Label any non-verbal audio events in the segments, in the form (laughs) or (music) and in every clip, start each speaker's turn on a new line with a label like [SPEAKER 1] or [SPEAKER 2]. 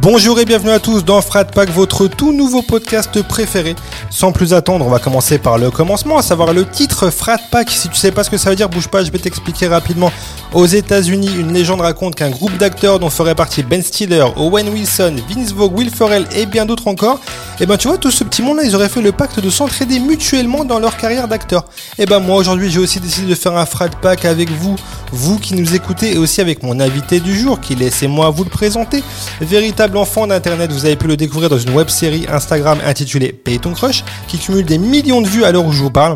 [SPEAKER 1] Bonjour et bienvenue à tous dans Frat Pack, votre tout nouveau podcast préféré. Sans plus attendre, on va commencer par le commencement, à savoir le titre Frat Pack. Si tu sais pas ce que ça veut dire, bouge pas, je vais t'expliquer rapidement. Aux États-Unis, une légende raconte qu'un groupe d'acteurs dont ferait partie Ben Stiller, Owen Wilson, Vince Vogue, Will Ferrell et bien d'autres encore, et ben tu vois, tout ce petit monde-là, ils auraient fait le pacte de s'entraider mutuellement dans leur carrière d'acteur. Et ben moi aujourd'hui, j'ai aussi décidé de faire un Frat Pack avec vous, vous qui nous écoutez, et aussi avec mon invité du jour, qui laissez-moi vous le présenter. Véritable enfant d'Internet, vous avez pu le découvrir dans une web série Instagram intitulée Pay ton crush, qui cumule des millions de vues à l'heure où je vous parle.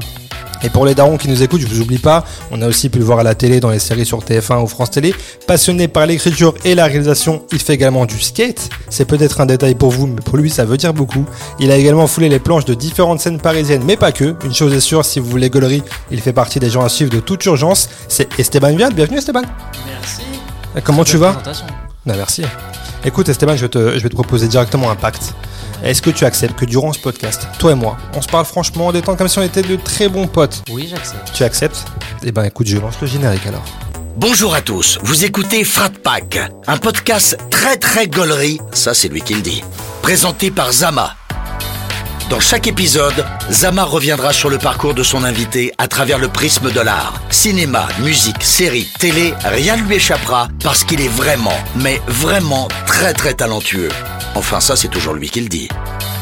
[SPEAKER 1] Et pour les darons qui nous écoutent, je vous oublie pas, on a aussi pu le voir à la télé, dans les séries sur TF1 ou France Télé. Passionné par l'écriture et la réalisation, il fait également du skate. C'est peut-être un détail pour vous, mais pour lui, ça veut dire beaucoup. Il a également foulé les planches de différentes scènes parisiennes, mais pas que. Une chose est sûre, si vous voulez gaulerie, il fait partie des gens à suivre de toute urgence. C'est Esteban Vial. Bienvenue, Esteban.
[SPEAKER 2] Merci.
[SPEAKER 1] Comment tu vas
[SPEAKER 2] Présentation.
[SPEAKER 1] Bah, merci. Écoute Esteban, je vais, te, je vais te proposer directement un pacte. Est-ce que tu acceptes que durant ce podcast, toi et moi, on se parle franchement en détente comme si on était de très bons potes
[SPEAKER 2] Oui, j'accepte.
[SPEAKER 1] Tu acceptes Eh ben écoute, je lance le générique alors.
[SPEAKER 3] Bonjour à tous, vous écoutez Frat Pack, un podcast très très gaulerie, ça c'est lui qui le dit, présenté par Zama. Dans chaque épisode, Zama reviendra sur le parcours de son invité à travers le prisme de l'art. Cinéma, musique, série, télé, rien ne lui échappera parce qu'il est vraiment, mais vraiment très très talentueux. Enfin ça c'est toujours lui qui le dit.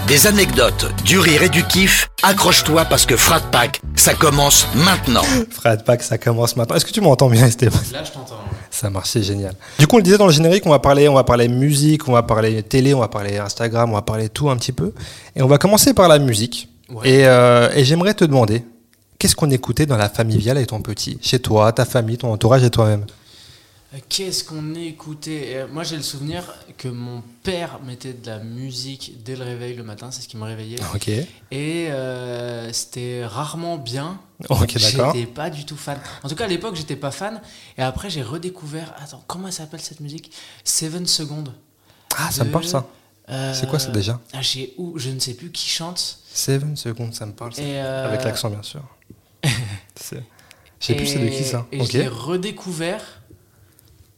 [SPEAKER 3] Des anecdotes, du rire et du kiff, accroche-toi parce que Frat Pack, ça commence maintenant.
[SPEAKER 1] Fred Pack, ça commence maintenant. Est-ce que tu m'entends bien Esteban (laughs)
[SPEAKER 2] Là, je t'entends.
[SPEAKER 1] Ça marche, c'est génial. Du coup, on le disait dans le générique, on va parler, on va parler musique, on va parler télé, on va parler Instagram, on va parler tout un petit peu. Et on va commencer par la musique.
[SPEAKER 2] Ouais.
[SPEAKER 1] Et, euh, et j'aimerais te demander, qu'est-ce qu'on écoutait dans la famille Vial étant petit Chez toi, ta famille, ton entourage et toi-même
[SPEAKER 2] Euh, Qu'est-ce qu'on écoutait Euh, Moi, j'ai le souvenir que mon père mettait de la musique dès le réveil le matin, c'est ce qui me réveillait.
[SPEAKER 1] Ok.
[SPEAKER 2] Et euh, c'était rarement bien.
[SPEAKER 1] Ok, d'accord.
[SPEAKER 2] J'étais pas du tout fan. En tout cas, à l'époque, j'étais pas fan. Et après, j'ai redécouvert. Attends, comment elle s'appelle cette musique Seven Seconds.
[SPEAKER 1] Ah, ça me
[SPEAKER 2] de-
[SPEAKER 1] parle ça. C'est quoi ça, déjà
[SPEAKER 2] Ah, j'ai où Je ne sais plus qui chante.
[SPEAKER 1] Seven secondes, ça me parle. ça.
[SPEAKER 2] Et, euh,
[SPEAKER 1] Avec l'accent, bien
[SPEAKER 2] (laughs)
[SPEAKER 1] sûr. C'est- Je sais plus c'est de qui ça.
[SPEAKER 2] Et
[SPEAKER 1] Ok.
[SPEAKER 2] je l'ai redécouvert.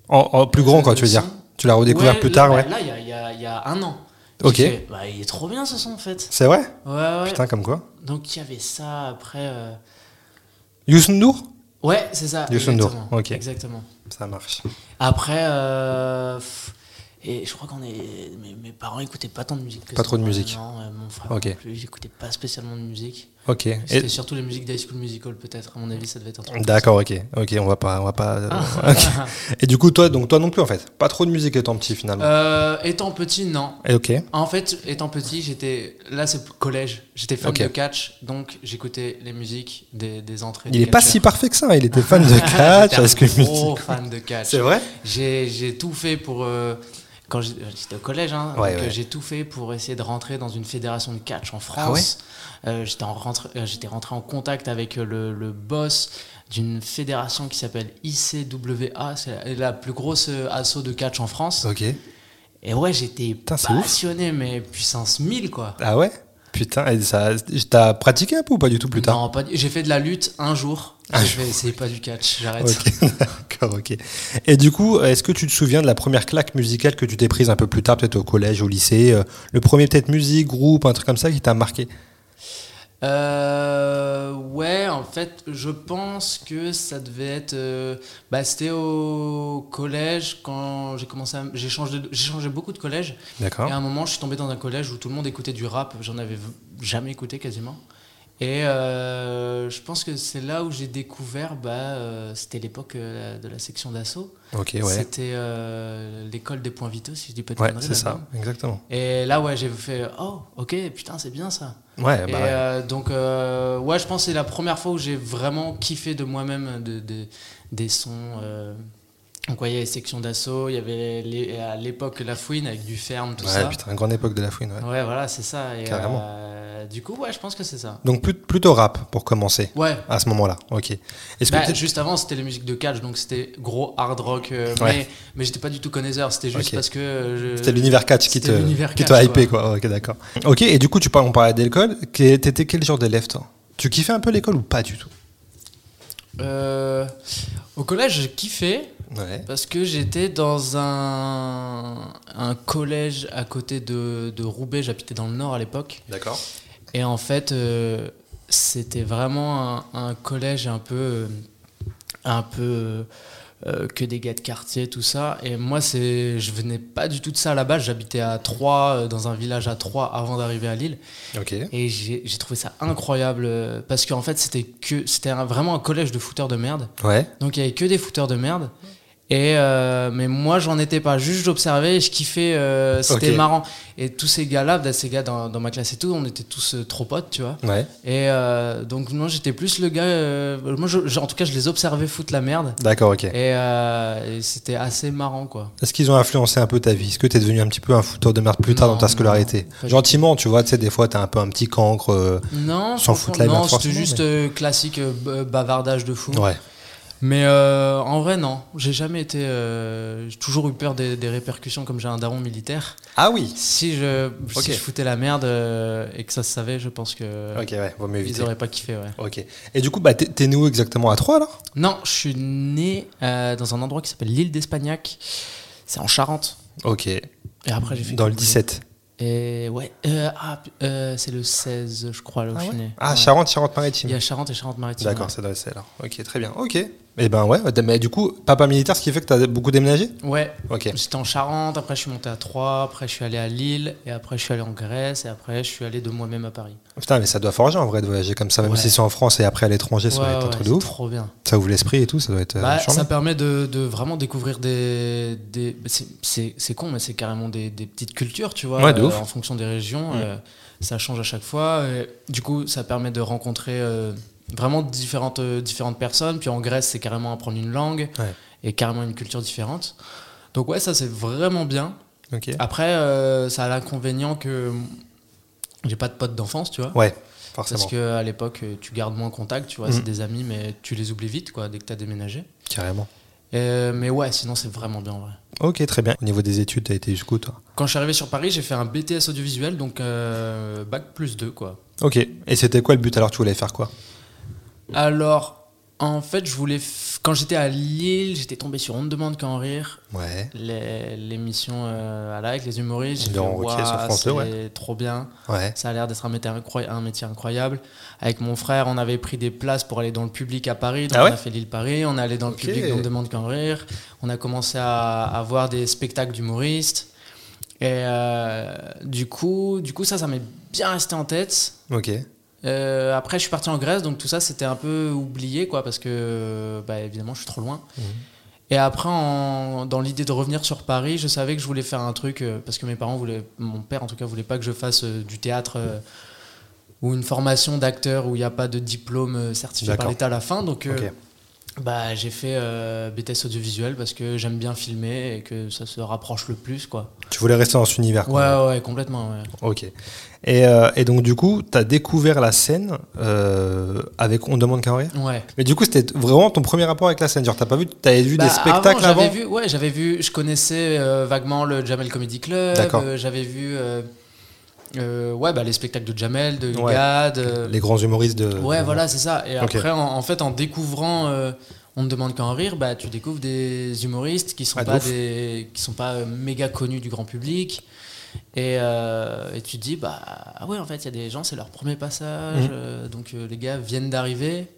[SPEAKER 1] En, en plus grand, quoi, tu veux
[SPEAKER 2] Son.
[SPEAKER 1] dire. Tu l'as redécouvert
[SPEAKER 2] Ouais,
[SPEAKER 1] plus
[SPEAKER 2] là,
[SPEAKER 1] tard,
[SPEAKER 2] bah,
[SPEAKER 1] ouais.
[SPEAKER 2] Là, il y a- il y, a- il y a un an.
[SPEAKER 1] Ok.
[SPEAKER 2] J'ai fait, bah, il est trop bien ce son en fait.
[SPEAKER 1] C'est vrai
[SPEAKER 2] Ouais, ouais.
[SPEAKER 1] Putain, comme quoi.
[SPEAKER 2] Donc il y avait ça après. euh,
[SPEAKER 1] Youssou N'Dour
[SPEAKER 2] Ouais, c'est ça.
[SPEAKER 1] Youssou N'Dour,
[SPEAKER 2] exactement.
[SPEAKER 1] ok.
[SPEAKER 2] Exactement.
[SPEAKER 1] Ça marche.
[SPEAKER 2] Après. euh, pff, Et je crois qu'on est. Mes, mes parents écoutaient pas tant de musique que
[SPEAKER 1] Pas
[SPEAKER 2] ça.
[SPEAKER 1] trop de musique.
[SPEAKER 2] Non, euh, mon frère.
[SPEAKER 1] Ok.
[SPEAKER 2] non plus, il écoutait pas spécialement de musique.
[SPEAKER 1] Ok. Et-
[SPEAKER 2] C'était surtout les musiques d'High School Musical, peut-être. À mon avis, ça devait être un truc.
[SPEAKER 1] D'accord, ok. Ok, on va pas. On va pas euh,
[SPEAKER 2] Ah.
[SPEAKER 1] (laughs) ok. Et du coup, toi, donc, toi non plus, en fait. Pas trop de musique étant petit, finalement.
[SPEAKER 2] Euh, étant petit, non.
[SPEAKER 1] Et ok.
[SPEAKER 2] En fait, étant petit, j'étais. Là, c'est collège. J'étais fan
[SPEAKER 1] Ok.
[SPEAKER 2] de catch, donc j'écoutais les musiques des, des entrées.
[SPEAKER 1] Il
[SPEAKER 2] des
[SPEAKER 1] est pas si
[SPEAKER 2] catcheurs.
[SPEAKER 1] parfait que ça. hein. Il était
[SPEAKER 2] (laughs)
[SPEAKER 1] fan de catch. Est-ce que
[SPEAKER 2] J'étais un gros fan de catch.
[SPEAKER 1] C'est vrai
[SPEAKER 2] J'ai j'ai tout fait pour. euh, quand j'ai- j'étais au collège, hein,
[SPEAKER 1] Ouais, ouais.
[SPEAKER 2] donc,
[SPEAKER 1] Ah
[SPEAKER 2] euh, j'ai tout fait pour essayer de rentrer dans une fédération de catch en France. Euh, J'étais en rentre- euh, j'étais rentré en contact avec euh, le, le boss d'une fédération qui s'appelle ICWA, c'est la, la plus grosse euh, asso de catch en France.
[SPEAKER 1] Ok.
[SPEAKER 2] Et ouais, j'étais
[SPEAKER 1] c'est ouf.
[SPEAKER 2] passionné, mais puissance 1000 quoi.
[SPEAKER 1] Ah ouais Putain, et ça, t'as pratiqué un peu ou pas du tout plus tard
[SPEAKER 2] Non, pas du- j'ai fait de la lutte un jour. J'ai fait- C'est pas du catch, j'arrête.
[SPEAKER 1] Ok, (laughs) d'accord, ok. Et du coup, est-ce que tu te souviens de la première claque musicale que tu t'es prise un peu plus tard, peut-être au collège, au lycée euh, Le premier, peut-être musique, groupe, un truc comme ça qui t'a marqué
[SPEAKER 2] Euh, ouais, en fait, je pense que ça devait être. euh, bah, c'était au collège quand j'ai commencé. à- J'ai changé, de- j'ai changé beaucoup de collège.
[SPEAKER 1] D'accord.
[SPEAKER 2] Et à un moment, je suis tombé dans un collège où tout le monde écoutait du rap. J'en avais v- jamais écouté quasiment. Et euh, je pense que c'est là où j'ai découvert. Bah, euh, c'était l'époque euh, de la section d'assaut.
[SPEAKER 1] Ok, ouais.
[SPEAKER 2] C'était euh, l'école des points vitaux, si je dis pas de
[SPEAKER 1] Ouais,
[SPEAKER 2] conneries,
[SPEAKER 1] c'est ça,
[SPEAKER 2] là-dedans.
[SPEAKER 1] exactement.
[SPEAKER 2] Et là, ouais, j'ai fait. Oh, ok, putain, c'est bien ça.
[SPEAKER 1] Ouais,
[SPEAKER 2] Et
[SPEAKER 1] bah ouais.
[SPEAKER 2] euh, donc, euh, ouais, je pense que c'est la première fois où j'ai vraiment kiffé de moi-même de, de- des sons. euh. Donc, ouais, il y avait les sections d'assaut, il y avait les- à l'époque la fouine avec du ferme, tout
[SPEAKER 1] Ouais,
[SPEAKER 2] ça.
[SPEAKER 1] putain, grande époque de la fouine, ouais.
[SPEAKER 2] Ouais, voilà, c'est ça. Et,
[SPEAKER 1] Carrément.
[SPEAKER 2] euh, du coup, ouais, je pense que c'est ça.
[SPEAKER 1] Donc plus- plutôt rap pour commencer,
[SPEAKER 2] Ouais.
[SPEAKER 1] à ce moment-là, ok. Est-ce que
[SPEAKER 2] Bah,
[SPEAKER 1] t'es-
[SPEAKER 2] juste avant, c'était les musiques de catch, donc c'était gros hard rock. euh,
[SPEAKER 1] Ouais.
[SPEAKER 2] Mais, mais j'étais pas du tout connaisseur, c'était juste
[SPEAKER 1] Ok.
[SPEAKER 2] parce que. euh, je-
[SPEAKER 1] c'était l'univers catch qui
[SPEAKER 2] c'était
[SPEAKER 1] te,
[SPEAKER 2] l'univers
[SPEAKER 1] qui te
[SPEAKER 2] catch,
[SPEAKER 1] hypait, quoi. Ok, d'accord. Ok, et du coup, tu parles, on parlait d'école. Qu'est- T'étais quel genre d'élève, toi Tu kiffais un peu l'école ou pas du tout
[SPEAKER 2] Euh, au collège, j'ai kiffé
[SPEAKER 1] Ouais.
[SPEAKER 2] parce que j'étais dans un, un collège à côté de, de Roubaix. J'habitais dans le nord à l'époque.
[SPEAKER 1] D'accord.
[SPEAKER 2] Et en fait, euh, c'était vraiment un, un collège un peu. euh, un peu. euh, que des gars de quartier, tout ça. Et moi, c'est, je venais pas du tout de ça à la base. J'habitais à Troyes, euh, dans un village à Troyes, avant d'arriver à Lille.
[SPEAKER 1] Ok.
[SPEAKER 2] Et j'ai j'ai trouvé ça incroyable euh, parce qu'en fait, c'était que c'était un- vraiment un collège de footeurs de merde.
[SPEAKER 1] Ouais.
[SPEAKER 2] Donc il y avait que des footeurs de merde. Et euh, mais moi j'en étais pas, juste j'observais, et je kiffais, euh, c'était
[SPEAKER 1] Ok.
[SPEAKER 2] marrant. Et tous ces gars-là, bah, ces gars dans, dans ma classe et tout, on était tous euh, trop potes, tu vois.
[SPEAKER 1] Ouais.
[SPEAKER 2] Et euh, donc non, j'étais plus le gars, euh, moi je- je- en tout cas je les observais foutre la merde.
[SPEAKER 1] D'accord, ok.
[SPEAKER 2] Et, euh, et c'était assez marrant quoi.
[SPEAKER 1] Est-ce qu'ils ont influencé un peu ta vie Est-ce que t'es devenu un petit peu un fouteur de merde plus tard
[SPEAKER 2] Non,
[SPEAKER 1] dans ta
[SPEAKER 2] non,
[SPEAKER 1] scolarité
[SPEAKER 2] pas du tout.
[SPEAKER 1] Gentiment, tu vois, tu sais, des fois, t'as un peu un petit cancre. euh,
[SPEAKER 2] Non,
[SPEAKER 1] S'en
[SPEAKER 2] franchement,
[SPEAKER 1] foutre la merde,
[SPEAKER 2] non, c'était
[SPEAKER 1] forcément,
[SPEAKER 2] juste
[SPEAKER 1] mais-
[SPEAKER 2] euh, classique euh, b- bavardage de fou.
[SPEAKER 1] Ouais.
[SPEAKER 2] Mais euh, en vrai, non. J'ai jamais été. euh, j'ai toujours eu peur des, des répercussions comme j'ai un daron militaire.
[SPEAKER 1] Ah oui
[SPEAKER 2] Si je,
[SPEAKER 1] Ok.
[SPEAKER 2] si je foutais la merde euh, et que ça se savait, je pense que
[SPEAKER 1] Ok, ouais, vaut mieux
[SPEAKER 2] ils
[SPEAKER 1] éviter.
[SPEAKER 2] auraient pas kiffé. Ouais.
[SPEAKER 1] Ok. Et du coup, bah, t'es- t'es né où exactement À 3 là
[SPEAKER 2] Non, je suis né euh, dans un endroit qui s'appelle l'île d'Espagnac. C'est en Charente.
[SPEAKER 1] Ok.
[SPEAKER 2] Et après, j'ai fait.
[SPEAKER 1] Dans le
[SPEAKER 2] quelques-
[SPEAKER 1] 17.
[SPEAKER 2] Et ouais. euh, ah, p- euh, c'est le 16, je crois, là où je suis né.
[SPEAKER 1] Ah,
[SPEAKER 2] Ouais.
[SPEAKER 1] Charente,
[SPEAKER 2] Il y
[SPEAKER 1] Charente-Maritime.
[SPEAKER 2] a Charente et Charente-Maritime.
[SPEAKER 1] D'accord,
[SPEAKER 2] ouais.
[SPEAKER 1] ça doit être celle-là. Ok, très bien. Ok. Et ben ouais, mais du coup, papa militaire, ce qui fait que t'as beaucoup déménagé
[SPEAKER 2] Ouais,
[SPEAKER 1] Ok.
[SPEAKER 2] J'étais en Charente, après je suis monté à Troyes, après je suis allé à Lille, et après je suis allé en Grèce, et après je suis allé de moi-même à Paris.
[SPEAKER 1] Putain, mais ça doit forger en vrai de voyager comme ça, même
[SPEAKER 2] Ouais.
[SPEAKER 1] si c'est en France et après à l'étranger, ça
[SPEAKER 2] Ouais,
[SPEAKER 1] doit être un
[SPEAKER 2] ouais,
[SPEAKER 1] truc de
[SPEAKER 2] c'est
[SPEAKER 1] ouf.
[SPEAKER 2] trop bien.
[SPEAKER 1] Ça ouvre l'esprit et tout, ça doit être. euh,
[SPEAKER 2] Bah,
[SPEAKER 1] charmant.
[SPEAKER 2] ça permet de, de vraiment découvrir des. des bah, c'est- c'est c'est con, mais c'est carrément des, des petites cultures, tu vois, euh,
[SPEAKER 1] Ouais, de ouf.
[SPEAKER 2] en fonction des régions.
[SPEAKER 1] Mm.
[SPEAKER 2] euh, ça change à chaque fois. et du coup, ça permet de rencontrer euh, vraiment différentes, euh, différentes personnes. Puis en Grèce, c'est carrément apprendre une langue
[SPEAKER 1] Ouais.
[SPEAKER 2] et carrément une culture différente. Donc, ouais, ça c'est vraiment bien.
[SPEAKER 1] Ok.
[SPEAKER 2] Après, euh, ça a l'inconvénient que j'ai pas de potes d'enfance, tu vois.
[SPEAKER 1] Ouais,
[SPEAKER 2] Parce
[SPEAKER 1] forcément.
[SPEAKER 2] que à l'époque, tu gardes moins contact, tu vois,
[SPEAKER 1] Mhm.
[SPEAKER 2] c'est des amis, mais tu les oublies vite, quoi, dès que t'as déménagé.
[SPEAKER 1] Carrément.
[SPEAKER 2] Euh, mais ouais, sinon c'est vraiment bien, en vrai.
[SPEAKER 1] Ok, très bien. Au niveau des études, t'as été jusqu'où toi
[SPEAKER 2] Quand je suis arrivé sur Paris, j'ai fait un BTS audiovisuel, donc euh, bac plus 2, quoi.
[SPEAKER 1] Ok. Et c'était quoi le but alors Tu voulais faire quoi
[SPEAKER 2] Alors, en fait, je voulais. f- Quand j'étais à Lille, j'étais tombé sur On ne demande qu'à en rire.
[SPEAKER 1] Ouais.
[SPEAKER 2] les- L'émission euh, à la avec les humoristes, j'ai
[SPEAKER 1] De
[SPEAKER 2] fait
[SPEAKER 1] Laurent Ruquier sur
[SPEAKER 2] Ouah,
[SPEAKER 1] France 2, ouais.
[SPEAKER 2] c'est trop bien.
[SPEAKER 1] Ouais.
[SPEAKER 2] Ça a l'air d'être un, métier incroy- un métier incroyable. Avec mon frère, on avait pris des places pour aller dans le public à Paris. Donc
[SPEAKER 1] Ah ouais
[SPEAKER 2] on a fait l'île Paris, on est allé dans
[SPEAKER 1] Ok.
[SPEAKER 2] le public, donc demande qu'en rire. On a commencé à, à voir des spectacles d'humoristes. Et euh, du, coup, du coup, ça, ça m'est bien resté en tête.
[SPEAKER 1] Ok.
[SPEAKER 2] Euh, après, je suis parti en Grèce, donc tout ça, c'était un peu oublié, quoi, parce que, euh, bah, évidemment, je suis trop loin.
[SPEAKER 1] Mhm.
[SPEAKER 2] Et après, en- dans l'idée de revenir sur Paris, je savais que je voulais faire un truc, euh, parce que mes parents voulaient, mon père en tout cas, voulait pas que je fasse euh, du théâtre euh, ou une formation d'acteur où il n'y a pas de diplôme euh, certifié par
[SPEAKER 1] D'accord.
[SPEAKER 2] l'État à la fin. Donc, euh,
[SPEAKER 1] Ok.
[SPEAKER 2] bah, j'ai fait euh, BTS audiovisuel parce que j'aime bien filmer et que ça se rapproche le plus, quoi.
[SPEAKER 1] Tu voulais rester dans cet univers.
[SPEAKER 2] Ouais,
[SPEAKER 1] quoi.
[SPEAKER 2] ouais, complètement. ouais.
[SPEAKER 1] Ok. Et, euh, et donc du coup, t'as découvert la scène euh, avec On demande qu'à en rire
[SPEAKER 2] ouais.
[SPEAKER 1] Mais du coup, c'était vraiment ton premier rapport avec la scène. Genre, t'as pas vu, t'avais vu
[SPEAKER 2] Bah,
[SPEAKER 1] des spectacles
[SPEAKER 2] j'avais
[SPEAKER 1] avant,
[SPEAKER 2] vu, ouais, j'avais vu, je connaissais euh, vaguement le Jamel Comedy Club,
[SPEAKER 1] D'accord.
[SPEAKER 2] euh, j'avais vu euh, euh, ouais, bah, les spectacles de Jamel, de
[SPEAKER 1] Ouais.
[SPEAKER 2] Gad. euh,
[SPEAKER 1] les grands humoristes de.
[SPEAKER 2] Ouais,
[SPEAKER 1] de-
[SPEAKER 2] voilà, c'est ça. Et
[SPEAKER 1] Ok.
[SPEAKER 2] après, en, en fait, en découvrant, euh, on ne demande qu'à en rire, bah, tu découvres des humoristes qui sont
[SPEAKER 1] Ah, de
[SPEAKER 2] pas
[SPEAKER 1] ouf.
[SPEAKER 2] des, qui sont pas euh, méga connus du grand public. Et, euh, et tu te dis, bah ah ouais, en fait, il y a des gens, c'est leur premier passage,
[SPEAKER 1] Mhm.
[SPEAKER 2] euh, donc euh, les gars viennent d'arriver.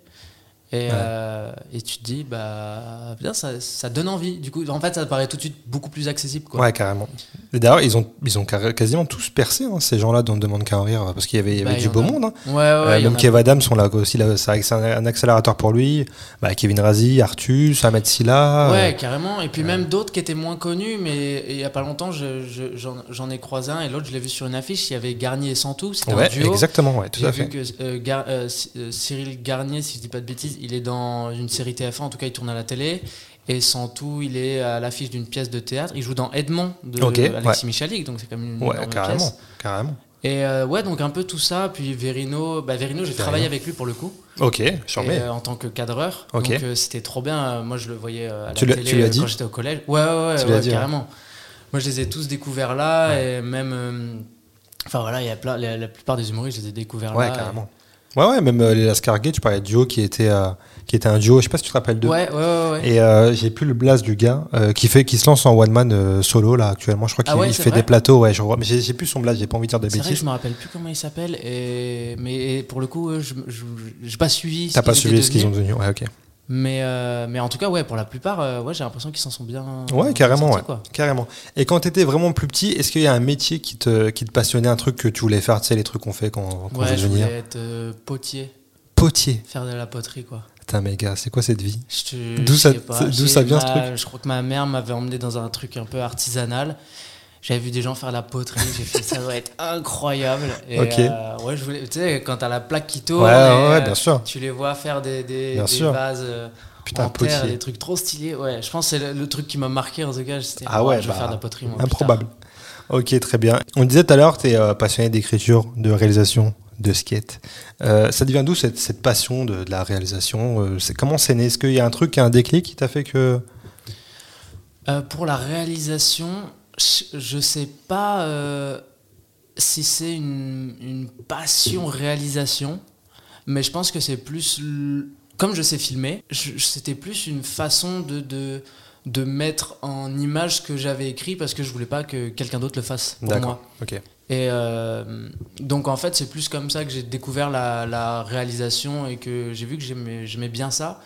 [SPEAKER 2] Et, euh, et tu te dis, bah, bien, ça, ça donne envie. Du coup, en fait, ça paraît tout de suite beaucoup plus accessible. Quoi.
[SPEAKER 1] Ouais, carrément. Et d'ailleurs, ils ont, ils ont carré- quasiment tous percé, hein, ces gens-là, dont on demande qu'à en rire, parce qu'il y avait, il y
[SPEAKER 2] Bah,
[SPEAKER 1] avait
[SPEAKER 2] il
[SPEAKER 1] du
[SPEAKER 2] y en
[SPEAKER 1] beau
[SPEAKER 2] a.
[SPEAKER 1] monde. hein.
[SPEAKER 2] Ouais, Ah ouais,
[SPEAKER 1] Euh,
[SPEAKER 2] il y en
[SPEAKER 1] même
[SPEAKER 2] a
[SPEAKER 1] Kev Adams, on l'a aussi, là, c'est vrai que c'est un, un accélérateur pour lui. Bah, Kevin Razi, Artus, Ahmed Silla.
[SPEAKER 2] Ouais,
[SPEAKER 1] euh,
[SPEAKER 2] carrément. Et puis même d'autres qui étaient moins connus, mais il n'y a pas longtemps, je- je- j'en j'en ai croisé un et l'autre, je l'ai vu sur une affiche. Il y avait Garnier et Santou, c'était un
[SPEAKER 1] ouais,
[SPEAKER 2] duo.
[SPEAKER 1] exactement, ouais, tout
[SPEAKER 2] J'ai
[SPEAKER 1] à
[SPEAKER 2] vu
[SPEAKER 1] fait.
[SPEAKER 2] que euh, Gar- euh, C- euh, Cyril Garnier, si je dis pas de bêtises, il est dans une série TF1, en tout cas il tourne à la télé. Et Santou, il est à l'affiche d'une pièce de théâtre. Il joue dans Edmond de
[SPEAKER 1] Ok,
[SPEAKER 2] Alexis Michalik, donc c'est quand même une
[SPEAKER 1] Ouais,
[SPEAKER 2] énorme
[SPEAKER 1] carrément,
[SPEAKER 2] pièce.
[SPEAKER 1] carrément.
[SPEAKER 2] Et euh, ouais, donc un peu tout ça. Puis Verino, bah, Verino j'ai travaillé avec lui pour le coup,
[SPEAKER 1] Ok,
[SPEAKER 2] et,
[SPEAKER 1] charmé.
[SPEAKER 2] euh, en tant que cadreur.
[SPEAKER 1] Ok.
[SPEAKER 2] Donc euh, c'était trop bien. Euh, Moi je le voyais euh, à la
[SPEAKER 1] Tu l'as-
[SPEAKER 2] télé
[SPEAKER 1] tu l'as
[SPEAKER 2] euh,
[SPEAKER 1] dit
[SPEAKER 2] quand j'étais au collège. Ouais, ouais, ouais,
[SPEAKER 1] Tu l'as
[SPEAKER 2] ouais,
[SPEAKER 1] dit, ouais.
[SPEAKER 2] carrément. Moi je les ai tous découverts là et même. euh, Enfin voilà, il y a plein, la, la plupart des humoristes, je les ai découverts
[SPEAKER 1] ouais,
[SPEAKER 2] là. et-
[SPEAKER 1] carrément. Ouais, ouais, même euh, les Lascar Gate, je parlais de duo qui était, euh, qui était un duo, je sais pas si tu te rappelles de.
[SPEAKER 2] Ouais, ouais, ouais. ouais.
[SPEAKER 1] Et euh, j'ai plus le blast du gars euh, qui, fait, qui se lance en one man euh, solo là actuellement. Je crois
[SPEAKER 2] Ah
[SPEAKER 1] qu'il
[SPEAKER 2] ouais,
[SPEAKER 1] il
[SPEAKER 2] c'est
[SPEAKER 1] fait
[SPEAKER 2] vrai
[SPEAKER 1] des plateaux, ouais, je vois. Mais j'ai j'ai plus son blast, j'ai pas envie de dire des
[SPEAKER 2] C'est vrai que je
[SPEAKER 1] bêtises.
[SPEAKER 2] me rappelle plus comment il s'appelle, et... mais et pour le coup, euh, je n'ai pas suivi. ce
[SPEAKER 1] T'as pas
[SPEAKER 2] qu'ils
[SPEAKER 1] suivi
[SPEAKER 2] étaient
[SPEAKER 1] ce qu'ils ont
[SPEAKER 2] devenus.
[SPEAKER 1] devenu, ouais, ok.
[SPEAKER 2] Mais, euh, mais en tout cas, ouais, pour la plupart, euh, ouais, j'ai l'impression qu'ils s'en sont bien.
[SPEAKER 1] Ouais, carrément,
[SPEAKER 2] sortis,
[SPEAKER 1] ouais.
[SPEAKER 2] quoi.
[SPEAKER 1] Carrément. Et quand t'étais vraiment plus petit, est-ce qu'il y a un métier qui te, qui te passionnait, un truc que tu voulais faire, tu sais, les trucs qu'on fait quand, quand on veut
[SPEAKER 2] Ouais, je
[SPEAKER 1] devenir
[SPEAKER 2] voulais être euh, potier,
[SPEAKER 1] Potier.
[SPEAKER 2] faire de la poterie, quoi.
[SPEAKER 1] Putain, mes gars, c'est quoi cette vie
[SPEAKER 2] Je te-
[SPEAKER 1] D'où
[SPEAKER 2] je
[SPEAKER 1] ça-
[SPEAKER 2] sais pas,
[SPEAKER 1] d'où
[SPEAKER 2] j'ai-
[SPEAKER 1] ça vient, ce
[SPEAKER 2] ma- Je crois que ma mère m'avait emmené dans un truc un peu artisanal. J'avais vu des gens faire la poterie, j'ai fait ça doit
[SPEAKER 1] (laughs)
[SPEAKER 2] être incroyable. Et
[SPEAKER 1] Ok.
[SPEAKER 2] euh, ouais, je voulais, tu sais, quand t'as la plaque qui tourne,
[SPEAKER 1] Ouais,
[SPEAKER 2] et,
[SPEAKER 1] ouais, ouais,
[SPEAKER 2] euh,
[SPEAKER 1] bien sûr.
[SPEAKER 2] tu les vois faire des, des,
[SPEAKER 1] Bien
[SPEAKER 2] des
[SPEAKER 1] sûr.
[SPEAKER 2] vases euh,
[SPEAKER 1] Putain,
[SPEAKER 2] en terre,
[SPEAKER 1] potier.
[SPEAKER 2] des trucs trop stylés. Ouais, je pense que c'est le, le truc qui m'a marqué en tout cas. C'était, Oh,
[SPEAKER 1] Ah ouais,
[SPEAKER 2] je
[SPEAKER 1] bah,
[SPEAKER 2] vais faire de la poterie. Moi, plus tard.
[SPEAKER 1] Improbable. Ok, très bien. On disait tout à l'heure, tu es passionné d'écriture, de réalisation, de skate. Euh, ça devient d'où cette, cette passion de, de la réalisation Euh, c'est, Comment c'est né Est-ce qu'il y a un truc, un déclic qui t'a fait que.
[SPEAKER 2] Euh, pour la réalisation, je je sais pas euh, si c'est une, une passion réalisation, mais je pense que c'est plus. l- Comme je sais filmer, je- je- c'était plus une façon de, de, de mettre en image ce que j'avais écrit parce que je voulais pas que quelqu'un d'autre le fasse pour moi.
[SPEAKER 1] Ok.
[SPEAKER 2] Et euh, donc en fait, c'est plus comme ça que j'ai découvert la, la réalisation et que j'ai vu que j'aimais j'aimais bien ça.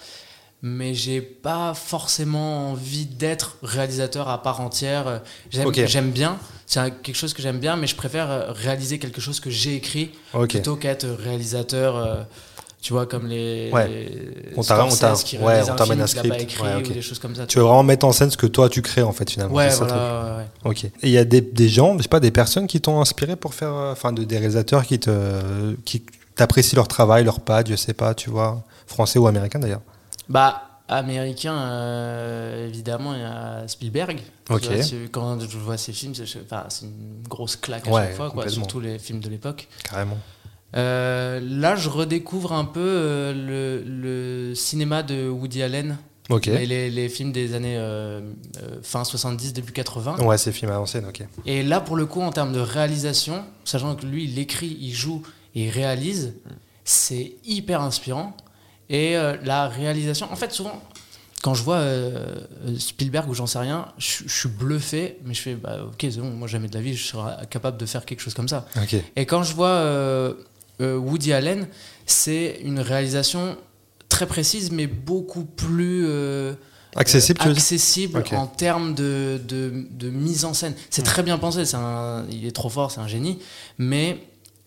[SPEAKER 2] Mais j'ai pas forcément envie d'être réalisateur à part entière. J'aime
[SPEAKER 1] Ok.
[SPEAKER 2] j'aime bien, c'est un- quelque chose que j'aime bien, mais je préfère euh, réaliser quelque chose que j'ai écrit
[SPEAKER 1] Ok.
[SPEAKER 2] plutôt qu'être réalisateur. euh, tu vois, comme les.
[SPEAKER 1] Ouais.
[SPEAKER 2] les
[SPEAKER 1] On t'a- on t'a-
[SPEAKER 2] Scorsese qui
[SPEAKER 1] ouais,
[SPEAKER 2] réalisent
[SPEAKER 1] on
[SPEAKER 2] un
[SPEAKER 1] t'amène
[SPEAKER 2] film
[SPEAKER 1] un
[SPEAKER 2] qu'il a pas
[SPEAKER 1] script.
[SPEAKER 2] écrit
[SPEAKER 1] Ouais, ok.
[SPEAKER 2] ou des choses comme ça.
[SPEAKER 1] Tu veux vraiment mettre en scène ce que toi tu crées en fait finalement.
[SPEAKER 2] ouais,
[SPEAKER 1] c'est ça,
[SPEAKER 2] voilà,
[SPEAKER 1] le truc. Ok.
[SPEAKER 2] ouais, ouais.
[SPEAKER 1] Et il y a des, des gens, je sais pas, des personnes qui t'ont inspiré pour faire, euh, enfin, de, des réalisateurs qui te, qui t'apprécient leur travail, leur patte, je sais pas, tu vois, français ou américain d'ailleurs.
[SPEAKER 2] Bah, américain, euh, évidemment, il y a Spielberg.
[SPEAKER 1] Ok.
[SPEAKER 2] Tu vois, tu- quand je vois ces films, c'est je- enfin, c'est une grosse claque à
[SPEAKER 1] Ouais,
[SPEAKER 2] chaque fois, quoi,
[SPEAKER 1] complètement.
[SPEAKER 2] surtout les films de l'époque.
[SPEAKER 1] Carrément.
[SPEAKER 2] Euh, là, je redécouvre un peu euh, le, le cinéma de Woody Allen
[SPEAKER 1] Ok.
[SPEAKER 2] et les, les films des années euh, euh, fin 70, début 80.
[SPEAKER 1] Ouais, c'est film à l'ancienne, ok.
[SPEAKER 2] Et là, pour le coup, en termes de réalisation, sachant que lui, il écrit, il joue et il réalise, c'est hyper inspirant. Et euh, la réalisation, en fait, souvent, quand je vois euh, Spielberg ou j'en sais rien, je je suis bluffé, mais je fais, bah, ok, c'est bon, moi jamais de la vie, je serai capable de faire quelque chose comme ça.
[SPEAKER 1] Ok.
[SPEAKER 2] Et quand je vois euh, euh, Woody Allen, c'est une réalisation très précise, mais beaucoup plus euh,
[SPEAKER 1] Accessible,
[SPEAKER 2] euh,
[SPEAKER 1] tu veux dire
[SPEAKER 2] accessible
[SPEAKER 1] Ok. Hmm.
[SPEAKER 2] en termes de, de- de mise en scène. C'est très bien pensé, c'est un- il est trop fort, c'est un génie, mais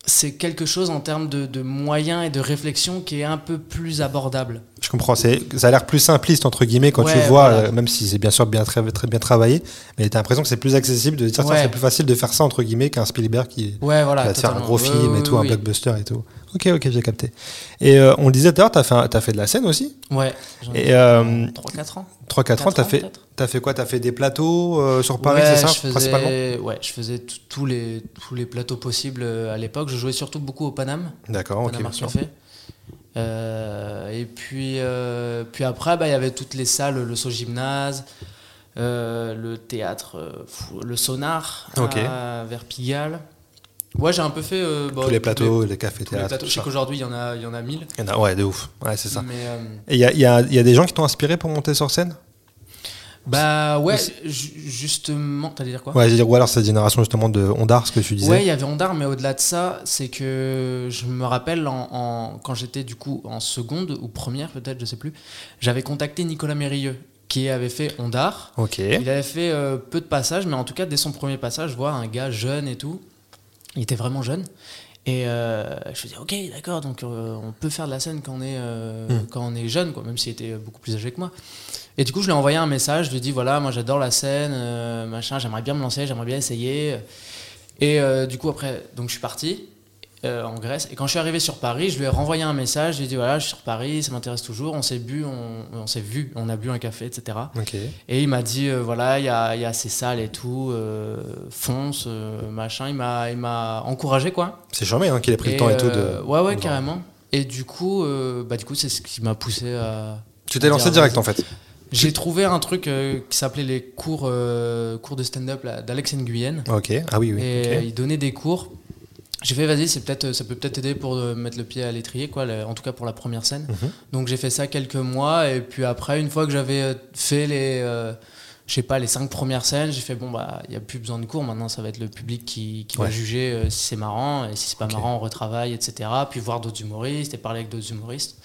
[SPEAKER 2] c'est quelque chose en termes de, de moyens et de réflexion qui est un peu plus abordable.
[SPEAKER 1] Je comprends, c'est, ça a l'air plus simpliste entre guillemets quand tu
[SPEAKER 2] Ouais,
[SPEAKER 1] vois,
[SPEAKER 2] voilà.
[SPEAKER 1] euh, même si c'est bien sûr bien très, très bien travaillé, mais t'as l'impression que c'est plus accessible de dire tiens,
[SPEAKER 2] Ouais.
[SPEAKER 1] c'est plus facile de faire ça entre guillemets qu'un Spielberg qui
[SPEAKER 2] Ouais, voilà.
[SPEAKER 1] qui va te Bah, faire un
[SPEAKER 2] totalement.
[SPEAKER 1] gros
[SPEAKER 2] Ouais,
[SPEAKER 1] film
[SPEAKER 2] ouais,
[SPEAKER 1] et tout, un
[SPEAKER 2] ouais, ouais.
[SPEAKER 1] blockbuster et tout. Ok, ok, j'ai capté. Et euh, on le disait tout à l'heure, t'as fait, un- t'as fait de la scène aussi
[SPEAKER 2] Ouais. j'en ai
[SPEAKER 1] Et euh,
[SPEAKER 2] 3-4 ans
[SPEAKER 1] 3-4 ans,
[SPEAKER 2] Quatre
[SPEAKER 1] t'as
[SPEAKER 2] ans,
[SPEAKER 1] fait,
[SPEAKER 2] peut-être.
[SPEAKER 1] t'as fait quoi T'as fait des plateaux euh, sur Paris,
[SPEAKER 2] Ouais,
[SPEAKER 1] c'est ça,
[SPEAKER 2] je faisais,
[SPEAKER 1] principalement
[SPEAKER 2] Ouais, je faisais tout- tous les, tous les plateaux possibles euh, à l'époque. Je jouais surtout beaucoup au Paname,
[SPEAKER 1] D'accord, Ah, ok.
[SPEAKER 2] Paname
[SPEAKER 1] bien
[SPEAKER 2] Art
[SPEAKER 1] sûr.
[SPEAKER 2] Café. Euh, et puis, euh, puis après, bah, il y avait toutes les salles, le Sogymnase, euh, le théâtre, euh, fou- le Sonar,
[SPEAKER 1] Ok.
[SPEAKER 2] à- vers Pigalle. Ouais, j'ai un peu fait... euh, bah,
[SPEAKER 1] Tous les plateaux, les,
[SPEAKER 2] tous les
[SPEAKER 1] cafés-théâtres.
[SPEAKER 2] plateaux. Je sais qu'aujourd'hui, il y en a il y en a mille.
[SPEAKER 1] Il y en a- Ouais, de ouf. Ouais, c'est ça.
[SPEAKER 2] Mais, euh,
[SPEAKER 1] Et il y a, il y a- il y a des gens qui t'ont inspiré pour monter sur scène
[SPEAKER 2] bah ouais,
[SPEAKER 1] Mais c'est-
[SPEAKER 2] ju- justement... T'allais dire quoi
[SPEAKER 1] Ouais, je veux dire, ou alors cette génération justement de Ondar, ce que tu disais.
[SPEAKER 2] Ouais, il y avait Ondar, mais au-delà de ça, c'est que je me rappelle en, en- quand j'étais du coup en seconde ou première peut-être, je sais plus, j'avais contacté Nicolas Mérilleux qui avait fait Ondar.
[SPEAKER 1] Ok.
[SPEAKER 2] Il avait fait euh, peu de passages, mais en tout cas dès son premier passage, je vois un gars jeune et tout. Il était vraiment jeune. Et euh, je me dis ok d'accord donc euh, on peut faire de la scène quand on est euh,
[SPEAKER 1] Hmm.
[SPEAKER 2] quand on est jeune quoi même s'il était beaucoup plus âgé que moi et du coup je lui ai envoyé un message je lui ai dit voilà moi j'adore la scène euh, machin j'aimerais bien me lancer j'aimerais bien essayer et euh, du coup, après, donc je suis parti euh, en Grèce. Et quand je suis arrivé sur Paris, je lui ai renvoyé un message. Je lui ai dit voilà, je suis sur Paris, ça m'intéresse toujours. On s'est bu, on, on s'est vu, on a bu un café, etc.
[SPEAKER 1] Ok.
[SPEAKER 2] Et il m'a dit euh, voilà, il y a, il y a ces salles et tout, euh, fonce, euh, machin. Il m'a, il m'a encouragé, quoi.
[SPEAKER 1] C'est jamais hein, qu'il ait pris le temps et tout
[SPEAKER 2] euh,
[SPEAKER 1] de.
[SPEAKER 2] Ouais, ouais,
[SPEAKER 1] de-
[SPEAKER 2] carrément. Et du coup, euh, bah, du coup, c'est ce qui m'a poussé à.
[SPEAKER 1] Tu t'es lancé
[SPEAKER 2] Dire,
[SPEAKER 1] direct
[SPEAKER 2] vas-y.
[SPEAKER 1] en fait.
[SPEAKER 2] J'ai trouvé un truc euh, qui s'appelait les cours, euh, cours de stand-up là, d'Alex Nguyen.
[SPEAKER 1] Ok. Ah oui, oui.
[SPEAKER 2] Et
[SPEAKER 1] ok.
[SPEAKER 2] il donnait des cours j'ai fait vas-y c'est peut-être ça peut peut-être aider pour euh, mettre le pied à l'étrier quoi le- en tout cas pour la première scène
[SPEAKER 1] Mhm.
[SPEAKER 2] donc j'ai fait ça quelques mois et puis après une fois que j'avais euh, fait les euh, je sais pas les cinq premières scènes j'ai fait bon bah il y a plus besoin de cours maintenant ça va être le public qui, qui va
[SPEAKER 1] Ouais.
[SPEAKER 2] juger euh, si c'est marrant et si c'est pas
[SPEAKER 1] Ok.
[SPEAKER 2] marrant on retravaille etc puis voir d'autres humoristes et parler avec d'autres humoristes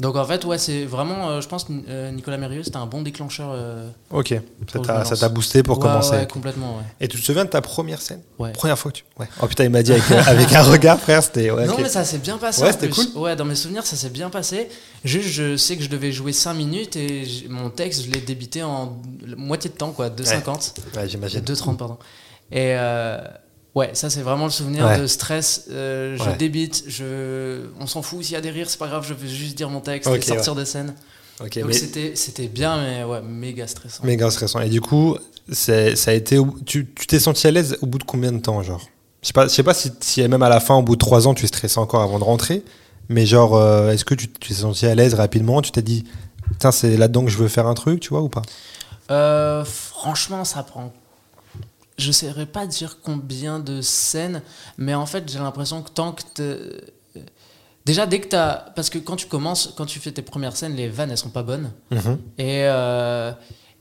[SPEAKER 2] donc en fait ouais c'est vraiment euh, je pense euh, Nicolas Mérieux c'était un bon déclencheur euh,
[SPEAKER 1] Ok, ça
[SPEAKER 2] Pour le
[SPEAKER 1] t'a-
[SPEAKER 2] balance.
[SPEAKER 1] ça t'a boosté pour
[SPEAKER 2] ouais,
[SPEAKER 1] commencer.
[SPEAKER 2] ouais, complètement ouais.
[SPEAKER 1] Et tu te souviens de ta première scène
[SPEAKER 2] Ouais.
[SPEAKER 1] Première fois que tu. Ouais. Oh putain, il m'a dit avec, avec un regard, frère, c'était. Ouais,
[SPEAKER 2] Non,
[SPEAKER 1] ok.
[SPEAKER 2] mais ça s'est bien passé.
[SPEAKER 1] Ouais,
[SPEAKER 2] en
[SPEAKER 1] c'était
[SPEAKER 2] plus. Ouais, dans mes souvenirs, ça s'est bien passé. Juste, je sais que je devais jouer 5 minutes et j- mon texte, je l'ai débité en la moitié de temps, quoi, 2,50.
[SPEAKER 1] Ouais, j'imagine.
[SPEAKER 2] 2,30, pardon. Et euh, ouais, ça, c'est vraiment le souvenir
[SPEAKER 1] Ouais.
[SPEAKER 2] de stress. Euh, je
[SPEAKER 1] Ouais.
[SPEAKER 2] débite, je... on s'en fout. S'il y a des rires, c'est pas grave, je veux juste dire mon texte
[SPEAKER 1] Ok,
[SPEAKER 2] et sortir des scènes.
[SPEAKER 1] Ok,
[SPEAKER 2] Donc,
[SPEAKER 1] mais
[SPEAKER 2] c'était c'était bien, mais ouais, méga stressant.
[SPEAKER 1] méga stressant. Et du coup, c'est- ça a été. au- Tu tu t'es senti à l'aise au bout de combien de temps, genre Je sais pas, je sais pas si, si même à la fin, au bout de trois ans, tu stressais encore avant de rentrer. Mais genre, euh, est-ce que tu tu t'es senti à l'aise rapidement Tu t'es dit, putain, c'est là-dedans que je veux faire un truc, tu vois, ou pas
[SPEAKER 2] Euh, franchement, ça prend. Je saurais pas dire combien de scènes, mais en fait, j'ai l'impression que tant que t'es- Déjà, dès que t'as. Parce que quand tu commences, quand tu fais tes premières scènes, les vannes, elles sont pas bonnes. Et, euh,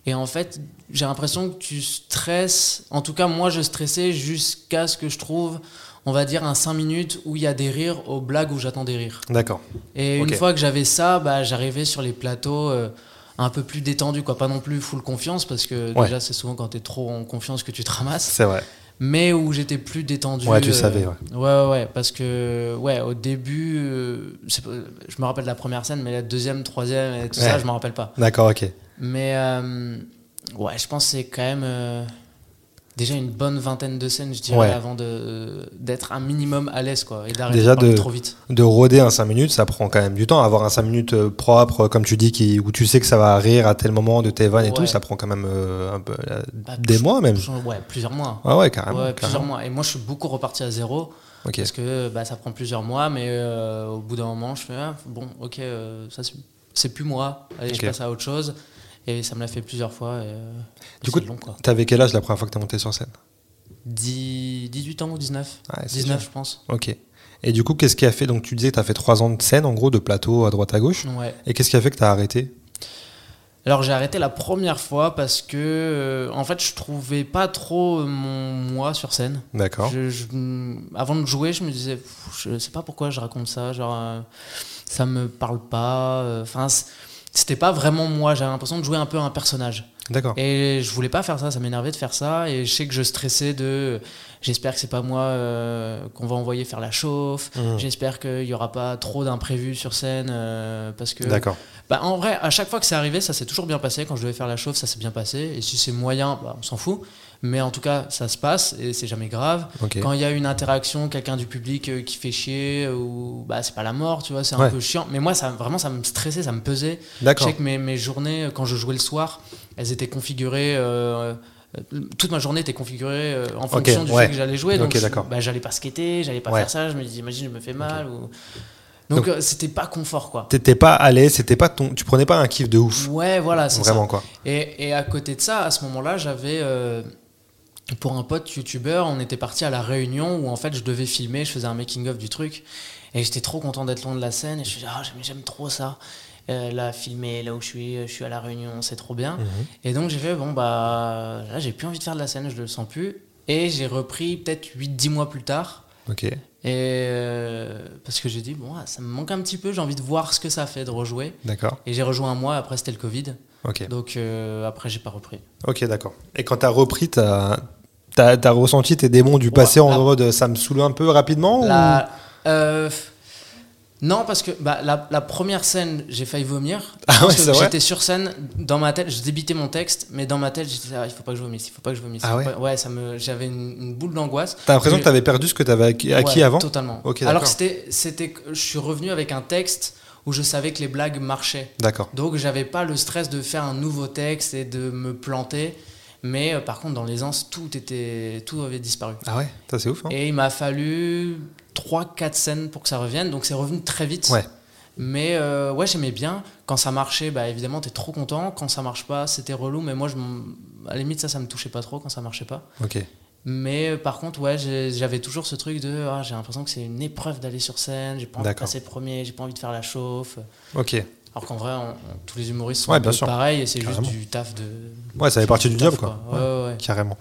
[SPEAKER 2] et en fait, j'ai l'impression que tu stresses. En tout cas, moi, je stressais jusqu'à ce que je trouve, on va dire, un 5 minutes où il y a des rires aux blagues où j'attends des rires.
[SPEAKER 1] D'accord.
[SPEAKER 2] Et
[SPEAKER 1] Ok.
[SPEAKER 2] une fois que j'avais ça, bah, j'arrivais sur les plateaux euh, un peu plus détendu, quoi. Pas non plus full confiance, parce que
[SPEAKER 1] Ouais.
[SPEAKER 2] déjà, c'est souvent quand t'es trop en confiance que tu te ramasses.
[SPEAKER 1] C'est vrai.
[SPEAKER 2] Mais où j'étais plus détendu.
[SPEAKER 1] Ouais, tu
[SPEAKER 2] euh,
[SPEAKER 1] savais, ouais.
[SPEAKER 2] Ouais, ouais, ouais, parce que, ouais, au début, euh, c'est pas- je me rappelle la première scène, mais la deuxième, troisième et tout ça,
[SPEAKER 1] Ouais.
[SPEAKER 2] je m'en rappelle pas.
[SPEAKER 1] D'accord, ok.
[SPEAKER 2] Mais, euh, ouais, je pense que c'est quand même. euh, Déjà une bonne vingtaine de scènes, je dirais,
[SPEAKER 1] Ouais.
[SPEAKER 2] avant de- d'être un minimum à l'aise, quoi, et d'arrêter
[SPEAKER 1] Déjà
[SPEAKER 2] de parler
[SPEAKER 1] de-
[SPEAKER 2] trop vite.
[SPEAKER 1] de rôder un 5 minutes, ça prend quand même du temps. Avoir un 5 minutes euh, propre, euh, comme tu dis, qui, où tu sais que ça va rire à tel moment de tes vannes et
[SPEAKER 2] Ouais.
[SPEAKER 1] tout, ça prend quand même euh, un peu, euh,
[SPEAKER 2] Bah,
[SPEAKER 1] des
[SPEAKER 2] plus-
[SPEAKER 1] mois même.
[SPEAKER 2] Ouais, plusieurs mois. hein.
[SPEAKER 1] Ah ouais, carrément.
[SPEAKER 2] ouais, plusieurs
[SPEAKER 1] carrément.
[SPEAKER 2] mois. Et moi, je suis beaucoup reparti à zéro
[SPEAKER 1] Ok.
[SPEAKER 2] parce que bah, ça prend plusieurs mois, mais euh, au bout d'un moment, je fais ah, bon, ok, euh, ça c'est- c'est plus moi. Allez,
[SPEAKER 1] Ok.
[SPEAKER 2] je passe à autre chose. Et ça me l'a fait plusieurs fois. Et, euh,
[SPEAKER 1] Du
[SPEAKER 2] c'est
[SPEAKER 1] coup,
[SPEAKER 2] long, quoi.
[SPEAKER 1] T'avais quel âge la première fois que t'es monté sur scène
[SPEAKER 2] Dix- 18 ans ou 19
[SPEAKER 1] Ouais, Ah, c'est
[SPEAKER 2] 19, je pense.
[SPEAKER 1] Ok. Et du coup, qu'est-ce qui a fait Donc tu disais que t'as fait 3 ans de scène, en gros, de plateau à droite à gauche.
[SPEAKER 2] Ouais.
[SPEAKER 1] Et qu'est-ce qui a fait que t'as arrêté
[SPEAKER 2] Alors, j'ai arrêté la première fois parce que, euh, en fait, je trouvais pas trop euh, mon moi sur scène.
[SPEAKER 1] D'accord.
[SPEAKER 2] Je- je- mm, avant de jouer, je me disais, pff, je sais pas pourquoi je raconte ça, genre, euh, ça me parle pas. euh, Enfin, c- c'était pas vraiment moi. J'avais l'impression de jouer un peu un personnage.
[SPEAKER 1] D'accord.
[SPEAKER 2] Et je voulais pas faire ça, ça m'énervait de faire ça. Et je sais que je stressais de. J'espère que c'est pas moi euh, qu'on va envoyer faire la chauffe.
[SPEAKER 1] Mhm.
[SPEAKER 2] J'espère qu'il y aura pas trop d'imprévus sur scène. euh, parce que.
[SPEAKER 1] D'accord.
[SPEAKER 2] Bah, en vrai, à chaque fois que c'est arrivé, ça s'est toujours bien passé. Quand je devais faire la chauffe, ça s'est bien passé. Et si c'est moyen, bah, on s'en fout. Mais en tout cas, ça se passe et c'est jamais grave.
[SPEAKER 1] Ok.
[SPEAKER 2] Quand il y a une interaction, quelqu'un du public euh, qui fait chier, euh, ou bah c'est pas la mort, tu vois, c'est un
[SPEAKER 1] Ouais.
[SPEAKER 2] peu chiant. Mais moi, ça, vraiment, ça me stressait, ça me pesait. Je
[SPEAKER 1] D'accord.
[SPEAKER 2] sais que mes, mes journées, euh, quand je jouais le soir, elles étaient configurées. euh, euh, toute ma journée était configurée euh, en fonction du
[SPEAKER 1] ouais.
[SPEAKER 2] fait que j'allais jouer. Donc,
[SPEAKER 1] Ok,
[SPEAKER 2] je-
[SPEAKER 1] d'accord.
[SPEAKER 2] bah, j'allais pas skater, j'allais pas
[SPEAKER 1] Ouais.
[SPEAKER 2] faire ça. Je me disais, imagine, je me fais mal. Ou... Donc,
[SPEAKER 1] Donc-
[SPEAKER 2] euh, c'était pas confort, quoi.
[SPEAKER 1] T'étais pas à l'aise, c'était pas ton. Tu prenais pas un kiff de ouf.
[SPEAKER 2] Ouais, voilà, c'est ça.
[SPEAKER 1] Vraiment quoi.
[SPEAKER 2] Et, et à côté de ça, à ce moment-là, j'avais. euh, pour un pote youtubeur, on était parti à la réunion où en fait je devais filmer, je faisais un making-of du truc. Et j'étais trop content d'être loin de la scène. Et je me suis dit, ah, j'aime- j'aime trop ça. Euh, là, filmer, là où je suis, euh, je suis à la réunion, c'est trop bien.
[SPEAKER 1] Mm. Mmh.
[SPEAKER 2] Et donc j'ai fait, bon, bah là, j'ai plus envie de faire de la scène, je le sens plus. Et j'ai repris peut-être 8-10 mois plus tard.
[SPEAKER 1] Ok.
[SPEAKER 2] Et euh, parce que j'ai dit, bon, ah, ça me manque un petit peu, j'ai envie de voir ce que ça fait de rejouer.
[SPEAKER 1] D'accord.
[SPEAKER 2] Et j'ai rejoint un mois, après c'était le Covid.
[SPEAKER 1] Ok.
[SPEAKER 2] Donc euh, après, j'ai pas repris.
[SPEAKER 1] Ok, d'accord. Et quand t'as repris, t'as as, ressenti tes démons du passé
[SPEAKER 2] Ouais,
[SPEAKER 1] en
[SPEAKER 2] là-
[SPEAKER 1] mode ça me saoule un peu rapidement ou-
[SPEAKER 2] La-
[SPEAKER 1] Oh.
[SPEAKER 2] euh, non, parce que bah, la, la première scène, j'ai failli vomir.
[SPEAKER 1] (laughs) Ah
[SPEAKER 2] Parce
[SPEAKER 1] ouais,
[SPEAKER 2] que
[SPEAKER 1] c'est vrai
[SPEAKER 2] J'étais sur scène, dans ma tête, je débitais mon texte, mais dans ma tête, je disais, ah, il faut pas que je vomisse, il faut pas que je vomisse.
[SPEAKER 1] Ah
[SPEAKER 2] il faut
[SPEAKER 1] ouais
[SPEAKER 2] pas- ça me, j'avais une, une boule d'angoisse.
[SPEAKER 1] T'as l'impression
[SPEAKER 2] Mais-
[SPEAKER 1] que t'avais perdu ce que t'avais acquis, acquis
[SPEAKER 2] Ouais,
[SPEAKER 1] avant
[SPEAKER 2] Totalement.
[SPEAKER 1] Ok, d'accord.
[SPEAKER 2] Alors que c'était, c'était, que je suis revenu avec un texte où je savais que les blagues marchaient.
[SPEAKER 1] D'accord.
[SPEAKER 2] Donc j'avais pas le stress de faire un nouveau texte et de me planter. Mais euh, par contre, dans l'aisance, tout était, tout avait disparu.
[SPEAKER 1] Ah ouais Ça, c'est ouf. hein
[SPEAKER 2] Et il m'a fallu 3-4 scènes pour que ça revienne, donc c'est revenu très vite.
[SPEAKER 1] Ouais.
[SPEAKER 2] Mais euh, ouais, j'aimais bien. Quand ça marchait, bah évidemment, t'es trop content. Quand ça marche pas, c'était relou, mais moi, je m'en- à la limite, ça, ça me touchait pas trop quand ça marchait pas.
[SPEAKER 1] Ok.
[SPEAKER 2] Mais euh, par contre, ouais, j'ai- j'avais toujours ce truc de ah, j'ai l'impression que c'est une épreuve d'aller sur scène, j'ai pas envie de
[SPEAKER 1] D'accord.
[SPEAKER 2] passer premier, j'ai pas envie de faire la chauffe.
[SPEAKER 1] Ok.
[SPEAKER 2] Alors qu'en vrai, on- on- tous les humoristes sont
[SPEAKER 1] Ouais,
[SPEAKER 2] un
[SPEAKER 1] bien
[SPEAKER 2] peu
[SPEAKER 1] sûr.
[SPEAKER 2] pareils et c'est juste
[SPEAKER 1] Carrément.
[SPEAKER 2] du taf de.
[SPEAKER 1] Ouais, ça fait partie du
[SPEAKER 2] taf,
[SPEAKER 1] job, quoi.
[SPEAKER 2] Ouais, ouais, ouais.
[SPEAKER 1] Carrément.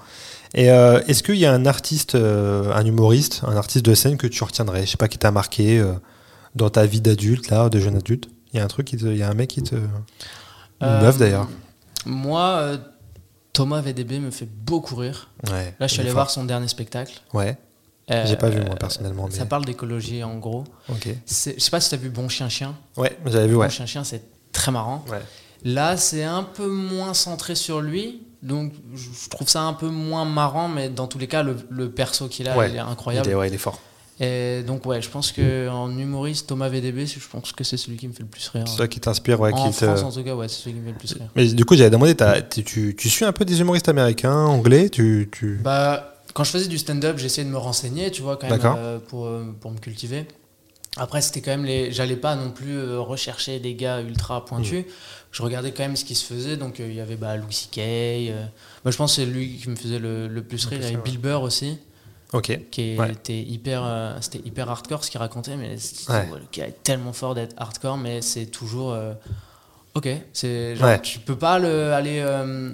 [SPEAKER 1] Et euh, est-ce qu'il y a un artiste, euh, un humoriste, un artiste de scène que tu retiendrais Je sais pas, qui t'a marqué euh, dans ta vie d'adulte, là, de jeune adulte Il y a un truc, qui te- il y a un mec qui te. Une
[SPEAKER 2] Euh,
[SPEAKER 1] meuf d'ailleurs.
[SPEAKER 2] Moi, euh, Thomas VDB me fait beaucoup rire.
[SPEAKER 1] Ouais.
[SPEAKER 2] Là, je suis
[SPEAKER 1] il est
[SPEAKER 2] allé
[SPEAKER 1] fort.
[SPEAKER 2] voir son dernier spectacle.
[SPEAKER 1] Ouais,
[SPEAKER 2] Euh,
[SPEAKER 1] j'ai pas vu moi personnellement. Mais...
[SPEAKER 2] Ça parle d'écologie en gros.
[SPEAKER 1] Ok.
[SPEAKER 2] C'est- Je sais pas si t'as vu Bon Chien Chien.
[SPEAKER 1] Ouais, j'avais vu, ouais.
[SPEAKER 2] Bon Chien Chien, c'est très marrant.
[SPEAKER 1] Ouais.
[SPEAKER 2] Là, c'est un peu moins centré sur lui. Donc, je je trouve ça un peu moins marrant, mais dans tous les cas, le, le perso qu'il a,
[SPEAKER 1] Ouais.
[SPEAKER 2] il est
[SPEAKER 1] Il
[SPEAKER 2] incroyable.
[SPEAKER 1] est, ouais, il est fort.
[SPEAKER 2] Et donc, ouais, je pense que en humoriste, Thomas VDB, je pense que c'est celui qui me fait le plus rire.
[SPEAKER 1] C'est ça qui t'inspire, ouais,
[SPEAKER 2] en
[SPEAKER 1] qui te.
[SPEAKER 2] France, en tout cas, ouais, c'est celui qui me fait le plus rire.
[SPEAKER 1] Mais du coup, j'avais demandé, t'as- tu, tu, tu suis un peu des humoristes américains, anglais tu, tu...
[SPEAKER 2] Bah, quand je faisais du stand-up, j'essayais de me renseigner, tu vois, quand même,
[SPEAKER 1] D'accord.
[SPEAKER 2] euh, pour, euh, pour me cultiver. Après, c'était quand même les. J'allais pas non plus euh, rechercher des gars ultra pointus. Je regardais quand même ce qui se faisait. Donc, euh, il y avait bah, Louis C.K. euh, Moi, je pense que c'est lui qui me faisait le, le plus rire. Il y avait Bill Burr aussi,
[SPEAKER 1] Ok.
[SPEAKER 2] qui
[SPEAKER 1] Ouais.
[SPEAKER 2] était hyper, euh, c'était hyper hardcore ce qu'il racontait. Mais c'est-
[SPEAKER 1] Ouais.
[SPEAKER 2] ouais, le gars est tellement fort d'être hardcore, mais c'est toujours. euh, ok, c'est. genre,
[SPEAKER 1] Ouais.
[SPEAKER 2] Tu peux pas le, aller. euh,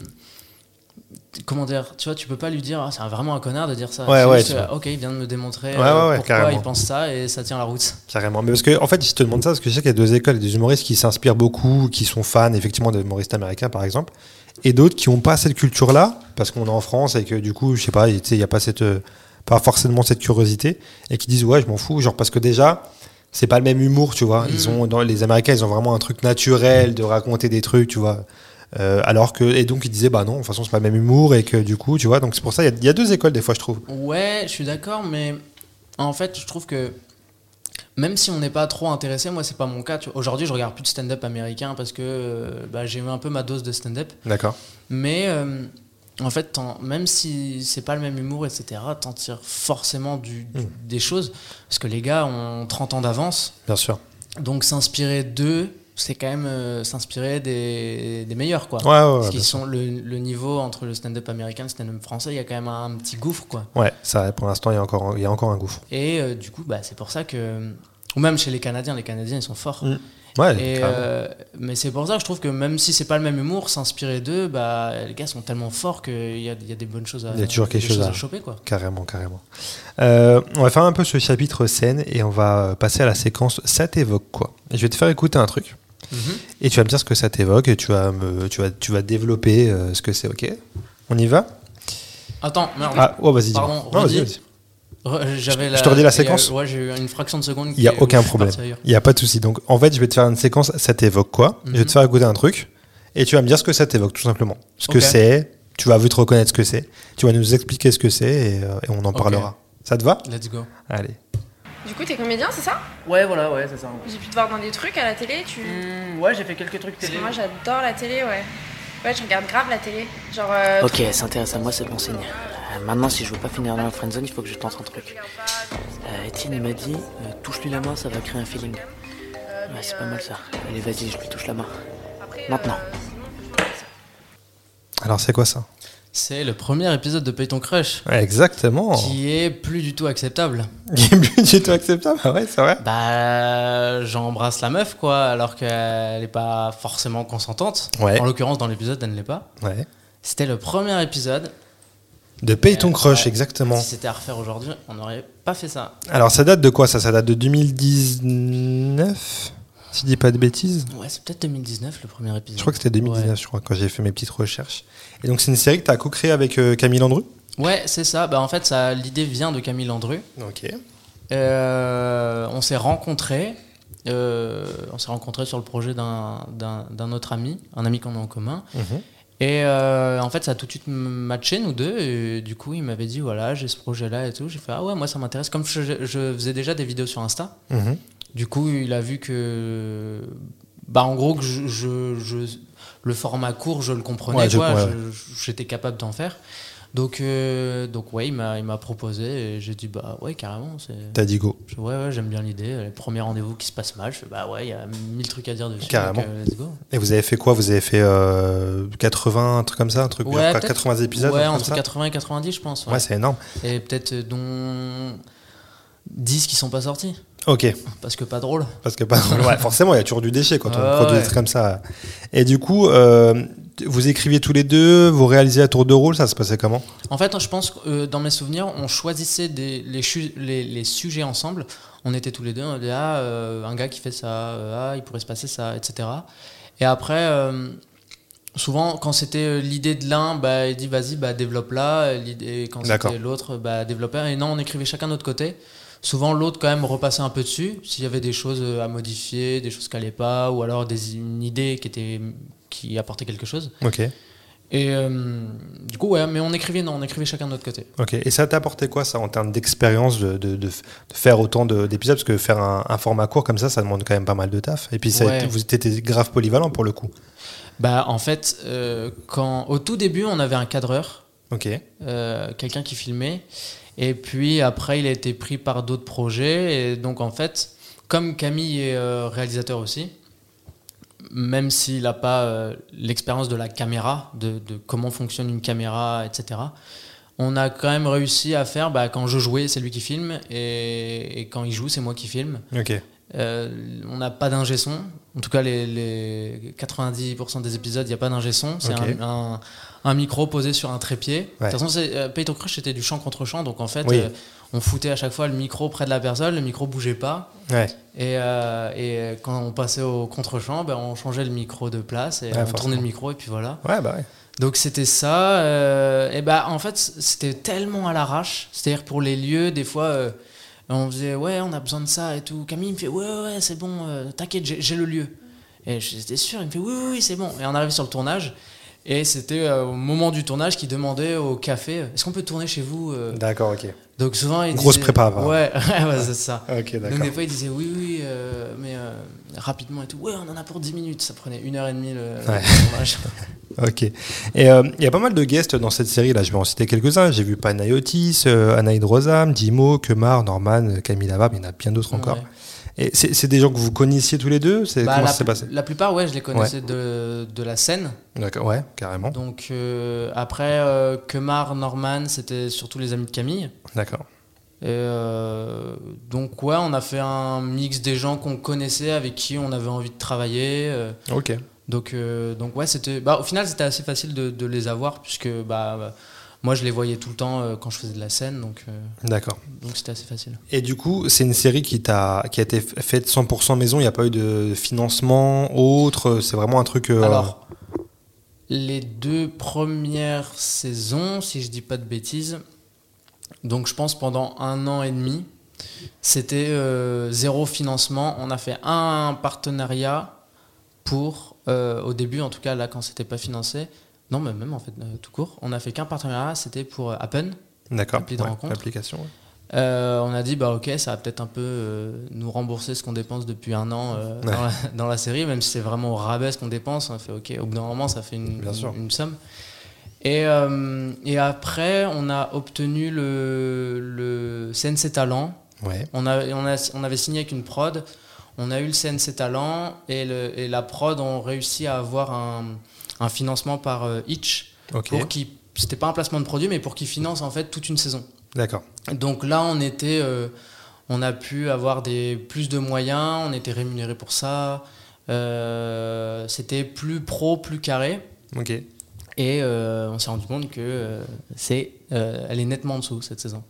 [SPEAKER 2] comment dire Tu vois, tu peux pas lui dire, Ah, c'est un- vraiment un connard de dire ça.
[SPEAKER 1] Ouais,
[SPEAKER 2] C'est
[SPEAKER 1] ouais,
[SPEAKER 2] juste,
[SPEAKER 1] tu
[SPEAKER 2] euh, ok, il vient de me démontrer
[SPEAKER 1] Ouais,
[SPEAKER 2] euh,
[SPEAKER 1] ouais, ouais,
[SPEAKER 2] pourquoi
[SPEAKER 1] carrément.
[SPEAKER 2] il pense ça et ça tient la route.
[SPEAKER 1] Carrément. Mais parce que, en fait, je te demande ça parce que je sais qu'il y a deux écoles, des humoristes qui s'inspirent beaucoup, qui sont fans, effectivement, des humoristes américains, par exemple, et d'autres qui n'ont pas cette culture-là, parce qu'on est en France et que, du coup, je sais pas, tu sais, il n'y a pas cette, euh, pas forcément cette curiosité, et qui disent, ouais, je m'en fous, genre, parce que déjà, c'est pas le même humour, tu vois. Ils ont, dans, les Américains, ils ont vraiment un truc naturel de raconter des trucs, tu vois. Euh, alors que, et donc, ils disaient, bah non, de toute façon, c'est pas le même humour, et que, du coup, tu vois, donc c'est pour ça, il y a- il y, a deux écoles, des fois, je trouve.
[SPEAKER 2] Ouais, je suis d'accord, mais en fait, je trouve que même si on n'est pas trop intéressé, moi, c'est pas mon cas. tu vois. Aujourd'hui, je regarde plus de stand-up américain parce que euh, bah, j'ai eu un peu ma dose de stand-up.
[SPEAKER 1] D'accord.
[SPEAKER 2] Mais euh, en fait, t'en- même si c'est pas le même humour, etc., t'en tires forcément du-
[SPEAKER 1] Mm.
[SPEAKER 2] du- des choses. Parce que les gars ont 30 ans d'avance.
[SPEAKER 1] Bien sûr.
[SPEAKER 2] Donc s'inspirer d'eux, c'est quand même euh, s'inspirer des, des meilleurs, quoi.
[SPEAKER 1] Ouais, ouais,
[SPEAKER 2] Parce
[SPEAKER 1] ouais.
[SPEAKER 2] qu'ils sont le, le niveau entre le stand-up américain et le stand-up français, il y a quand même un, petit gouffre, quoi.
[SPEAKER 1] Ouais, ça, pour l'instant, il y, a encore- il y a encore un gouffre.
[SPEAKER 2] Et euh, du coup, bah, c'est pour ça que. Ou même chez les Canadiens, les Canadiens, ils sont forts.
[SPEAKER 1] Mm. Ouais,
[SPEAKER 2] Et,
[SPEAKER 1] carrément.
[SPEAKER 2] euh, mais c'est pour ça que je trouve que même si c'est pas le même humour, s'inspirer d'eux, bah, les gars sont tellement forts qu'il y a, il y a des bonnes choses à,
[SPEAKER 1] Il y a toujours
[SPEAKER 2] des
[SPEAKER 1] quelque chose
[SPEAKER 2] choses
[SPEAKER 1] à-
[SPEAKER 2] à choper. Quoi.
[SPEAKER 1] carrément, carrément. Euh, on va faire un peu ce chapitre scène et on va euh, passer à la séquence ça t'évoque quoi. Et je vais te faire écouter un truc
[SPEAKER 2] Mhm.
[SPEAKER 1] et tu vas me dire ce que ça t'évoque et tu vas me, tu vas, tu vas développer euh, ce que c'est. Ok, on y va.
[SPEAKER 2] Attends, merde.
[SPEAKER 1] Ah, oh vas-y. dis-moi.
[SPEAKER 2] Pardon,
[SPEAKER 1] Non, vas-y, vas-y.
[SPEAKER 2] redis. Re- j'avais
[SPEAKER 1] Je- je te redis la
[SPEAKER 2] il y a-
[SPEAKER 1] séquence
[SPEAKER 2] Ouais, j'ai eu une fraction de seconde.
[SPEAKER 1] Il y a
[SPEAKER 2] qui-
[SPEAKER 1] aucun
[SPEAKER 2] où je suis
[SPEAKER 1] problème.
[SPEAKER 2] parti ailleurs.
[SPEAKER 1] Il y a pas de souci. Donc en fait, je vais te faire une séquence ça t'évoque quoi. Je vais
[SPEAKER 2] Mhm.
[SPEAKER 1] te faire écouter un truc et tu vas me dire ce que ça t'évoque tout simplement. Ce que
[SPEAKER 2] Ok.
[SPEAKER 1] c'est. Tu vas vite reconnaître ce que c'est. Tu vas nous expliquer ce que c'est et, euh, et on en parlera. Ça te va
[SPEAKER 2] Let's go.
[SPEAKER 1] Allez.
[SPEAKER 4] Du coup, t'es comédien, c'est ça
[SPEAKER 5] Ouais, voilà, ouais, c'est ça.
[SPEAKER 4] J'ai pu te voir dans des trucs à la télé, tu.
[SPEAKER 6] Mmh.
[SPEAKER 5] Hmm, ouais, j'ai fait quelques trucs
[SPEAKER 4] Parce
[SPEAKER 5] télé.
[SPEAKER 4] que moi, j'adore la télé, ouais. Ouais, je regarde grave la télé. Genre. euh,
[SPEAKER 6] Ok, elle s'intéresse à moi, c'est bon signe. Euh, maintenant, si je veux pas finir dans la friendzone, il faut que je tente un truc. Euh, Étienne, il m'a dit, euh, touche-lui la main, ça va créer un feeling. Ouais, c'est pas mal ça. Allez, vas-y, je lui touche la main. Maintenant.
[SPEAKER 1] Alors c'est quoi ça
[SPEAKER 2] C'est le premier épisode de Payton Crush
[SPEAKER 1] Ouais, Exactement.
[SPEAKER 2] qui est plus du tout acceptable.
[SPEAKER 1] (laughs) Il est plus du tout acceptable, Ah ouais, c'est vrai.
[SPEAKER 2] Bah, j'embrasse la meuf, quoi, alors qu'elle n'est pas forcément consentante.
[SPEAKER 1] Ouais.
[SPEAKER 2] En l'occurrence, dans l'épisode, elle ne l'est pas.
[SPEAKER 1] Ouais.
[SPEAKER 2] C'était le premier épisode.
[SPEAKER 1] De Paye ton
[SPEAKER 2] Euh,
[SPEAKER 1] crush,
[SPEAKER 2] ouais.
[SPEAKER 1] exactement.
[SPEAKER 2] Si c'était à refaire aujourd'hui, on n'aurait pas fait ça.
[SPEAKER 1] Alors ça date de quoi ça Ça date de 2019 Si je dis pas de bêtises.
[SPEAKER 2] Ouais, c'est peut-être 2019 le premier épisode.
[SPEAKER 1] Je crois que c'était 2019, je crois, quand j'ai fait mes petites recherches. Et donc c'est une série que tu as co-créée avec euh, Camille Landru
[SPEAKER 2] Ouais, Ouais, c'est ça. Bah, en fait, ça, l'idée vient de Camille Landru.
[SPEAKER 1] Ok.
[SPEAKER 2] Euh, on s'est rencontrés. euh, on s'est rencontrés sur le projet d'un- d'un d'un autre ami, un ami qu'on a en commun.
[SPEAKER 1] Mhm.
[SPEAKER 2] Et euh, en fait, ça a tout de suite matché, nous deux. Et du coup, il m'avait dit voilà, j'ai ce projet-là et tout. J'ai fait ah ouais, moi ça m'intéresse. Comme je, je faisais déjà des vidéos sur Insta,
[SPEAKER 1] Mhm.
[SPEAKER 2] du coup, il a vu que. Bah, en gros, que je, je- je- le format court, je le comprenais,
[SPEAKER 1] Ouais, je-
[SPEAKER 2] quoi.
[SPEAKER 1] ouais,
[SPEAKER 2] Je- je- J'étais capable d'en faire. Donc, euh, donc ouais, il m'a il m'a proposé et j'ai dit bah ouais, carrément. c'est-
[SPEAKER 1] T'as dit go.
[SPEAKER 2] je- Ouais, ouais, j'aime bien l'idée. Les premiers rendez-vous qui se passent mal, je fais bah ouais, il y a mille trucs à dire dessus.
[SPEAKER 1] Carrément.
[SPEAKER 2] donc, euh, let's go.
[SPEAKER 1] Et vous avez fait quoi Vous avez fait euh, 80, un truc comme ça, un truc
[SPEAKER 2] Ouais,
[SPEAKER 1] genre
[SPEAKER 2] peut-être.
[SPEAKER 1] 80 épisodes
[SPEAKER 2] ouais,
[SPEAKER 1] un truc
[SPEAKER 2] entre
[SPEAKER 1] comme ça
[SPEAKER 2] 80 et 90, je pense. ouais.
[SPEAKER 1] Ouais, c'est énorme.
[SPEAKER 2] Et peut-être euh, dont 10 qui sont pas sortis.
[SPEAKER 1] Ok,
[SPEAKER 2] Parce que pas drôle.
[SPEAKER 1] parce que pas ouais, forcément, il y a toujours du déchet quand on
[SPEAKER 2] Ah,
[SPEAKER 1] produit
[SPEAKER 2] ouais.
[SPEAKER 1] des trucs comme ça. Et du coup, euh, vous écriviez tous les deux, vous réalisiez à tour de rôle, ça se passait comment
[SPEAKER 2] En fait, je pense que euh, dans mes souvenirs, on choisissait des- les, chu- les- les sujets ensemble. On était tous les deux, on disait, ah, euh, un gars qui fait ça, euh, ah, il pourrait se passer ça, etc. Et après, euh, souvent, quand c'était euh, l'idée de l'un, bah, il dit, vas-y, bah, développe-la. Et l'idée- quand
[SPEAKER 1] D'accord.
[SPEAKER 2] c'était l'autre, bah, développe-la. Et non, on écrivait chacun de notre côté. Souvent, l'autre, quand même, repassait un peu dessus. S'il y avait des choses euh, à modifier, des choses qui n'allaient pas, ou alors des, une idée qui, était, qui apportait quelque chose.
[SPEAKER 1] Ok,
[SPEAKER 2] Et euh, du coup, ouais, mais on écrivait, non, on écrivait chacun de notre côté.
[SPEAKER 1] ok. Et ça t'a apporté quoi, ça, en termes d'expérience de, de- de f- de faire autant de- d'épisodes Parce que faire un, un format court comme ça, ça demande quand même pas mal de taf. Et puis, ça a
[SPEAKER 2] Ouais.
[SPEAKER 1] été- vous étiez grave polyvalent pour le coup.
[SPEAKER 2] Bah, en fait, euh, quand, au tout début, on avait un cadreur,
[SPEAKER 1] Ok,
[SPEAKER 2] euh, quelqu'un qui filmait, et puis après, il a été pris par d'autres projets, et donc en fait, comme Camille est euh, réalisateur aussi, même s'il n'a pas euh, l'expérience de la caméra, de, de comment fonctionne une caméra, etc., on a quand même réussi à faire, bah, quand je jouais, c'est lui qui filme, et- et quand il joue, c'est moi qui filme.
[SPEAKER 1] ok.
[SPEAKER 2] Euh, on n'a pas d'ingé son. En tout cas, les, les 90% des épisodes, il n'y a pas d'ingé son. C'est
[SPEAKER 1] Ok.
[SPEAKER 2] un, un- un micro posé sur un trépied.
[SPEAKER 1] Ouais.
[SPEAKER 2] De toute façon, c'est- euh, Pay to Crush, c'était du chant contre chant. Donc en fait,
[SPEAKER 1] Oui.
[SPEAKER 2] euh, on foutait à chaque fois le micro près de la personne, le micro bougeait pas.
[SPEAKER 1] Ouais.
[SPEAKER 2] Et, euh, et, euh, quand on passait au contre-champ, ben, on changeait le micro de place et
[SPEAKER 1] Ouais,
[SPEAKER 2] on
[SPEAKER 1] forcément.
[SPEAKER 2] tournait le micro et puis voilà.
[SPEAKER 1] Ouais, bah ouais.
[SPEAKER 2] Donc c'était ça. euh, et bah en fait c'était tellement à l'arrache. C'est-à-dire pour les lieux, des fois euh, on faisait ouais on a besoin de ça et tout. Camille il me fait ouais ouais, ouais, c'est bon, euh, t'inquiète j'ai j'ai le lieu. Et j'étais sûr, il me fait oui oui, oui c'est bon. Et on arrive sur le tournage et c'était euh, au moment du tournage qui demandait au café euh, est-ce qu'on peut tourner chez vous. euh
[SPEAKER 1] D'accord, ok.
[SPEAKER 2] Donc souvent ils
[SPEAKER 1] Grosse
[SPEAKER 2] disaient-
[SPEAKER 1] prépa, apparemment.
[SPEAKER 2] Ouais, (laughs) ouais, ouais, c'est ça.
[SPEAKER 1] Ok, (laughs)
[SPEAKER 2] Donc
[SPEAKER 1] d'accord.
[SPEAKER 2] des fois ils disaient oui oui euh, mais euh, rapidement et tout. Ouais on en a pour 10 minutes. Ça prenait une heure et demie le, le
[SPEAKER 1] Ouais.
[SPEAKER 2] tournage.
[SPEAKER 1] Ok. Et euh, il y a pas mal de guests dans cette série. Là, je vais en citer quelques-uns. J'ai vu Panayotis, euh, Anaïd Rosam, Dimo, Kemar, Norman, euh, Camille Labarbe. Il y en a bien d'autres encore.
[SPEAKER 2] Ah Ouais.
[SPEAKER 1] Et c'est c'est des gens que vous connaissiez tous les deux C'est
[SPEAKER 2] Bah,
[SPEAKER 1] comment
[SPEAKER 2] la,
[SPEAKER 1] ça s'est passé
[SPEAKER 2] la plupart, ouais, je les connaissais de, de la scène.
[SPEAKER 1] D'accord. Ouais, carrément.
[SPEAKER 2] Donc euh, après, euh, Kemar, Norman, c'était surtout les amis de Camille.
[SPEAKER 1] D'accord.
[SPEAKER 2] Et, euh, donc ouais, on a fait un mix des gens qu'on connaissait, avec qui on avait envie de travailler. euh,
[SPEAKER 1] Ok.
[SPEAKER 2] donc euh, donc ouais, c'était. Bah, au final, c'était assez facile de, de les avoir puisque bah, bah, moi je les voyais tout le temps euh, quand je faisais de la scène, donc euh,
[SPEAKER 1] D'accord.
[SPEAKER 2] donc c'était assez facile.
[SPEAKER 1] Et du coup, c'est une série qui, t'a- qui a été f- faite 100% maison. Il n'y a pas eu de financement autre. C'est vraiment un truc. euh,
[SPEAKER 2] Alors, les deux premières saisons, si je dis pas de bêtises, donc je pense pendant un an et demi, c'était euh, zéro financement. On a fait un partenariat pour, euh, au début en tout cas, là quand c'était pas financé, non, mais même en fait, euh, tout court, on a fait qu'un partenariat, c'était pour euh, Appen.
[SPEAKER 1] D'accord.
[SPEAKER 2] l'appli de rencontre.
[SPEAKER 1] L'application. ouais.
[SPEAKER 2] Euh, on a dit, bah ok, ça va peut-être un peu euh, nous rembourser ce qu'on dépense depuis un an euh,
[SPEAKER 1] Ouais.
[SPEAKER 2] dans, la, (laughs) dans la série, même si c'est vraiment au rabais ce qu'on dépense. On a fait, ok, au bout d'un moment, ça fait une,
[SPEAKER 1] Bien
[SPEAKER 2] une-
[SPEAKER 1] sûr.
[SPEAKER 2] une somme. Et, euh, et après, on a obtenu le, le CNC Talent.
[SPEAKER 1] Ouais.
[SPEAKER 2] On, a, on, a- on avait signé avec une prod. On a eu le CNC Talent et, le- et la prod ont réussi à avoir un, un financement par euh, Itch.
[SPEAKER 1] Ok.
[SPEAKER 2] Pour qui, c'était pas un placement de produit, mais pour qu'ils financent en fait toute une saison.
[SPEAKER 1] D'accord.
[SPEAKER 2] Donc là, on était, euh, on a pu avoir des plus de moyens, on était rémunéré pour ça. Euh, C'était plus pro, plus carré.
[SPEAKER 1] Ok.
[SPEAKER 2] Et euh, on s'est rendu compte que euh, c'est, euh, elle est nettement en dessous cette saison.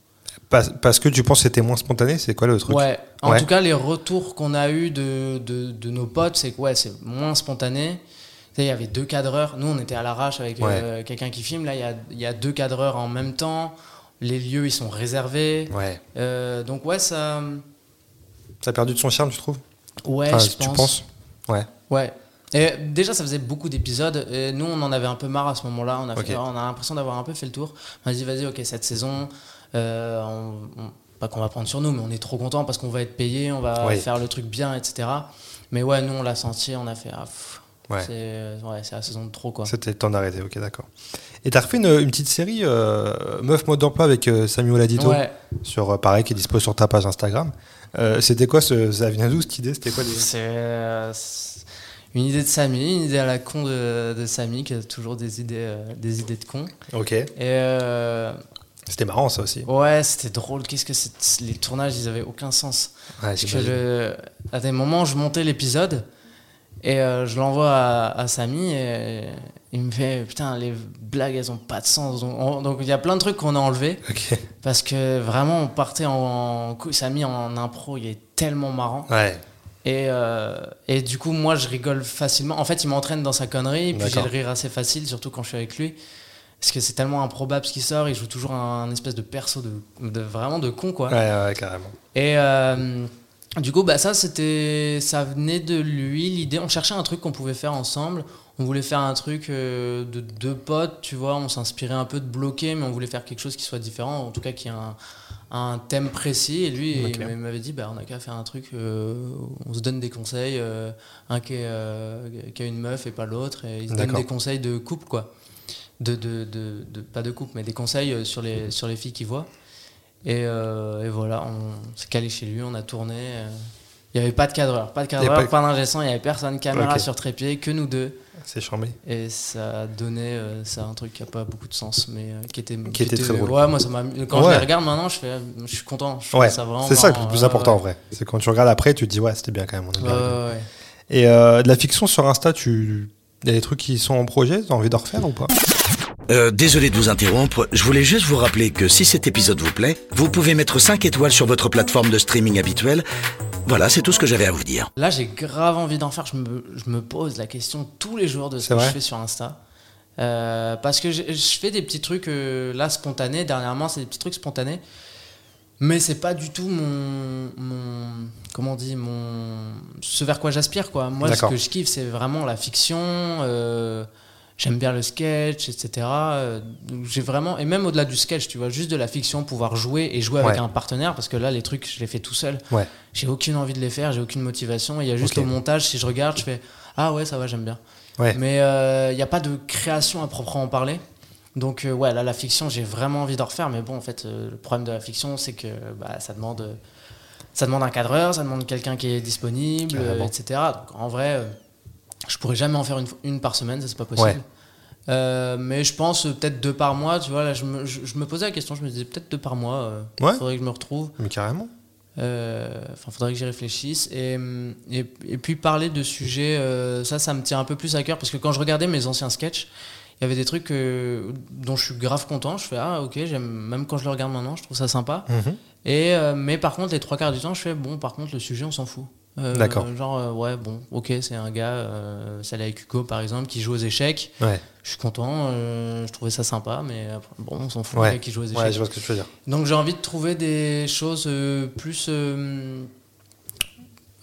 [SPEAKER 1] Parce, parce que tu penses que c'était moins spontané C'est quoi le truc
[SPEAKER 2] Ouais. En
[SPEAKER 1] Ouais.
[SPEAKER 2] tout cas, les retours qu'on a eu de, de, de nos potes, c'est que ouais, c'est moins spontané. Tu sais, Il y avait deux cadreurs. Nous, on était à l'arrache avec
[SPEAKER 1] Ouais.
[SPEAKER 2] euh, quelqu'un qui filme. Là, il y a, il y a deux cadreurs en même temps. Les lieux, ils sont réservés.
[SPEAKER 1] Ouais.
[SPEAKER 2] Euh, donc ouais, ça.
[SPEAKER 1] Ça a perdu de son charme, tu trouves
[SPEAKER 2] Ouais,
[SPEAKER 1] Enfin,
[SPEAKER 2] Eh, je
[SPEAKER 1] Ah, tu
[SPEAKER 2] pense.
[SPEAKER 1] penses Ouais.
[SPEAKER 2] Ouais. Et déjà, ça faisait beaucoup d'épisodes. Et nous, on en avait un peu marre à ce moment-là. On a, fait,
[SPEAKER 1] Ok.
[SPEAKER 2] on a l'impression d'avoir un peu fait le tour. On a dit, vas-y, ok, cette saison, euh, on- on- pas qu'on va prendre sur nous, mais on est trop content parce qu'on va être payé, on va
[SPEAKER 1] Oui.
[SPEAKER 2] faire le truc bien, etc. Mais ouais, nous, on l'a senti, on a fait, ah, pff,
[SPEAKER 1] Ouais.
[SPEAKER 2] C'est euh, ouais, c'est la saison de trop, quoi.
[SPEAKER 1] C'était le temps d'arrêter, ok, d'accord. Et t'as refait une, une petite série euh, Meuf mode d'emploi avec euh, Samuel Adito
[SPEAKER 2] Ouais,
[SPEAKER 1] sur euh, pareil qui est dispo sur ta page Instagram. Euh, c'était quoi ce ça vient d'où cette idée C'était quoi l'idée
[SPEAKER 2] c'est euh, c'est une idée de Samy, une idée à la con de, de Samy, qui a toujours des idées, euh, des idées de con.
[SPEAKER 1] Ok,
[SPEAKER 2] Et euh,
[SPEAKER 1] c'était marrant ça aussi.
[SPEAKER 2] ouais, c'était drôle. Qu'est-ce que c'est Les tournages, ils avaient aucun sens.
[SPEAKER 1] Ouais,
[SPEAKER 2] Parce que
[SPEAKER 1] j'imagine.
[SPEAKER 2] je- à des moments, je montais l'épisode et euh, je l'envoie à, à Samy et il me fait Putain, les blagues, elles ont pas de sens. Donc, on- donc, il y a plein de trucs qu'on a enlevés
[SPEAKER 1] Ok,
[SPEAKER 2] parce que vraiment, on partait en. en cou- Samy en impro, il est tellement marrant.
[SPEAKER 1] ouais,
[SPEAKER 2] Et, euh, et du coup, moi, je rigole facilement. En fait, il m'entraîne dans sa connerie, puis j'ai
[SPEAKER 1] D'accord.
[SPEAKER 2] le rire assez facile, surtout quand je suis avec lui. Parce que c'est tellement improbable ce qui sort, il joue toujours un, un espèce de perso de, de- vraiment de con, quoi.
[SPEAKER 1] ouais, ouais, carrément.
[SPEAKER 2] Et euh, du coup, bah, ça, c'était, ça venait de lui, l'idée. On cherchait un truc qu'on pouvait faire ensemble. On voulait faire un truc euh, de deux potes, tu vois. On s'inspirait un peu de bloquer, mais on voulait faire quelque chose qui soit différent, en tout cas qui ait un, un thème précis. Et lui,
[SPEAKER 1] Ok.
[SPEAKER 2] il m'a- il m'avait dit, bah, on a qu'à faire un truc, euh, où on se donne des conseils, euh, un qui est, euh, qui a une meuf et pas l'autre, et il se donne
[SPEAKER 1] D'accord.
[SPEAKER 2] des conseils de couple, quoi. De, de, de, de- pas de couple, mais des conseils euh, sur les, sur les filles qu'il voit. Et, euh, et voilà, on s'est calé chez lui, on a tourné. euh. Il n'y avait pas de cadreur, pas de
[SPEAKER 1] avait
[SPEAKER 2] cadreur,
[SPEAKER 1] pas
[SPEAKER 2] pas,
[SPEAKER 1] de-
[SPEAKER 2] d'ingé son, il n'y avait personne, caméra
[SPEAKER 1] Ok.
[SPEAKER 2] sur trépied, que nous deux.
[SPEAKER 1] C'est charmé.
[SPEAKER 2] Et ça donnait euh, ça un truc qui n'a pas beaucoup de sens, mais euh, qui était
[SPEAKER 1] Qui était très drôle.
[SPEAKER 2] Ouais, moi, ça m'a. Quand
[SPEAKER 1] Ouais.
[SPEAKER 2] je les regarde maintenant, je fais, euh, je suis content. Je trouve
[SPEAKER 1] Ouais,
[SPEAKER 2] ça vraiment
[SPEAKER 1] c'est ça le
[SPEAKER 2] marrant.
[SPEAKER 1] plus
[SPEAKER 2] Ouais,
[SPEAKER 1] important en
[SPEAKER 2] ouais.
[SPEAKER 1] vrai. C'est quand tu regardes après, tu te dis ouais, c'était bien quand même. on a bien
[SPEAKER 2] Ouais,
[SPEAKER 1] rigolé.
[SPEAKER 2] ouais, ouais.
[SPEAKER 1] Et euh, de la fiction sur Insta, tu il y a des trucs qui sont en projet, t'as envie d'en refaire ou pas
[SPEAKER 3] Euh, désolé de vous interrompre, je voulais juste vous rappeler que si cet épisode vous plaît, vous pouvez mettre 5 étoiles sur votre plateforme de streaming habituelle. Voilà, c'est tout ce que j'avais à vous dire.
[SPEAKER 2] Là, j'ai grave envie d'en faire. Je me, je me pose la question tous les jours de
[SPEAKER 1] C'est
[SPEAKER 2] ce que je
[SPEAKER 1] vrai
[SPEAKER 2] fais sur Insta. Euh, parce que je, je fais des petits trucs euh, là spontanés. Dernièrement, c'est des petits trucs spontanés. Mais c'est pas du tout mon, mon- Comment on dit mon, Ce vers quoi j'aspire, quoi. Moi, ce
[SPEAKER 1] D'accord.
[SPEAKER 2] que je kiffe, c'est vraiment la fiction. euh, J'aime bien le sketch, etc. Euh, donc J'ai vraiment, et même au-delà du sketch, tu vois, juste de la fiction, pouvoir jouer et jouer avec
[SPEAKER 1] Ouais.
[SPEAKER 2] un partenaire, parce que là, les trucs, je les fais tout seul.
[SPEAKER 1] Ouais.
[SPEAKER 2] J'ai aucune envie de les faire, j'ai aucune motivation. Il y a juste
[SPEAKER 1] Ok.
[SPEAKER 2] au montage, si je regarde, je fais Ah ouais, ça va, j'aime bien.
[SPEAKER 1] Ouais.
[SPEAKER 2] Mais euh, il n'y a pas de création à proprement parler. Donc, euh, ouais, là, la fiction, j'ai vraiment envie d'en refaire. Mais bon, en fait, euh, le problème de la fiction, c'est que bah, ça demande. euh, ça demande un cadreur, ça demande quelqu'un qui est disponible, euh,
[SPEAKER 1] Carrément.
[SPEAKER 2] etc. Donc, en vrai, euh, je pourrais jamais en faire une, une par semaine, ça c'est pas possible.
[SPEAKER 1] Ouais.
[SPEAKER 2] Euh, mais je pense euh, peut-être deux par mois, tu vois. Là, je me, je- je me posais la question, je me disais peut-être deux par mois. euh,
[SPEAKER 1] Ouais.
[SPEAKER 2] Faudrait que je me retrouve.
[SPEAKER 1] Mais carrément.
[SPEAKER 2] Euh, Enfin, faudrait que j'y réfléchisse. Et, hum, et, et puis parler de sujets, euh, ça, ça me tient un peu plus à cœur parce que quand je regardais mes anciens sketchs, il y avait des trucs euh, dont je suis grave content. Je fais ah ok, j'aime même quand je le regarde maintenant, je trouve ça sympa.
[SPEAKER 1] Mhm.
[SPEAKER 2] Et euh, mais par contre, les trois quarts du temps, je fais bon. Par contre, le sujet, on s'en fout. Euh,
[SPEAKER 1] D'accord.
[SPEAKER 2] Genre euh, ouais bon, ok, c'est un gars, euh, celle avec Hugo par exemple, qui joue aux échecs.
[SPEAKER 1] Ouais.
[SPEAKER 2] Je suis content, euh, je trouvais ça sympa, mais euh, bon, on s'en fout.
[SPEAKER 1] Ouais.
[SPEAKER 2] le gars qui joue aux échecs.
[SPEAKER 1] Ouais, je vois ce que tu veux dire.
[SPEAKER 2] Donc j'ai envie de trouver des choses euh, plus euh,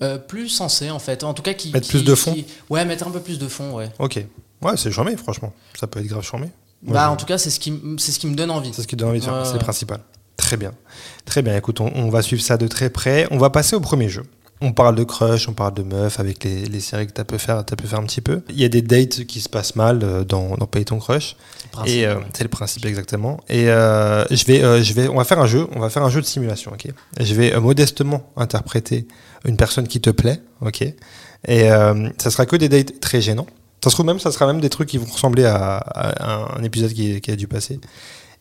[SPEAKER 2] euh, plus sensées en fait, en tout cas qui
[SPEAKER 1] Mettre
[SPEAKER 2] qui-
[SPEAKER 1] plus de fond
[SPEAKER 2] qui- Ouais, mettre un peu plus de fond, ouais.
[SPEAKER 1] Ok. Ouais, c'est charmé, franchement. Ça peut être grave charmé. Moi,
[SPEAKER 2] bah
[SPEAKER 1] je-
[SPEAKER 2] en tout cas c'est ce qui m- c'est ce qui me donne envie.
[SPEAKER 1] C'est ce qui donne envie de faire,
[SPEAKER 2] Ouais,
[SPEAKER 1] c'est
[SPEAKER 2] ouais.
[SPEAKER 1] le principal. Très bien. Très bien, écoute, on, on va suivre ça de très près. On va passer au premier jeu. On parle de crush, on parle de meuf avec les, les séries que tu as pu faire, t'as pu faire un petit peu. Il y a des dates qui se passent mal euh, dans, dans Payton Crush.
[SPEAKER 2] Principe.
[SPEAKER 1] Et euh, c'est le principe exactement. Et euh, je vais, euh, je vais, on va faire un jeu, on va faire un jeu de simulation, ok. Je vais euh, modestement interpréter une personne qui te plaît, ok. Et euh, ça sera que des dates très gênants. Ça se trouve même, ça sera même des trucs qui vont ressembler à, à un épisode qui, qui a dû passer.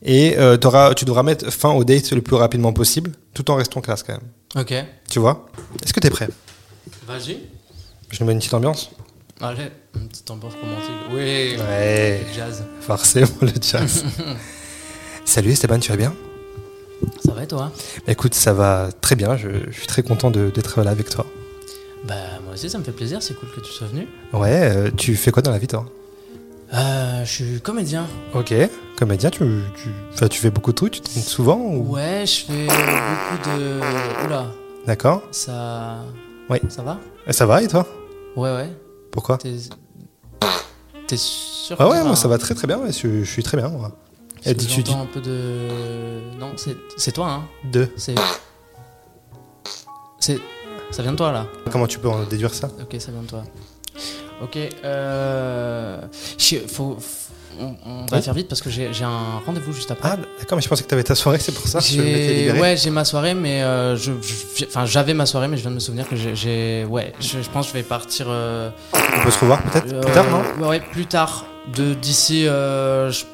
[SPEAKER 1] Et euh, t'auras- tu devras mettre fin aux dates le plus rapidement possible, tout en restant classe quand même.
[SPEAKER 2] euh, OK.
[SPEAKER 1] Tu vois Est-ce que t'es prêt
[SPEAKER 2] Vas-y.
[SPEAKER 1] Je nous mets une petite ambiance.
[SPEAKER 2] Allez, une petite ambiance romantique. Oui.
[SPEAKER 1] Ouais.
[SPEAKER 2] le Jazz.
[SPEAKER 1] Forcément le jazz. Salut Esteban, tu vas bien
[SPEAKER 2] Ça va et toi
[SPEAKER 1] Écoute, ça va très bien. Je, je suis très content de- d'être là avec toi.
[SPEAKER 2] Bah moi aussi ça me fait plaisir, c'est cool que tu sois venu.
[SPEAKER 1] Ouais, euh, tu fais quoi dans la vie, toi
[SPEAKER 2] Euh, je suis comédien.
[SPEAKER 1] Ok. Comédien, tu, tu, enfin, tu fais beaucoup de trucs, tu te montres souvent ou...
[SPEAKER 2] Ouais, je fais beaucoup de Oula,
[SPEAKER 1] D'accord.
[SPEAKER 2] ça
[SPEAKER 1] Ouais.
[SPEAKER 2] Ça va
[SPEAKER 1] Et Ça va, et toi
[SPEAKER 2] Ouais ouais.
[SPEAKER 1] Pourquoi
[SPEAKER 2] T'es T'es sûr
[SPEAKER 1] Ah
[SPEAKER 2] que
[SPEAKER 1] ouais,
[SPEAKER 2] t'as
[SPEAKER 1] moi, ça
[SPEAKER 2] un-
[SPEAKER 1] va très très bien. ouais, je, je suis très bien, moi.
[SPEAKER 2] Parce
[SPEAKER 1] Et
[SPEAKER 2] que
[SPEAKER 1] dis- tu dis
[SPEAKER 2] j'entends un peu de. Non, c'est c'est toi, hein.
[SPEAKER 1] deux.
[SPEAKER 2] C'est. C'est. Ça vient de toi, là.
[SPEAKER 1] Comment tu peux en déduire ça
[SPEAKER 2] Ok, ça vient de toi. Ok. Euh... je- faut- f- on, on va
[SPEAKER 1] Oui.
[SPEAKER 2] faire vite parce que j'ai j'ai un rendez-vous juste après.
[SPEAKER 1] Ah, d'accord, mais je pensais que t'avais ta soirée, c'est pour ça. Je m'étais
[SPEAKER 2] J'ai-
[SPEAKER 1] libéré.
[SPEAKER 2] ouais, j'ai ma soirée, mais euh, je, je- j'ai- enfin, j'avais ma soirée, mais je viens de me souvenir que j'ai- j'ai, ouais, je, je pense que je vais partir euh,
[SPEAKER 1] On peut se revoir peut-être plus tard, non
[SPEAKER 2] euh, Ouais, plus tard. De d'ici, euh, je-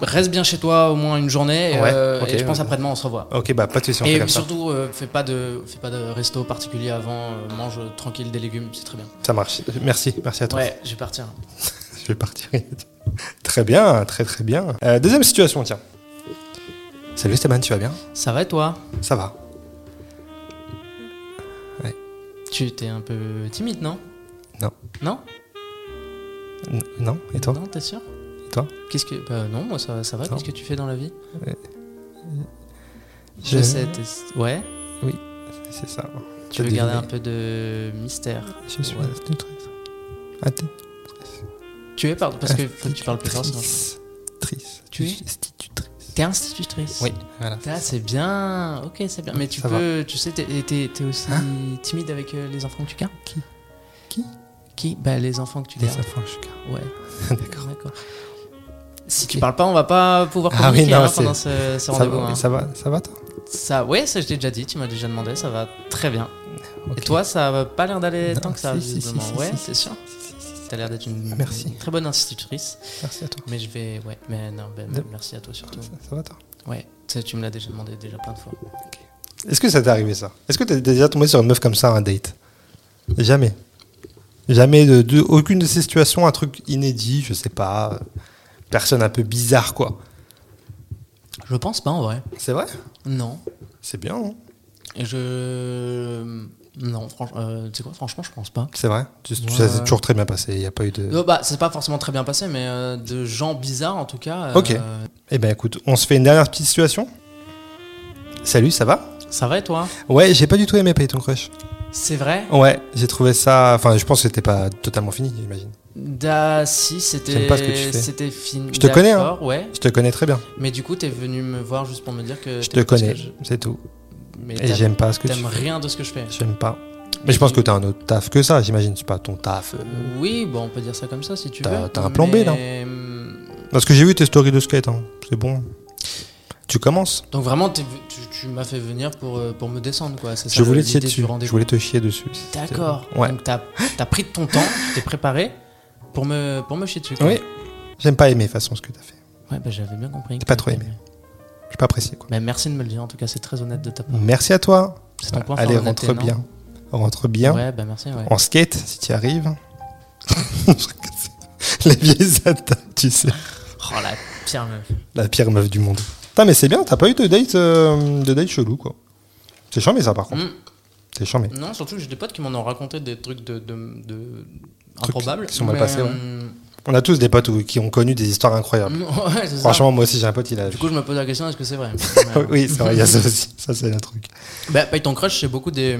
[SPEAKER 2] reste bien chez toi au moins une journée.
[SPEAKER 1] Ouais,
[SPEAKER 2] euh,
[SPEAKER 1] ok.
[SPEAKER 2] et je pense après demain on se revoit.
[SPEAKER 1] Ok, bah pas de soucis, on fait
[SPEAKER 2] Et
[SPEAKER 1] comme ça.
[SPEAKER 2] surtout, euh, fais pas de, fais pas de resto particulier avant. euh, mange tranquille des légumes, c'est très bien.
[SPEAKER 1] Ça marche. Merci, merci à toi.
[SPEAKER 2] Ouais, je vais partir.
[SPEAKER 1] Je vais partir. (laughs) très bien, très très bien. Euh, deuxième situation, tiens. Salut Stéphane, tu vas bien
[SPEAKER 2] Ça va et toi
[SPEAKER 1] Ça va.
[SPEAKER 2] Tu étais un peu timide, non
[SPEAKER 1] Non.
[SPEAKER 2] Non
[SPEAKER 1] N- non Et toi
[SPEAKER 2] Non, t'es sûr
[SPEAKER 1] Et toi
[SPEAKER 2] Qu'est-ce que. Bah non, moi ça, ça va.
[SPEAKER 1] Non. Euh,
[SPEAKER 2] Qu'est-ce que tu fais dans la vie
[SPEAKER 1] Je-
[SPEAKER 2] Je sais. t'es- Ouais.
[SPEAKER 1] C'est ça.
[SPEAKER 2] Tu veux garder un peu de mystère.
[SPEAKER 1] Je suis
[SPEAKER 2] Ouais.
[SPEAKER 1] triste. Ah, t'es
[SPEAKER 2] Tu es, pardon, parce que
[SPEAKER 1] (laughs)
[SPEAKER 2] faut que tu parles plus fort sinon.
[SPEAKER 1] triste. Triste.
[SPEAKER 2] Tu es
[SPEAKER 1] Institutrice.
[SPEAKER 2] T'es institutrice.
[SPEAKER 1] Oui, voilà.
[SPEAKER 2] Ah, c'est bien. Ok, c'est bien. Mais tu
[SPEAKER 1] Ça va. Hein
[SPEAKER 2] peux. Tu sais, t'es- t'es t'es aussi timide avec euh, les enfants que tu gardes
[SPEAKER 1] Qui Qui
[SPEAKER 2] Qui Bah, les enfants que tu
[SPEAKER 1] Des
[SPEAKER 2] gardes.
[SPEAKER 1] enfants, je garde.
[SPEAKER 2] Ouais.
[SPEAKER 1] (laughs) D'accord.
[SPEAKER 2] D'accord. Si tu
[SPEAKER 1] Ok.
[SPEAKER 2] parles pas, on va pas pouvoir
[SPEAKER 1] Ah oui,
[SPEAKER 2] communiquer
[SPEAKER 1] non,
[SPEAKER 2] hein,
[SPEAKER 1] c'est-
[SPEAKER 2] pendant ce, ce
[SPEAKER 1] Ça
[SPEAKER 2] rendez-vous.
[SPEAKER 1] va,
[SPEAKER 2] hein.
[SPEAKER 1] ça va, ça va toi
[SPEAKER 2] Ça, ouais, ça je t'ai déjà dit, tu m'as déjà demandé, ça va très bien.
[SPEAKER 1] Ok.
[SPEAKER 2] Et toi, ça va pas l'air d'aller
[SPEAKER 1] Non,
[SPEAKER 2] tant que ça,
[SPEAKER 1] si, si, si,
[SPEAKER 2] visiblement.
[SPEAKER 1] si,
[SPEAKER 2] ouais,
[SPEAKER 1] si,
[SPEAKER 2] c'est sûr. T'as l'air d'être une
[SPEAKER 1] Merci.
[SPEAKER 2] très bonne institutrice,
[SPEAKER 1] Merci à toi.
[SPEAKER 2] mais je vais, ouais, mais non, ben,
[SPEAKER 1] De-
[SPEAKER 2] merci à toi surtout.
[SPEAKER 1] Ça, ça va toi
[SPEAKER 2] Ouais, tu sais, tu me l'as déjà demandé déjà plein de fois.
[SPEAKER 1] Est-ce que ça t'est arrivé ça Est-ce que t'es déjà tombé sur une meuf comme ça à un date Jamais. Jamais de, de- aucune de ces situations, un truc inédit, je sais pas. euh, Personne un peu bizarre quoi.
[SPEAKER 2] Je pense pas en vrai.
[SPEAKER 1] C'est vrai
[SPEAKER 2] Non.
[SPEAKER 1] C'est bien, hein
[SPEAKER 2] Et je. Non, franchement, euh, tu sais quoi, franchement, je pense pas.
[SPEAKER 1] c'est vrai. Tu- tu-
[SPEAKER 2] Ouais,
[SPEAKER 1] Ça s'est
[SPEAKER 2] ouais.
[SPEAKER 1] toujours très bien passé. Il n'y a pas eu de.
[SPEAKER 2] Non, bah, c'est pas forcément très bien passé, mais euh, de gens bizarres en tout cas. euh,
[SPEAKER 1] Ok. Eh ben écoute, on se fait une dernière petite situation. Salut, ça va
[SPEAKER 2] Ça va et toi
[SPEAKER 1] Ouais, j'ai pas du tout aimé Payton Crush.
[SPEAKER 2] C'est vrai
[SPEAKER 1] Ouais, j'ai trouvé ça. Enfin, je pense que c'était pas totalement fini, j'imagine.
[SPEAKER 2] Da, si,
[SPEAKER 1] J'aime
[SPEAKER 2] c'était.
[SPEAKER 1] pas ce que tu fais.
[SPEAKER 2] C'était fini.
[SPEAKER 1] Je te connais, hein.
[SPEAKER 2] D'accord, Ouais.
[SPEAKER 1] Je te connais très bien.
[SPEAKER 2] Mais du coup, t'es venu me voir juste pour me dire que.
[SPEAKER 1] Je te
[SPEAKER 2] t'aimes pas ce
[SPEAKER 1] connais,
[SPEAKER 2] que je-
[SPEAKER 1] c'est tout.
[SPEAKER 2] Mais
[SPEAKER 1] Et
[SPEAKER 2] t'aimes-
[SPEAKER 1] j'aime pas ce que tu
[SPEAKER 2] T'aimes rien de ce que je fais.
[SPEAKER 1] J'aime pas. Mais je pense que t'as un autre taf que ça, j'imagine. C'est pas ton taf. euh.
[SPEAKER 2] Oui, bon, on peut dire ça comme ça si tu
[SPEAKER 1] T'as-
[SPEAKER 2] veux.
[SPEAKER 1] t'as un plan B, là.
[SPEAKER 2] Mais, euh,
[SPEAKER 1] Parce que j'ai vu tes stories de skate, hein. c'est bon. Tu commences.
[SPEAKER 2] Donc vraiment, t'es- tu, tu m'as fait venir pour, euh, pour me descendre, quoi. C'est ça
[SPEAKER 1] je voulais te
[SPEAKER 2] l'idée
[SPEAKER 1] chier
[SPEAKER 2] du
[SPEAKER 1] dessus. Je
[SPEAKER 2] rendez-vous.
[SPEAKER 1] voulais te chier dessus. C'était-
[SPEAKER 2] D'accord.
[SPEAKER 1] Ouais.
[SPEAKER 2] Donc t'as as pris de ton temps, tu t'es préparé pour me, pour me chier dessus. quoi.
[SPEAKER 1] Oui. J'aime pas aimer de toute façon ce que t'as fait.
[SPEAKER 2] Ouais, bah, j'avais bien compris.
[SPEAKER 1] T'es
[SPEAKER 2] que
[SPEAKER 1] pas trop
[SPEAKER 2] t'aimais.
[SPEAKER 1] aimé. J'ai pas apprécié quoi.
[SPEAKER 2] Bah, merci de me le dire, en tout cas, c'est très honnête de ta part.
[SPEAKER 1] Merci à toi.
[SPEAKER 2] C'est ton point fort
[SPEAKER 1] Mmh. Allez,
[SPEAKER 2] d'honnêteté,
[SPEAKER 1] rentre
[SPEAKER 2] non
[SPEAKER 1] bien. Rentre bien. Oh.
[SPEAKER 2] Ouais, bah merci, ouais.
[SPEAKER 1] En skate, si tu arrives. (laughs) La vieille attaques, tu sais.
[SPEAKER 2] Oh la pire meuf.
[SPEAKER 1] La pire meuf du monde. Putain, mais c'est bien, t'as pas eu de date, euh, de date chelou quoi. C'est charmé ça par contre.
[SPEAKER 2] Mm.
[SPEAKER 1] C'est charmé.
[SPEAKER 2] Non, surtout que j'ai des potes qui m'en ont raconté des trucs de, de, de-
[SPEAKER 1] qui-
[SPEAKER 2] improbables.
[SPEAKER 1] qui sont mal
[SPEAKER 2] mais,
[SPEAKER 1] passés, ouais.
[SPEAKER 2] euh,
[SPEAKER 1] On a tous des potes où- qui ont connu des histoires incroyables.
[SPEAKER 2] (laughs) ouais, Mm. c'est ça.
[SPEAKER 1] Franchement, moi aussi, j'ai un pote, il a.
[SPEAKER 2] Du coup, je me pose la question est-ce que c'est vrai
[SPEAKER 1] (laughs) oui, c'est vrai, il y a ça aussi. Ça, c'est un truc.
[SPEAKER 2] bah, Paye ton crush, c'est beaucoup des.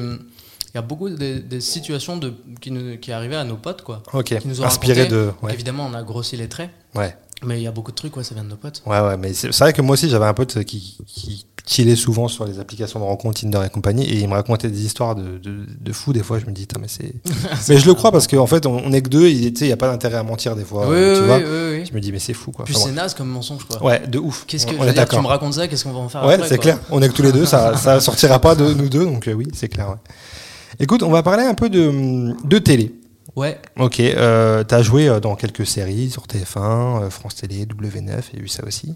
[SPEAKER 2] Il y a beaucoup des, des situations de, qui, nous, qui arrivaient à nos potes, quoi.
[SPEAKER 1] Ok.
[SPEAKER 2] Qui nous ont
[SPEAKER 1] Inspiré
[SPEAKER 2] raconté.
[SPEAKER 1] de. Ouais.
[SPEAKER 2] Évidemment, on a grossi les traits,
[SPEAKER 1] ouais.
[SPEAKER 2] mais il y a beaucoup de trucs, ouais, ça vient de nos potes.
[SPEAKER 1] Ouais, ouais, mais c'est c'est vrai que moi aussi, j'avais un pote qui, qui chillait souvent sur les applications de rencontres Tinder et compagnie, et il me racontait des histoires de, de, de fous. Des fois, je me dis, Tain, mais
[SPEAKER 2] (laughs)
[SPEAKER 1] c'est. mais je le crois parce qu'en fait, on, on est que deux, il n'y a pas d'intérêt à mentir des fois.
[SPEAKER 2] oui,
[SPEAKER 1] euh, tu
[SPEAKER 2] oui,
[SPEAKER 1] vois
[SPEAKER 2] oui, oui,
[SPEAKER 1] Je me dis, mais c'est fou, quoi.
[SPEAKER 2] Puis
[SPEAKER 1] Enfin,
[SPEAKER 2] c'est naze comme mensonge, quoi.
[SPEAKER 1] ouais. Ouais, de ouf.
[SPEAKER 2] Qu'est-ce
[SPEAKER 1] On-
[SPEAKER 2] que je
[SPEAKER 1] on
[SPEAKER 2] veux
[SPEAKER 1] est
[SPEAKER 2] dire, tu
[SPEAKER 1] d'accord.
[SPEAKER 2] me racontes ça, qu'est-ce qu'on va en faire
[SPEAKER 1] Ouais,
[SPEAKER 2] après,
[SPEAKER 1] c'est
[SPEAKER 2] quoi
[SPEAKER 1] clair. On est que tous les deux,
[SPEAKER 2] (laughs)
[SPEAKER 1] ça, ça sortira pas de nous deux, donc euh, oui, c'est clair. ouais. Écoute, on va parler un peu de, de télé.
[SPEAKER 2] Ouais,
[SPEAKER 1] Ok, euh, t'as joué euh, dans quelques séries sur TF1, euh, France Télé, W9, il y a eu ça aussi.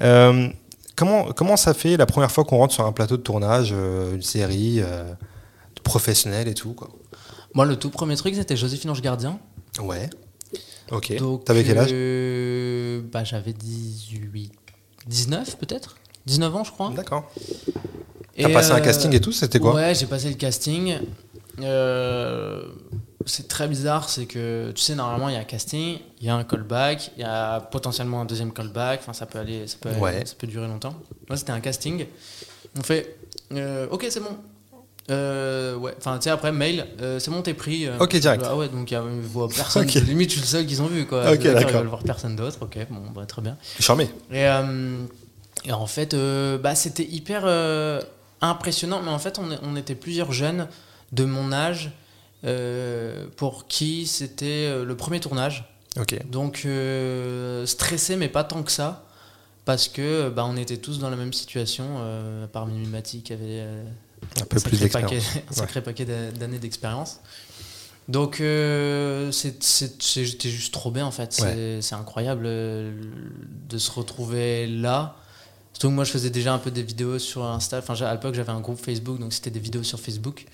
[SPEAKER 1] Euh, comment, comment ça fait la première fois qu'on rentre sur un plateau de tournage, euh, une série euh, professionnelle et tout quoi
[SPEAKER 2] moi, le tout premier truc, c'était Joséphine Ange Gardien.
[SPEAKER 1] Ouais. Ok.
[SPEAKER 2] Donc,
[SPEAKER 1] T'avais quel âge
[SPEAKER 2] euh, bah, J'avais 18. 19 peut-être 19 ans, je crois.
[SPEAKER 1] D'accord.
[SPEAKER 2] Et,
[SPEAKER 1] T'as passé un
[SPEAKER 2] euh,
[SPEAKER 1] casting et tout, c'était quoi
[SPEAKER 2] Ouais, j'ai passé le casting. Euh, c'est très bizarre, c'est que tu sais, normalement, il y a un casting, il y a un callback, il y a potentiellement un deuxième callback, enfin, ça peut aller, ça peut, aller-
[SPEAKER 1] Ouais.
[SPEAKER 2] ça peut durer longtemps. Moi, c'était un casting. On fait, euh, ok, c'est bon. Euh, ouais, enfin, tu sais, après, mail, euh, c'est bon, t'es pris. euh,
[SPEAKER 1] Ok, direct.
[SPEAKER 2] Ah ouais, donc il y a- ils voient personne.
[SPEAKER 1] Ok.
[SPEAKER 2] Limite, je suis le seul qu'ils ont vu, quoi.
[SPEAKER 1] Ok,
[SPEAKER 2] Ils
[SPEAKER 1] d'accord.
[SPEAKER 2] veulent voir personne d'autre, ok, bon, bah, très bien.
[SPEAKER 1] Charmé.
[SPEAKER 2] Et, euh, et en fait, euh, bah, c'était hyper euh, impressionnant. Mais en fait, on, on était plusieurs jeunes de mon âge euh, pour qui c'était euh, le premier tournage.
[SPEAKER 1] Ok.
[SPEAKER 2] Donc euh, stressé, mais pas tant que ça, parce que bah, on était tous dans la même situation, euh, à part Mimimati qui avait euh,
[SPEAKER 1] Un peu
[SPEAKER 2] sacré
[SPEAKER 1] plus
[SPEAKER 2] paquet-
[SPEAKER 1] d'expérience.
[SPEAKER 2] un sacré paquet d'a- d'années d'expérience. Donc euh, c'est- c'est- c'est- c'était juste trop bien en fait, c'est c'est incroyable euh, de se retrouver là. Surtout que moi je faisais déjà un peu des vidéos sur Insta, enfin j'a- à l'époque j'avais un groupe Facebook, donc c'était des vidéos sur Facebook.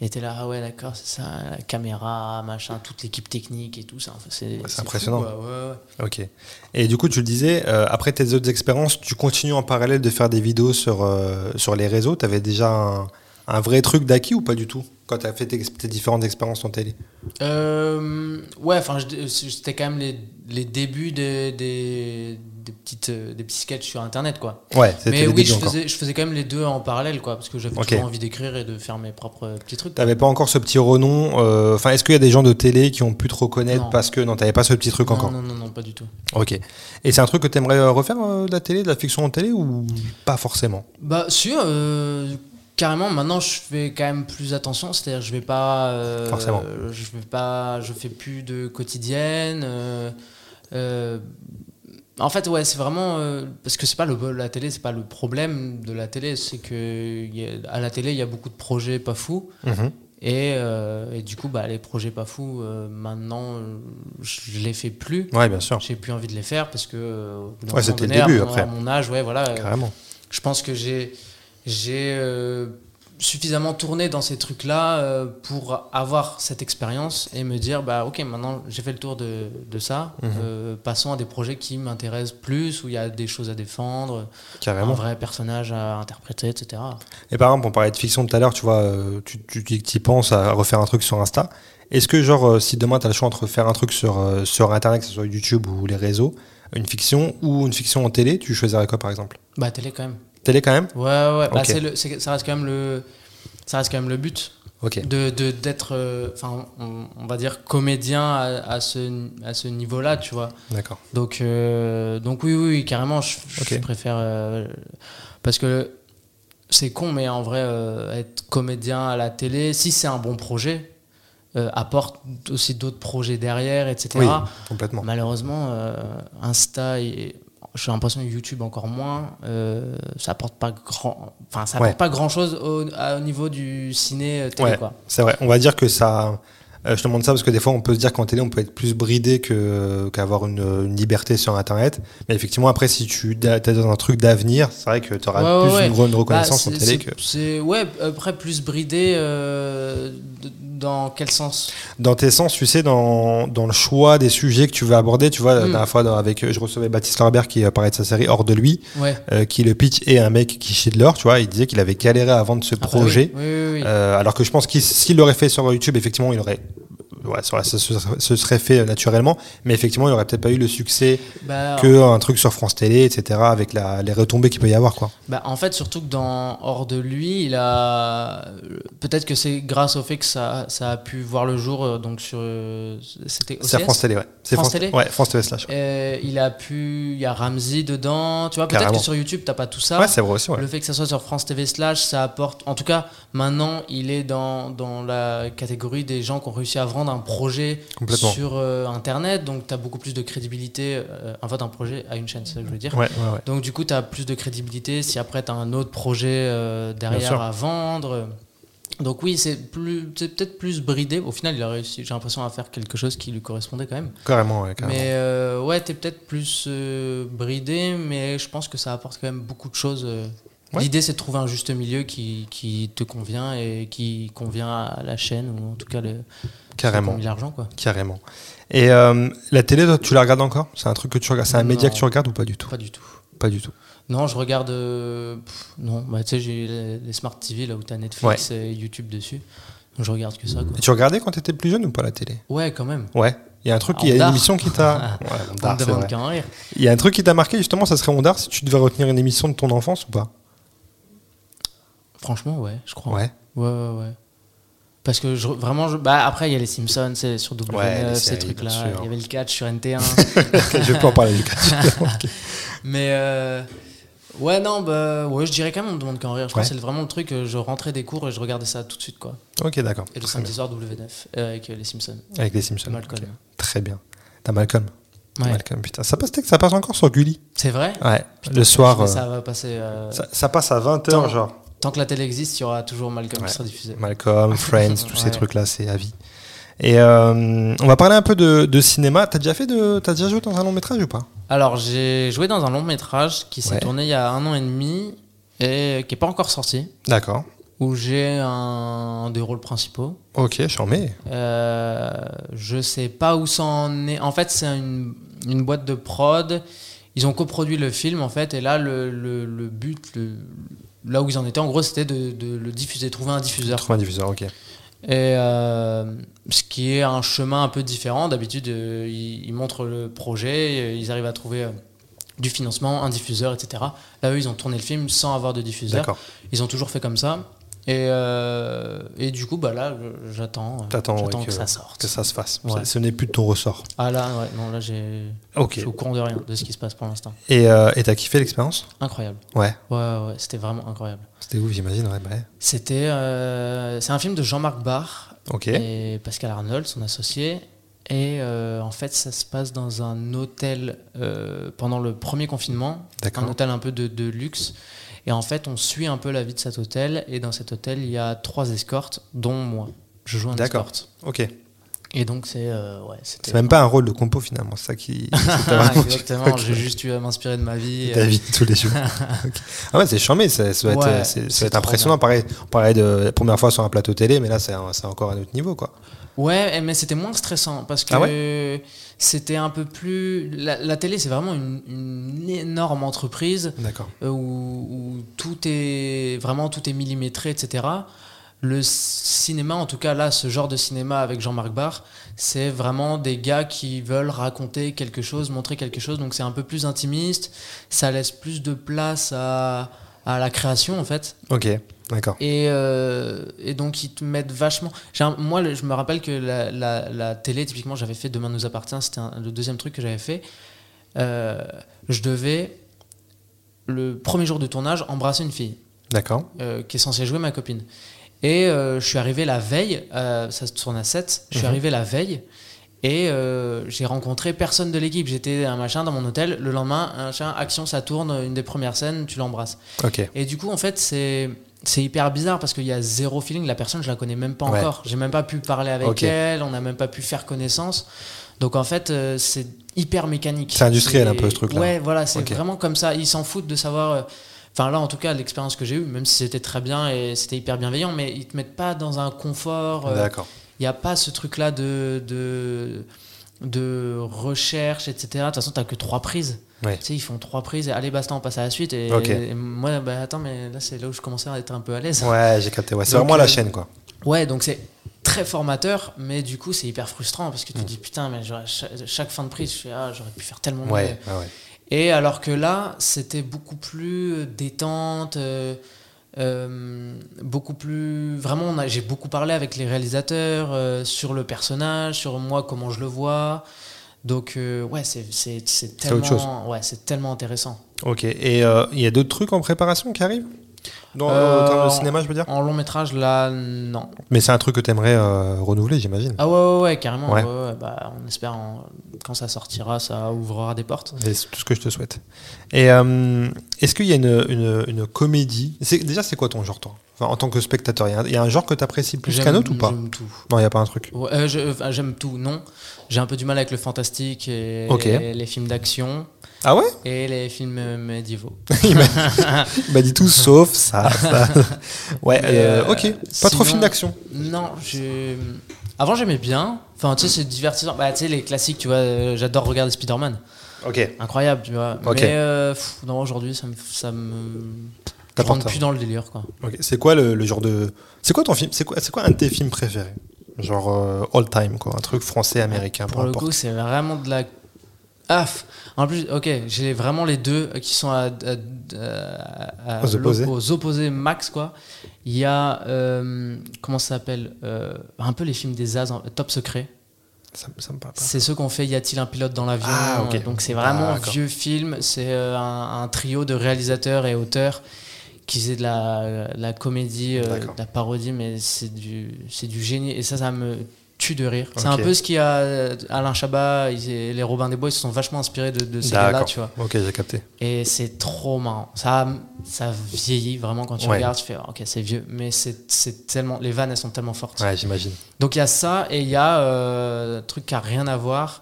[SPEAKER 2] Et t'es là, ah ouais d'accord, c'est ça, la caméra, machin, toute l'équipe technique et tout ça. Enfin, c'est
[SPEAKER 1] c'est
[SPEAKER 2] fou,
[SPEAKER 1] impressionnant.
[SPEAKER 2] quoi. Ouais, ouais.
[SPEAKER 1] Ok. Et du coup, tu le disais, euh, après tes autres expériences, tu continues en parallèle de faire des vidéos sur, euh, sur les réseaux. Tu avais déjà un, un vrai truc d'acquis ou pas du tout quand tu as fait tes, tes différentes expériences en télé
[SPEAKER 2] Euh, ouais, enfin, je- c'était quand même les, les débuts des, des, des petites, euh, des petits sketchs sur Internet, quoi.
[SPEAKER 1] Ouais, c'était
[SPEAKER 2] Mais
[SPEAKER 1] les
[SPEAKER 2] oui,
[SPEAKER 1] débuts
[SPEAKER 2] je
[SPEAKER 1] encore.
[SPEAKER 2] faisais, je faisais quand même les deux en parallèle, quoi, parce que j'avais
[SPEAKER 1] Ok.
[SPEAKER 2] toujours envie d'écrire et de faire mes propres petits trucs.
[SPEAKER 1] T'avais pas encore ce petit renom. euh, Enfin, est-ce qu'il y a des gens de télé qui ont pu te reconnaître
[SPEAKER 2] Non.
[SPEAKER 1] parce que non, t'avais pas ce petit truc
[SPEAKER 2] Non,
[SPEAKER 1] encore.
[SPEAKER 2] non, non, non, pas du tout.
[SPEAKER 1] Ok. Et c'est un truc que t'aimerais euh, refaire euh, de la télé, de la fiction en télé ou pas forcément
[SPEAKER 2] Bah, si, euh, carrément, maintenant je fais quand même plus attention, c'est-à-dire je vais pas. euh,
[SPEAKER 1] Forcément.
[SPEAKER 2] Je vais pas. Je fais plus de quotidienne. euh, euh, en fait, ouais, c'est vraiment. euh, parce que c'est pas le, la télé, c'est pas le problème de la télé, c'est que il y a- à la télé, il y a beaucoup de projets pas fous. Et, euh, et du coup, bah, les projets pas fous, euh, maintenant, euh, je les fais plus.
[SPEAKER 1] Ouais, bien sûr.
[SPEAKER 2] J'ai plus envie de les faire parce que. euh, au bout d'un
[SPEAKER 1] Ouais,
[SPEAKER 2] moment
[SPEAKER 1] c'était le
[SPEAKER 2] donné, à
[SPEAKER 1] début,
[SPEAKER 2] mon-
[SPEAKER 1] après.
[SPEAKER 2] À mon âge, ouais, voilà. euh,
[SPEAKER 1] Carrément.
[SPEAKER 2] je pense que j'ai j'ai euh, suffisamment tourné dans ces trucs là pour avoir cette expérience et me dire bah ok maintenant j'ai fait le tour de, de ça
[SPEAKER 1] Mhm.
[SPEAKER 2] Euh, passons à des projets qui m'intéressent plus où il y a des choses à défendre un
[SPEAKER 1] Carrément.
[SPEAKER 2] vrai personnage à interpréter etc
[SPEAKER 1] Et par exemple, on parlait de fiction tout à l'heure, tu vois, euh, tu, tu, tu- t'y penses à refaire un truc sur Insta. Est-ce que, genre, euh, si demain t'as le choix entre faire un truc sur, euh, sur Internet, que ce soit YouTube ou les réseaux, une fiction ou une fiction en télé, tu choisirais quoi par exemple
[SPEAKER 2] bah télé quand même
[SPEAKER 1] Télé quand même
[SPEAKER 2] ouais ouais
[SPEAKER 1] Ok.
[SPEAKER 2] bah, c'est le- c'est- ça reste quand même le ça reste quand même le but
[SPEAKER 1] Ok.
[SPEAKER 2] de de- d'être euh, enfin on, on va dire comédien à, à ce à ce niveau là tu vois
[SPEAKER 1] D'accord.
[SPEAKER 2] Donc, euh, donc oui, oui, oui, carrément, je, je
[SPEAKER 1] Ok.
[SPEAKER 2] préfère. euh, parce que c'est con, mais en vrai, euh, être comédien à la télé, si c'est un bon projet, euh, apporte aussi d'autres projets derrière, etc.
[SPEAKER 1] Oui, complètement.
[SPEAKER 2] Malheureusement, euh, Insta et. J'ai l'impression que YouTube encore moins, euh, ça apporte pas grand, enfin ça apporte
[SPEAKER 1] Ouais.
[SPEAKER 2] pas grand chose au, à- au niveau du ciné euh, télé
[SPEAKER 1] Ouais.
[SPEAKER 2] quoi.
[SPEAKER 1] C'est vrai, on va dire que ça. euh, je te demande ça parce que des fois, on peut se dire qu'en télé, on peut être plus bridé que- euh, qu'avoir une, une liberté sur Internet. Mais effectivement, après, si tu es dans un truc d'avenir, c'est vrai que tu auras
[SPEAKER 2] Ouais,
[SPEAKER 1] plus
[SPEAKER 2] ouais,
[SPEAKER 1] une,
[SPEAKER 2] ouais.
[SPEAKER 1] re- une reconnaissance en
[SPEAKER 2] Bah, c'est-
[SPEAKER 1] télé que
[SPEAKER 2] c'est- c'est- ouais après plus bridé euh, d- dans quel sens
[SPEAKER 1] dans tes sens, tu sais, dans, dans le choix des sujets que tu veux aborder. Tu vois, la
[SPEAKER 2] Mm.
[SPEAKER 1] dernière fois, dans- avec, euh, je recevais Baptiste Lambert qui euh, parlait de sa série Hors de lui,
[SPEAKER 2] ouais
[SPEAKER 1] euh, qui le pitch est un mec qui chie de l'or. Tu vois, il disait qu'il avait galéré à vendre ce
[SPEAKER 2] Ah bah
[SPEAKER 1] projet.
[SPEAKER 2] oui, oui, oui, oui.
[SPEAKER 1] Euh, alors que je pense qu'il s'il l'aurait fait sur YouTube, effectivement, il aurait. Ouais, ça, aurait- ça se serait- se serait fait euh, naturellement, mais effectivement, il aurait peut-être pas eu le succès
[SPEAKER 2] Bah,
[SPEAKER 1] que un truc sur France Télé, etc., avec la, les retombées qu'il peut y avoir, quoi.
[SPEAKER 2] bah, en fait, surtout que dans Hors de lui, il a. Peut-être que c'est grâce au fait que ça, ça a pu voir le jour, euh, donc sur. euh, C'était
[SPEAKER 1] C'est à
[SPEAKER 2] OCS?
[SPEAKER 1] France Télé, ouais. C'est
[SPEAKER 2] France Télé
[SPEAKER 1] Ouais, France Télé slash.
[SPEAKER 2] Euh, il a pu. Il y a Ramsey dedans. Tu vois, peut-être
[SPEAKER 1] Carrément.
[SPEAKER 2] que sur YouTube, t'as pas tout ça.
[SPEAKER 1] Ouais, c'est vrai aussi, ouais.
[SPEAKER 2] Le fait que ça soit sur France TV slash, ça apporte. En tout cas, maintenant, il est dans, dans la catégorie des gens qui ont réussi à vendre un projet
[SPEAKER 1] Complètement.
[SPEAKER 2] sur euh, Internet. Donc, tu as beaucoup plus de crédibilité. euh, en fait, un projet à une chaîne, c'est ça que je veux dire.
[SPEAKER 1] Ouais, ouais, ouais.
[SPEAKER 2] Donc du coup, tu as plus de crédibilité si après tu as un autre projet euh,
[SPEAKER 1] Bien
[SPEAKER 2] derrière
[SPEAKER 1] sûr.
[SPEAKER 2] à vendre. Donc oui, c'est plus c'est peut-être plus bridé. Au final, il a réussi, j'ai l'impression, à faire quelque chose qui lui correspondait quand même.
[SPEAKER 1] Carrément, ouais, carrément.
[SPEAKER 2] Mais euh, ouais, tu es peut-être plus euh, bridé, mais je pense que ça apporte quand même beaucoup de choses. euh.
[SPEAKER 1] Ouais.
[SPEAKER 2] L'idée, c'est de trouver un juste milieu qui, qui te convient et qui convient à la chaîne, ou en tout cas le
[SPEAKER 1] Carrément.
[SPEAKER 2] qui a l'argent. Quoi.
[SPEAKER 1] Carrément. Et euh, la télé, toi, tu la regardes encore C'est un truc que tu regardes C'est un média
[SPEAKER 2] Non.
[SPEAKER 1] que tu regardes ou pas du tout
[SPEAKER 2] Pas du tout.
[SPEAKER 1] Pas du tout.
[SPEAKER 2] Non, je regarde. euh, pff, non, bah, tu sais, j'ai les, les Smart TV là où t'as Netflix et YouTube dessus. Donc, je regarde que ça. Quoi.
[SPEAKER 1] Et tu regardais quand t'étais plus jeune ou pas la télé
[SPEAKER 2] Ouais, quand même.
[SPEAKER 1] Ouais. Il y a un truc,
[SPEAKER 2] Ah,
[SPEAKER 1] il y a une
[SPEAKER 2] Ondar.
[SPEAKER 1] émission qui t'a. (laughs) Ouais, Ondar,
[SPEAKER 2] On me
[SPEAKER 1] Bah, c'est
[SPEAKER 2] demande
[SPEAKER 1] vrai.
[SPEAKER 2] qu'à en rire.
[SPEAKER 1] Il y a un truc qui t'a marqué justement, ça serait Ondar si tu devais retenir une émission de ton enfance ou pas
[SPEAKER 2] Franchement, ouais, je crois.
[SPEAKER 1] (laughs) Ouais.
[SPEAKER 2] Ouais, ouais, ouais. Parce que je, vraiment, je, bah, après, il y a les Simpsons c'est sur W9,
[SPEAKER 1] Ouais, les
[SPEAKER 2] ces
[SPEAKER 1] séries, bien
[SPEAKER 2] trucs-là.
[SPEAKER 1] sûr.
[SPEAKER 2] Il y avait (laughs) le catch sur NT1.
[SPEAKER 1] (laughs) Je vais pas en parler, Lucas.
[SPEAKER 2] Mais euh, Ouais, non, bah, ouais, je dirais quand même, on me demande qu'en rire. Je
[SPEAKER 1] Ouais.
[SPEAKER 2] pense que c'est vraiment le truc, euh, je rentrais des cours et je regardais ça tout de suite, quoi.
[SPEAKER 1] Ok, d'accord.
[SPEAKER 2] Et le
[SPEAKER 1] Très bien.
[SPEAKER 2] samedi soir, W9, euh, avec euh, les Simpsons.
[SPEAKER 1] Avec les Simpsons.
[SPEAKER 2] Malcolm.
[SPEAKER 1] Ok, Très bien. T'as Malcolm.
[SPEAKER 2] Ouais.
[SPEAKER 1] Malcolm, putain. Ça passe, ça passe encore sur Gulli.
[SPEAKER 2] C'est vrai
[SPEAKER 1] Ouais. le soir.
[SPEAKER 2] Mais
[SPEAKER 1] euh,
[SPEAKER 2] Ça va passer. euh,
[SPEAKER 1] ça, ça passe à 20h,
[SPEAKER 2] Tant-
[SPEAKER 1] genre.
[SPEAKER 2] Tant que la télé existe, il y aura toujours Malcolm
[SPEAKER 1] Ouais.
[SPEAKER 2] qui sera diffusé.
[SPEAKER 1] Malcolm,
[SPEAKER 2] Ah,
[SPEAKER 1] Friends, tous ces
[SPEAKER 2] Ouais.
[SPEAKER 1] trucs-là, c'est à vie. Et euh, on va parler un peu de, de cinéma. T'as déjà fait de, t'as déjà joué dans un long métrage ou pas
[SPEAKER 2] Alors, j'ai joué dans un long métrage qui s'est
[SPEAKER 1] Ouais.
[SPEAKER 2] tourné il y a un an et demi et qui n'est pas encore sorti,
[SPEAKER 1] D'accord.
[SPEAKER 2] où j'ai un des rôles principaux.
[SPEAKER 1] Ok, j'en mets.
[SPEAKER 2] Euh, je sais pas où ça en est. En fait, c'est une, une boîte de prod. Ils ont coproduit le film, en fait, et là, le, le- le but, le- là où ils en étaient, en gros, c'était de, de le diffuser, trouver un diffuseur.
[SPEAKER 1] 80 diffuseurs, ok.
[SPEAKER 2] Et euh, ce qui est un chemin un peu différent. D'habitude, euh, ils, ils montrent le projet, euh, ils arrivent à trouver euh, du financement, un diffuseur, etc. Là, eux, ils ont tourné le film sans avoir de diffuseur.
[SPEAKER 1] D'accord.
[SPEAKER 2] Ils ont toujours fait comme ça. Et, euh, et du coup, bah là, je- j'attends, euh,
[SPEAKER 1] T'attends, ouais,
[SPEAKER 2] j'attends
[SPEAKER 1] que-
[SPEAKER 2] que, ça sorte.
[SPEAKER 1] Que ça se fasse.
[SPEAKER 2] Ouais.
[SPEAKER 1] Ça- Ce n'est plus de ton ressort.
[SPEAKER 2] Ah là, ouais, non, là, j'ai,
[SPEAKER 1] Ok.
[SPEAKER 2] je suis au courant de rien de ce qui se passe pour l'instant.
[SPEAKER 1] Et euh, et t'as kiffé l'expérience
[SPEAKER 2] Incroyable.
[SPEAKER 1] Ouais.
[SPEAKER 2] Ouais, ouais, ouais, c'était vraiment incroyable.
[SPEAKER 1] C'était ouf, j'imagine. Ouais, bah ouais.
[SPEAKER 2] C'était, euh, c'est un film de Jean-Marc Barr,
[SPEAKER 1] Ok.
[SPEAKER 2] et Pascal Arnold, son associé. Et euh, en fait, ça se passe dans un hôtel euh, pendant le premier confinement,
[SPEAKER 1] D'accord.
[SPEAKER 2] un hôtel un peu de, de luxe. Et en fait, on suit un peu la vie de cet hôtel. Et dans cet hôtel, il y a trois escortes, dont moi. Je joue un
[SPEAKER 1] D'accord.
[SPEAKER 2] escorte.
[SPEAKER 1] Ok.
[SPEAKER 2] Et donc, c'est. euh, ouais, c'était-
[SPEAKER 1] C'est même pas un rôle de compo finalement. C'est ça
[SPEAKER 2] (laughs)
[SPEAKER 1] qui. c'était
[SPEAKER 2] Ah,
[SPEAKER 1] vraiment- (laughs)
[SPEAKER 2] exactement, euh.
[SPEAKER 1] Ok.
[SPEAKER 2] j'ai juste eu à m'inspirer de ma vie.
[SPEAKER 1] Ta vie de tous les
[SPEAKER 2] (laughs)
[SPEAKER 1] jours. Ok. Ah ouais, c'est charmé, ça, ça doit être,
[SPEAKER 2] Ouais,
[SPEAKER 1] c'est- ça doit
[SPEAKER 2] c'est
[SPEAKER 1] être
[SPEAKER 2] trop
[SPEAKER 1] impressionnant. Pareil, on parlait de la première fois sur un plateau télé, mais là, c'est un- c'est encore un autre niveau, quoi.
[SPEAKER 2] Ouais, eh, mais c'était moins stressant parce que
[SPEAKER 1] Ah
[SPEAKER 2] c'était un peu plus. La, la télé, c'est vraiment une- une énorme entreprise.
[SPEAKER 1] D'accord.
[SPEAKER 2] euh, où, où tout est vraiment tout est millimétré, etc. Le cinéma, en tout cas là, ce genre de cinéma avec Jean-Marc Barr, c'est vraiment des gars qui veulent raconter quelque chose, montrer quelque chose. Donc c'est un peu plus intimiste, ça laisse plus de place à, à la création en fait.
[SPEAKER 1] Ok, d'accord.
[SPEAKER 2] Et, euh, et donc ils te mettent vachement. j'ai un- moi, le- je me rappelle que la, la- la télé, typiquement, j'avais fait Demain nous appartient, c'était un- le deuxième truc que j'avais fait. Euh, je devais, le premier jour de tournage, embrasser une fille
[SPEAKER 1] D'accord.
[SPEAKER 2] euh, qui est censée jouer ma copine. Et euh, je suis arrivé la veille, euh, ça se tourne à 7, je suis
[SPEAKER 1] Mhm.
[SPEAKER 2] arrivé la veille et euh, j'ai rencontré personne de l'équipe. J'étais un machin dans mon hôtel, le lendemain, un chien, action, ça tourne, une des premières scènes, tu l'embrasses.
[SPEAKER 1] Ok.
[SPEAKER 2] Et du coup, en fait, c'est. C'est hyper bizarre parce qu'il y a zéro feeling. La personne, je la connais même pas
[SPEAKER 1] Ouais.
[SPEAKER 2] encore. J'ai même pas pu parler avec
[SPEAKER 1] Ok.
[SPEAKER 2] elle. On n'a même pas pu faire connaissance. Donc en fait, euh, c'est hyper mécanique.
[SPEAKER 1] C'est industriel,
[SPEAKER 2] C'est-
[SPEAKER 1] un peu, ce truc-là.
[SPEAKER 2] Ouais, voilà, c'est
[SPEAKER 1] Ok.
[SPEAKER 2] vraiment comme ça. Ils s'en foutent de savoir. euh, Enfin là, en tout cas, l'expérience que j'ai eue, même si c'était très bien et c'était hyper bienveillant, mais ils te mettent pas dans un confort. euh,
[SPEAKER 1] D'accord.
[SPEAKER 2] il n'y a pas ce truc-là de, de, de recherche, etc. De toute façon, tu que trois prises.
[SPEAKER 1] Ouais.
[SPEAKER 2] Tu sais, ils font trois prises et allez, basta, on passe à la suite. Et,
[SPEAKER 1] Ok.
[SPEAKER 2] et moi, bah, attends, mais là, c'est là où je commençais à être un peu à l'aise. Ouais,
[SPEAKER 1] Ouais, j'ai capté. Ouais, c'est
[SPEAKER 2] Donc,
[SPEAKER 1] vraiment la
[SPEAKER 2] euh,
[SPEAKER 1] chaîne, quoi.
[SPEAKER 2] donc c'est très formateur, mais du coup, c'est hyper frustrant parce que
[SPEAKER 1] Mm.
[SPEAKER 2] tu te dis, putain, mais j'aurais cha- chaque, fin de prise, je fais, ah, j'aurais pu faire tellement mieux.
[SPEAKER 1] Ouais, ouais, ouais.
[SPEAKER 2] Et alors que là, c'était beaucoup plus euh, détente, euh, euh, beaucoup plus. Vraiment, on a- j'ai beaucoup parlé avec les réalisateurs euh, sur le personnage, sur moi, comment je le vois. Donc, euh, ouais, c'est c'est- c'est
[SPEAKER 1] C'est autre chose.
[SPEAKER 2] tellement, ouais, c'est tellement intéressant.
[SPEAKER 1] Ok. Et euh, il y a d'autres trucs en préparation qui arrivent Dans,
[SPEAKER 2] Euh,
[SPEAKER 1] Au terme de
[SPEAKER 2] en-
[SPEAKER 1] cinéma, je veux dire
[SPEAKER 2] En long métrage, là, non.
[SPEAKER 1] Mais c'est un truc que t'aimerais euh, renouveler, j'imagine.
[SPEAKER 2] Ah ouais, ouais, ouais, carrément.
[SPEAKER 1] Ouais.
[SPEAKER 2] ouais, ouais, bah, on espère en- quand ça sortira, ça ouvrira des portes.
[SPEAKER 1] Et C'est tout ce que je te souhaite. Et euh, est-ce qu'il y a une, une- une comédie C'est- Déjà, c'est quoi ton genre, toi Enfin, En tant que spectateur, il y a un- il y, a un genre que t'apprécies plus
[SPEAKER 2] J'aime-
[SPEAKER 1] qu'un autre ou pas
[SPEAKER 2] J'aime tout.
[SPEAKER 1] Non, il n'y a pas un truc.
[SPEAKER 2] Ouais, euh, je- enfin, J'aime tout, non. J'ai un peu du mal avec le fantastique et
[SPEAKER 1] Ok.
[SPEAKER 2] et les films d'action
[SPEAKER 1] Ah ouais
[SPEAKER 2] et les films euh, médiévaux.
[SPEAKER 1] Il m'a dit Bah, tout sauf ça. ça. (laughs) Ouais,
[SPEAKER 2] Mais,
[SPEAKER 1] euh,
[SPEAKER 2] euh,
[SPEAKER 1] ok. Pas trop
[SPEAKER 2] sinon-
[SPEAKER 1] film d'action.
[SPEAKER 2] Non, je... avant j'aimais bien. Enfin, tu sais, c'est divertissant. Bah, tu sais, les classiques, tu vois, euh, j'adore regarder Spider-Man.
[SPEAKER 1] Ok.
[SPEAKER 2] Incroyable, tu vois.
[SPEAKER 1] Ok.
[SPEAKER 2] Mais euh, pff, non, aujourd'hui, ça me. Ça me... Je
[SPEAKER 1] T'apportes
[SPEAKER 2] rentre
[SPEAKER 1] ça.
[SPEAKER 2] plus dans le délire, quoi.
[SPEAKER 1] Ok, C'est quoi le, le genre de. C'est quoi ton film C'est quoi, c'est quoi un de tes films préférés Genre euh, all time, quoi. Un truc français, américain, peu
[SPEAKER 2] Pour le
[SPEAKER 1] importe.
[SPEAKER 2] coup, c'est vraiment de la. Ah, f- en plus, ok, j'ai vraiment les deux euh, qui sont à, à- à- à-
[SPEAKER 1] Aux opposés.
[SPEAKER 2] aux opposés max, quoi. Il y a, euh, comment ça s'appelle Euh, Un peu les films des As, en- hein, Top Secret.
[SPEAKER 1] Ça, me- ça me parle pas.
[SPEAKER 2] C'est ceux qu'on fait Y a-t-il un pilote dans l'avion
[SPEAKER 1] Ah, ok.
[SPEAKER 2] Donc c'est vraiment
[SPEAKER 1] Ah,
[SPEAKER 2] un
[SPEAKER 1] d'accord.
[SPEAKER 2] vieux film. C'est euh, un, un trio de réalisateurs et auteurs qui faisaient de la, la comédie, euh,
[SPEAKER 1] D'accord.
[SPEAKER 2] de la parodie, mais c'est du, c'est du génie. Et ça, ça me tue de rire. C'est un
[SPEAKER 1] Ok.
[SPEAKER 2] peu ce qu'il y a euh, Alain Chabat, ils- et les Robin des Bois, ils se sont vachement inspirés de, de ces gars-là,
[SPEAKER 1] D'accord.
[SPEAKER 2] tu vois.
[SPEAKER 1] Ok, j'ai capté.
[SPEAKER 2] Et c'est trop marrant. Ça, ça vieillit vraiment quand tu
[SPEAKER 1] Ouais.
[SPEAKER 2] regardes. Tu fais, ah, ok, c'est vieux, mais c'est c'est tellement, les vannes, elles sont tellement fortes.
[SPEAKER 1] Ouais, j'imagine.
[SPEAKER 2] Donc il y a ça et il y a euh, un truc qui a rien à voir,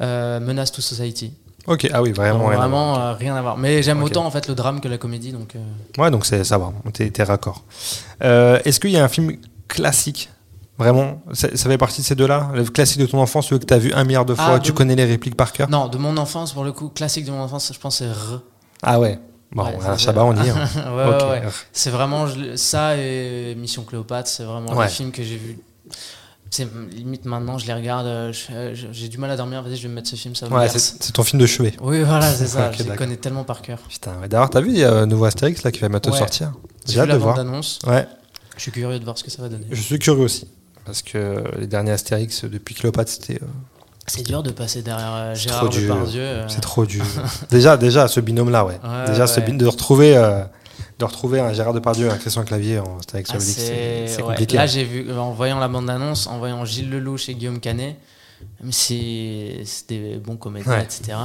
[SPEAKER 2] euh, Menace to Society.
[SPEAKER 1] Ok, ah oui, vraiment.
[SPEAKER 2] Donc,
[SPEAKER 1] rien à voir.
[SPEAKER 2] vraiment euh, rien à voir. Mais j'aime
[SPEAKER 1] Ok.
[SPEAKER 2] autant en fait le drame que la comédie. Donc euh,
[SPEAKER 1] Ouais, donc c'est- ça va, t'es t'es raccord. Euh, Est-ce qu'il y a un film classique Vraiment Ça ça fait partie de ces deux-là Le classique de ton enfance, celui que t'as vu un milliard de fois,
[SPEAKER 2] Ah,
[SPEAKER 1] tu
[SPEAKER 2] de-
[SPEAKER 1] connais les répliques par cœur
[SPEAKER 2] non, de mon enfance pour le coup, classique de mon enfance, je pense c'est R.
[SPEAKER 1] Ah ouais Bon,
[SPEAKER 2] Ouais,
[SPEAKER 1] Alain
[SPEAKER 2] c'est-
[SPEAKER 1] Chabat, on y est. hein.
[SPEAKER 2] Ouais, (laughs) ouais,
[SPEAKER 1] Ok.
[SPEAKER 2] ouais. C'est vraiment je- ça et Mission Cléopâtre, c'est vraiment
[SPEAKER 1] Ouais.
[SPEAKER 2] les films que j'ai vus. C'est limite maintenant, je les regarde, euh, je- euh, je- j'ai du mal à dormir. Vas-y, je vais me mettre ce film, ça me
[SPEAKER 1] Ouais,
[SPEAKER 2] berce.
[SPEAKER 1] c'est c'est ton film de chevet.
[SPEAKER 2] Oui, voilà, c'est
[SPEAKER 1] (laughs)
[SPEAKER 2] ça.
[SPEAKER 1] Ok,
[SPEAKER 2] je les
[SPEAKER 1] d'accord.
[SPEAKER 2] connais tellement par cœur.
[SPEAKER 1] Putain, ouais. d'ailleurs, t'as vu, il y a un nouveau Astérix là qui va bientôt
[SPEAKER 2] Ouais.
[SPEAKER 1] sortir. J'ai
[SPEAKER 2] J'ai vu
[SPEAKER 1] hâte de
[SPEAKER 2] la bande
[SPEAKER 1] voir.
[SPEAKER 2] annonce.
[SPEAKER 1] Ouais,
[SPEAKER 2] Je suis curieux de voir ce que ça va donner.
[SPEAKER 1] je suis curieux aussi. Parce que les derniers Astérix, depuis Cléopâtre, c'était. euh,
[SPEAKER 2] C'est dur de passer derrière euh,
[SPEAKER 1] C'est
[SPEAKER 2] Gérard
[SPEAKER 1] trop dur.
[SPEAKER 2] Depardieu. euh,
[SPEAKER 1] C'est trop (laughs) dur. déjà, déjà, ce binôme-là, ouais.
[SPEAKER 2] Ouais,
[SPEAKER 1] déjà, ce
[SPEAKER 2] ouais.
[SPEAKER 1] bin- de retrouver, euh, de retrouver un Gérard Depardieu, un Christian Clavier en Astérix
[SPEAKER 2] ah,
[SPEAKER 1] sur le Lix, c'est
[SPEAKER 2] c'est-
[SPEAKER 1] c'est
[SPEAKER 2] ouais.
[SPEAKER 1] compliqué.
[SPEAKER 2] Là, j'ai vu, euh, en voyant la bande-annonce, en voyant Gilles Lelouch et Guillaume Canet, même si c'était bons comédiens,
[SPEAKER 1] Ouais.
[SPEAKER 2] etc.,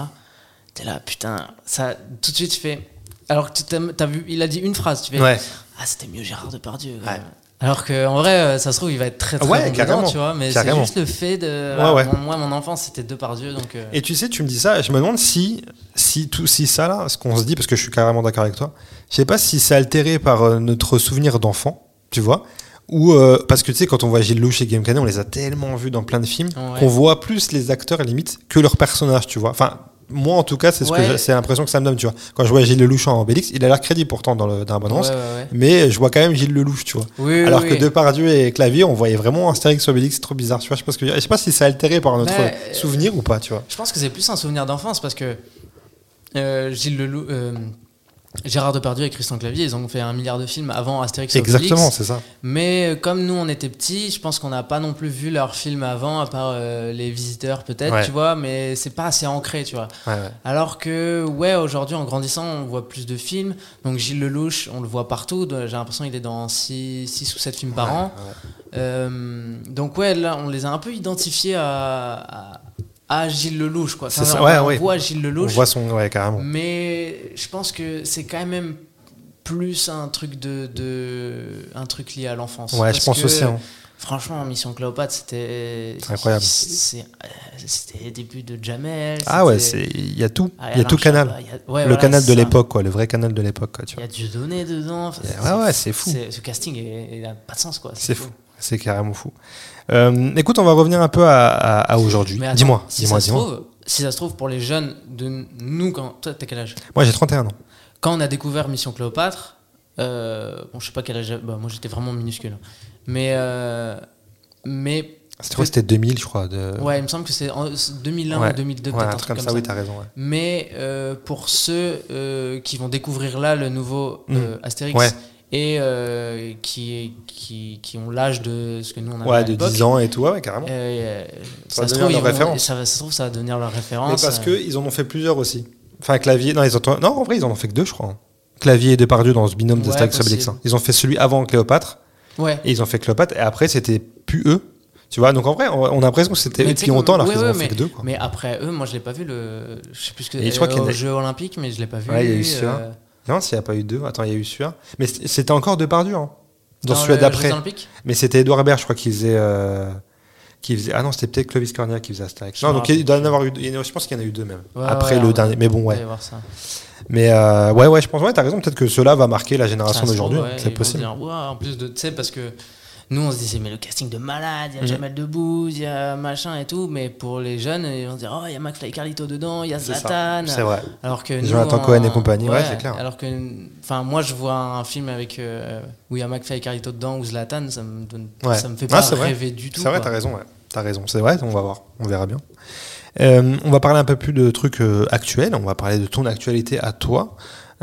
[SPEAKER 2] t'es là, putain, ça, tout de suite, tu fais. Alors que tu t'aimes- t'as vu, il a dit une phrase, tu fais.
[SPEAKER 1] ouais.
[SPEAKER 2] Ah, c'était mieux Gérard Depardieu. quand
[SPEAKER 1] Ouais.
[SPEAKER 2] même. Alors qu'en vrai, euh, ça se trouve, il va être très très
[SPEAKER 1] Ouais,
[SPEAKER 2] bon
[SPEAKER 1] carrément.
[SPEAKER 2] dedans, tu vois, mais c'est
[SPEAKER 1] Carrément.
[SPEAKER 2] juste le fait de.
[SPEAKER 1] Ouais,
[SPEAKER 2] voilà,
[SPEAKER 1] ouais.
[SPEAKER 2] mon- Moi, mon enfance, c'était Depardieu, donc. euh,
[SPEAKER 1] Et tu sais, tu me dis ça, et je me demande si, si tout, si ça là, ce qu'on se dit, parce que je suis carrément d'accord avec toi, je sais pas si c'est altéré par euh, notre souvenir d'enfant, tu vois, ou euh, parce que tu sais, quand on voit Gilles Lelouch et Guillaume Canet, on les a tellement vus dans plein de films
[SPEAKER 2] Ouais.
[SPEAKER 1] qu'on voit plus les acteurs limite que leurs personnages, tu vois. Enfin, moi en tout cas, c'est ce que
[SPEAKER 2] Ouais.
[SPEAKER 1] j'ai- c'est l'impression que ça me donne, tu vois. Quand je vois Gilles Lelouch en Obélix, il a l'air crédit pourtant dans le dans la
[SPEAKER 2] ouais,
[SPEAKER 1] bande-annonce,
[SPEAKER 2] ouais, ouais.
[SPEAKER 1] mais je vois quand même Gilles Lelouch, tu vois.
[SPEAKER 2] Oui, oui,
[SPEAKER 1] Alors
[SPEAKER 2] oui.
[SPEAKER 1] que Depardieu et Clavier, on voyait vraiment Astérix Obélix, c'est trop bizarre, tu vois. Je sais pas, ce que je veux dire. Je sais pas si c'est altéré par notre
[SPEAKER 2] Bah,
[SPEAKER 1] euh, souvenir ou pas, tu vois.
[SPEAKER 2] Je pense que c'est plus un souvenir d'enfance parce que euh, Gilles Leloup, euh, Gérard Depardieu et Christian Clavier, ils ont fait un milliard de films avant Astérix et Obélix.
[SPEAKER 1] Exactement, c'est ça.
[SPEAKER 2] Mais euh, comme nous, on était petits, je pense qu'on n'a pas non plus vu leurs films avant, à part euh, Les Visiteurs peut-être,
[SPEAKER 1] Ouais.
[SPEAKER 2] tu vois, mais c'est pas assez ancré, tu vois.
[SPEAKER 1] Ouais, ouais.
[SPEAKER 2] Alors que, ouais, aujourd'hui, en grandissant, on voit plus de films. Donc Gilles Lelouch, on le voit partout. J'ai l'impression qu'il est dans 6 ou 7 films par an. Euh, donc ouais, là, on les a un peu identifiés à, à, à Gilles Lelouch, quoi.
[SPEAKER 1] C'est ça,
[SPEAKER 2] on,
[SPEAKER 1] ouais,
[SPEAKER 2] on
[SPEAKER 1] ouais.
[SPEAKER 2] voit Gilles
[SPEAKER 1] On
[SPEAKER 2] Lelouch,
[SPEAKER 1] voit son. Ouais,
[SPEAKER 2] Mm.
[SPEAKER 1] carrément.
[SPEAKER 2] mais je pense que c'est quand même plus un truc de, de un truc lié à l'enfance.
[SPEAKER 1] Ouais, je
[SPEAKER 2] Parce
[SPEAKER 1] pense
[SPEAKER 2] que,
[SPEAKER 1] aussi. hein.
[SPEAKER 2] Franchement, Mission Cléopâtre, c'était
[SPEAKER 1] C'est incroyable.
[SPEAKER 2] c'est- euh, C'était les débuts de Jamel.
[SPEAKER 1] Ah ouais,
[SPEAKER 2] c'était-
[SPEAKER 1] c'est- il y a tout. Il
[SPEAKER 2] Ah,
[SPEAKER 1] y a
[SPEAKER 2] Alain
[SPEAKER 1] tout canal.
[SPEAKER 2] Chabat, il y a- ouais,
[SPEAKER 1] le
[SPEAKER 2] voilà,
[SPEAKER 1] canal
[SPEAKER 2] c'est
[SPEAKER 1] de
[SPEAKER 2] ça.
[SPEAKER 1] l'époque, quoi. Le vrai canal de l'époque, quoi. Tu vois.
[SPEAKER 2] Il y a du donné dedans. Enfin,
[SPEAKER 1] Ouais, ouais, c'est fou.
[SPEAKER 2] c'est- Ce casting est- est- n'a pas de sens, quoi.
[SPEAKER 1] C'est fou. C'est carrément fou. Euh, écoute, on va revenir un peu à, à- à aujourd'hui.
[SPEAKER 2] Mais attends,
[SPEAKER 1] Dis-moi,
[SPEAKER 2] si
[SPEAKER 1] dis-moi,
[SPEAKER 2] ça se
[SPEAKER 1] dis-moi.
[SPEAKER 2] trouve- Si ça se trouve, pour les jeunes de nous, quand. Toi, t'as quel âge
[SPEAKER 1] Moi, j'ai 31 ans.
[SPEAKER 2] Quand on a découvert Mission Cléopâtre, euh, bon, je sais pas quel âge. j'avais- bah, moi, j'étais vraiment minuscule. hein. Mais. euh, mais.
[SPEAKER 1] C'était quoi C'était 2000, je crois. De...
[SPEAKER 2] Ouais, il me semble que c'est en c'est 2001
[SPEAKER 1] Euh. Ouais.
[SPEAKER 2] ou 2002,
[SPEAKER 1] Ouais,
[SPEAKER 2] peut-être un truc comme ça.
[SPEAKER 1] oui, t'as raison. ouais.
[SPEAKER 2] Mais euh, pour ceux euh, qui vont découvrir là le nouveau
[SPEAKER 1] Mm.
[SPEAKER 2] euh, Astérix
[SPEAKER 1] Ouais.
[SPEAKER 2] et euh, qui, qui, qui ont l'âge de ce que nous on avait
[SPEAKER 1] Ouais,
[SPEAKER 2] à
[SPEAKER 1] de
[SPEAKER 2] l'époque,
[SPEAKER 1] 10 ans et tout. Ouais, ouais, carrément.
[SPEAKER 2] euh,
[SPEAKER 1] Ça
[SPEAKER 2] ça,
[SPEAKER 1] va
[SPEAKER 2] se
[SPEAKER 1] devenir
[SPEAKER 2] trouve,
[SPEAKER 1] leur
[SPEAKER 2] ils vont-
[SPEAKER 1] référence.
[SPEAKER 2] ça, va- ça se trouve, ça va devenir leur référence.
[SPEAKER 1] Mais parce
[SPEAKER 2] euh.
[SPEAKER 1] qu'ils en ont fait plusieurs aussi. Enfin, clavier. Non, ils ont... non, en vrai, ils en ont fait que deux, je crois. hein. Clavier et Depardieu dans ce binôme
[SPEAKER 2] Ouais,
[SPEAKER 1] d'Astérix Obélix.
[SPEAKER 2] possible.
[SPEAKER 1] hein. Ils ont fait celui avant Cléopâtre.
[SPEAKER 2] Ouais.
[SPEAKER 1] Et ils ont fait Cléopâtre, et après, c'était plus eux. Tu vois, donc en vrai, on on a l'impression que c'était
[SPEAKER 2] Mais
[SPEAKER 1] eux
[SPEAKER 2] tu
[SPEAKER 1] depuis
[SPEAKER 2] sais que-
[SPEAKER 1] longtemps, alors
[SPEAKER 2] ouais,
[SPEAKER 1] qu'ils en
[SPEAKER 2] ouais,
[SPEAKER 1] ont fait que deux. quoi.
[SPEAKER 2] Mais après eux, moi je l'ai pas vu le. Je sais plus ce que. euh,
[SPEAKER 1] Et je crois qu'il y en
[SPEAKER 2] aux
[SPEAKER 1] a-
[SPEAKER 2] Jeux Olympiques, mais je l'ai pas vu.
[SPEAKER 1] Ouais, il y a eu
[SPEAKER 2] euh,
[SPEAKER 1] celui-là. Non, s'il n'y a pas eu deux, attends, il y a eu celui-là. Mais c- c'était encore Depardieu, hein, dans,
[SPEAKER 2] le-
[SPEAKER 1] celui-là
[SPEAKER 2] les
[SPEAKER 1] d'après.
[SPEAKER 2] Jeux Olympiques
[SPEAKER 1] Mais c'était Edouard Baird, je crois, qui faisait, euh, qui faisait. Ah non, c'était peut-être Clovis Cornillac qui faisait Astérix.
[SPEAKER 2] Je
[SPEAKER 1] Non,
[SPEAKER 2] me
[SPEAKER 1] donc il
[SPEAKER 2] rappelle
[SPEAKER 1] doit y en avoir eu. il y en a- Je pense qu'il y en a eu deux même.
[SPEAKER 2] Ouais,
[SPEAKER 1] après
[SPEAKER 2] ouais,
[SPEAKER 1] le
[SPEAKER 2] ouais.
[SPEAKER 1] dernier. Mais bon,
[SPEAKER 2] On va
[SPEAKER 1] ouais.
[SPEAKER 2] aller voir ça.
[SPEAKER 1] Mais euh, ouais, ouais, je pense, ouais, t'as raison. Peut-être que cela va marquer la génération
[SPEAKER 2] Ça se
[SPEAKER 1] d'aujourd'hui.
[SPEAKER 2] trouve, ouais, ils
[SPEAKER 1] c'est
[SPEAKER 2] vont
[SPEAKER 1] possible.
[SPEAKER 2] dire, Ouah, en plus de, tu sais, parce que nous on se disait mais le casting de malade, il y a
[SPEAKER 1] Mhm.
[SPEAKER 2] Jamel Debbouze, il y a machin et tout, mais pour les jeunes ils vont se dire oh il y a McFly et Carlito dedans, il y a
[SPEAKER 1] C'est ça.
[SPEAKER 2] Zlatan.
[SPEAKER 1] C'est vrai.
[SPEAKER 2] Alors que nous,
[SPEAKER 1] Jonathan
[SPEAKER 2] en-
[SPEAKER 1] Cohen et compagnie, ouais, c'est clair.
[SPEAKER 2] Alors que, enfin, moi, je vois un film avec euh, où il y a McFly et Carlito dedans ou Zlatan, ça me donne,
[SPEAKER 1] Ouais.
[SPEAKER 2] ça me fait
[SPEAKER 1] Ah,
[SPEAKER 2] pas
[SPEAKER 1] c'est vrai.
[SPEAKER 2] rêver du tout.
[SPEAKER 1] C'est vrai,
[SPEAKER 2] quoi.
[SPEAKER 1] t'as raison. Ouais. T'as raison. C'est vrai, on va voir. On verra bien. Euh, on va parler un peu plus de trucs euh, actuels. On va parler de ton actualité à toi.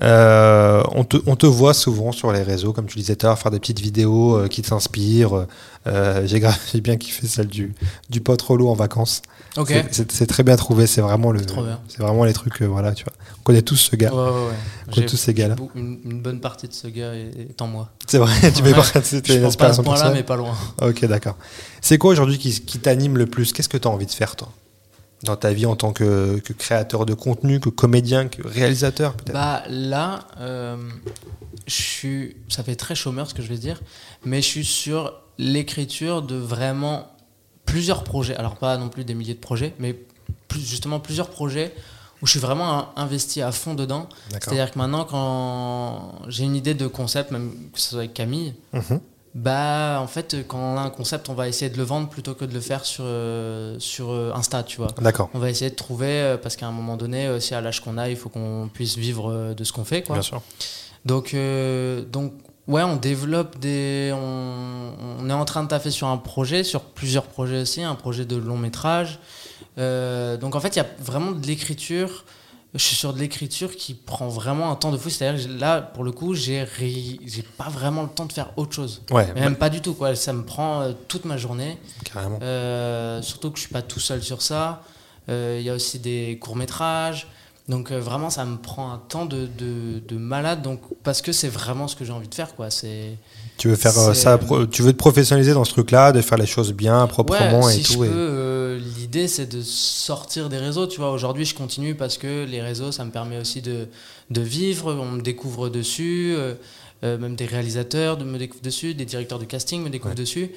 [SPEAKER 1] Euh, on, te, on te voit souvent sur les réseaux, comme tu disais tout à l'heure, faire des petites vidéos euh, qui t'inspirent. Euh, j'ai gra- j'ai (laughs) bien kiffé celle du, du pote relou en vacances.
[SPEAKER 2] Ok.
[SPEAKER 1] C'est- C'est c'est très bien trouvé, c'est vraiment, le,
[SPEAKER 2] Trop bien.
[SPEAKER 1] c'est vraiment les trucs, euh, voilà, tu vois. On connaît tous ce gars,
[SPEAKER 2] Ouais, ouais, ouais.
[SPEAKER 1] on
[SPEAKER 2] J'ai-
[SPEAKER 1] connaît tous ces gars-là.
[SPEAKER 2] beau- Une, une bonne partie de ce gars est, est en moi.
[SPEAKER 1] C'est vrai, (laughs) tu m'as
[SPEAKER 2] Ouais.
[SPEAKER 1] pas c'était
[SPEAKER 2] Je
[SPEAKER 1] une
[SPEAKER 2] pense pas à ce
[SPEAKER 1] inspiration
[SPEAKER 2] point-là,
[SPEAKER 1] personnelle.
[SPEAKER 2] mais pas loin.
[SPEAKER 1] Ok, d'accord. C'est quoi aujourd'hui qui, qui t'anime le plus Qu'est-ce que tu as envie de faire, toi Dans ta vie en tant que, que créateur de contenu, que comédien, que réalisateur, peut-être
[SPEAKER 2] Bah là, euh, je suis. Ça fait très chômeur ce que je vais dire, mais je suis sur l'écriture de vraiment plusieurs projets. Alors pas non plus des milliers de projets, mais plus, justement plusieurs projets où je suis vraiment hein, investi à fond dedans.
[SPEAKER 1] D'accord.
[SPEAKER 2] C'est-à-dire que maintenant, quand j'ai une idée de concept, même que ce soit avec Camille,
[SPEAKER 1] Mhm.
[SPEAKER 2] bah en fait, quand on a un concept, on va essayer de le vendre plutôt que de le faire sur, euh, sur euh, Insta, tu vois.
[SPEAKER 1] D'accord,
[SPEAKER 2] On va essayer de trouver, euh, parce qu'à un moment donné, euh, c'est à l'âge qu'on a, il faut qu'on puisse vivre euh, de ce qu'on fait. Quoi.
[SPEAKER 1] bien sûr.
[SPEAKER 2] Donc, euh, donc, ouais, on développe des. On, on est en train de taffer sur un projet, sur plusieurs projets aussi, un projet de long métrage. Euh, donc, en fait, il y a vraiment de l'écriture. Je suis sur de l'écriture qui prend vraiment un temps de fou. C'est-à-dire que là, pour le coup, j'ai ri- j'ai pas vraiment le temps de faire autre chose.
[SPEAKER 1] Ouais,
[SPEAKER 2] Mais Même pas du tout, quoi. Ça me prend euh, toute ma journée.
[SPEAKER 1] carrément.
[SPEAKER 2] Euh, surtout que je suis pas tout seul sur ça. Euh, Il y a aussi des courts-métrages. Donc euh, vraiment, ça me prend un temps de, de- de malade. Donc, parce que c'est vraiment ce que j'ai envie de faire. Quoi. C'est,
[SPEAKER 1] Tu veux faire euh,
[SPEAKER 2] c'est-
[SPEAKER 1] ça, pro- tu veux te professionnaliser dans ce truc-là, de faire les choses bien, proprement
[SPEAKER 2] ouais,
[SPEAKER 1] et
[SPEAKER 2] si je
[SPEAKER 1] tout.
[SPEAKER 2] peux,
[SPEAKER 1] et-
[SPEAKER 2] euh, l'idée, c'est de sortir des réseaux. Tu vois, aujourd'hui, je continue parce que les réseaux, ça me permet aussi de, de vivre. On me découvre dessus. euh, euh, même des réalisateurs de- me découvrent dessus. Des directeurs de casting me découvrent
[SPEAKER 1] Ouais.
[SPEAKER 2] dessus.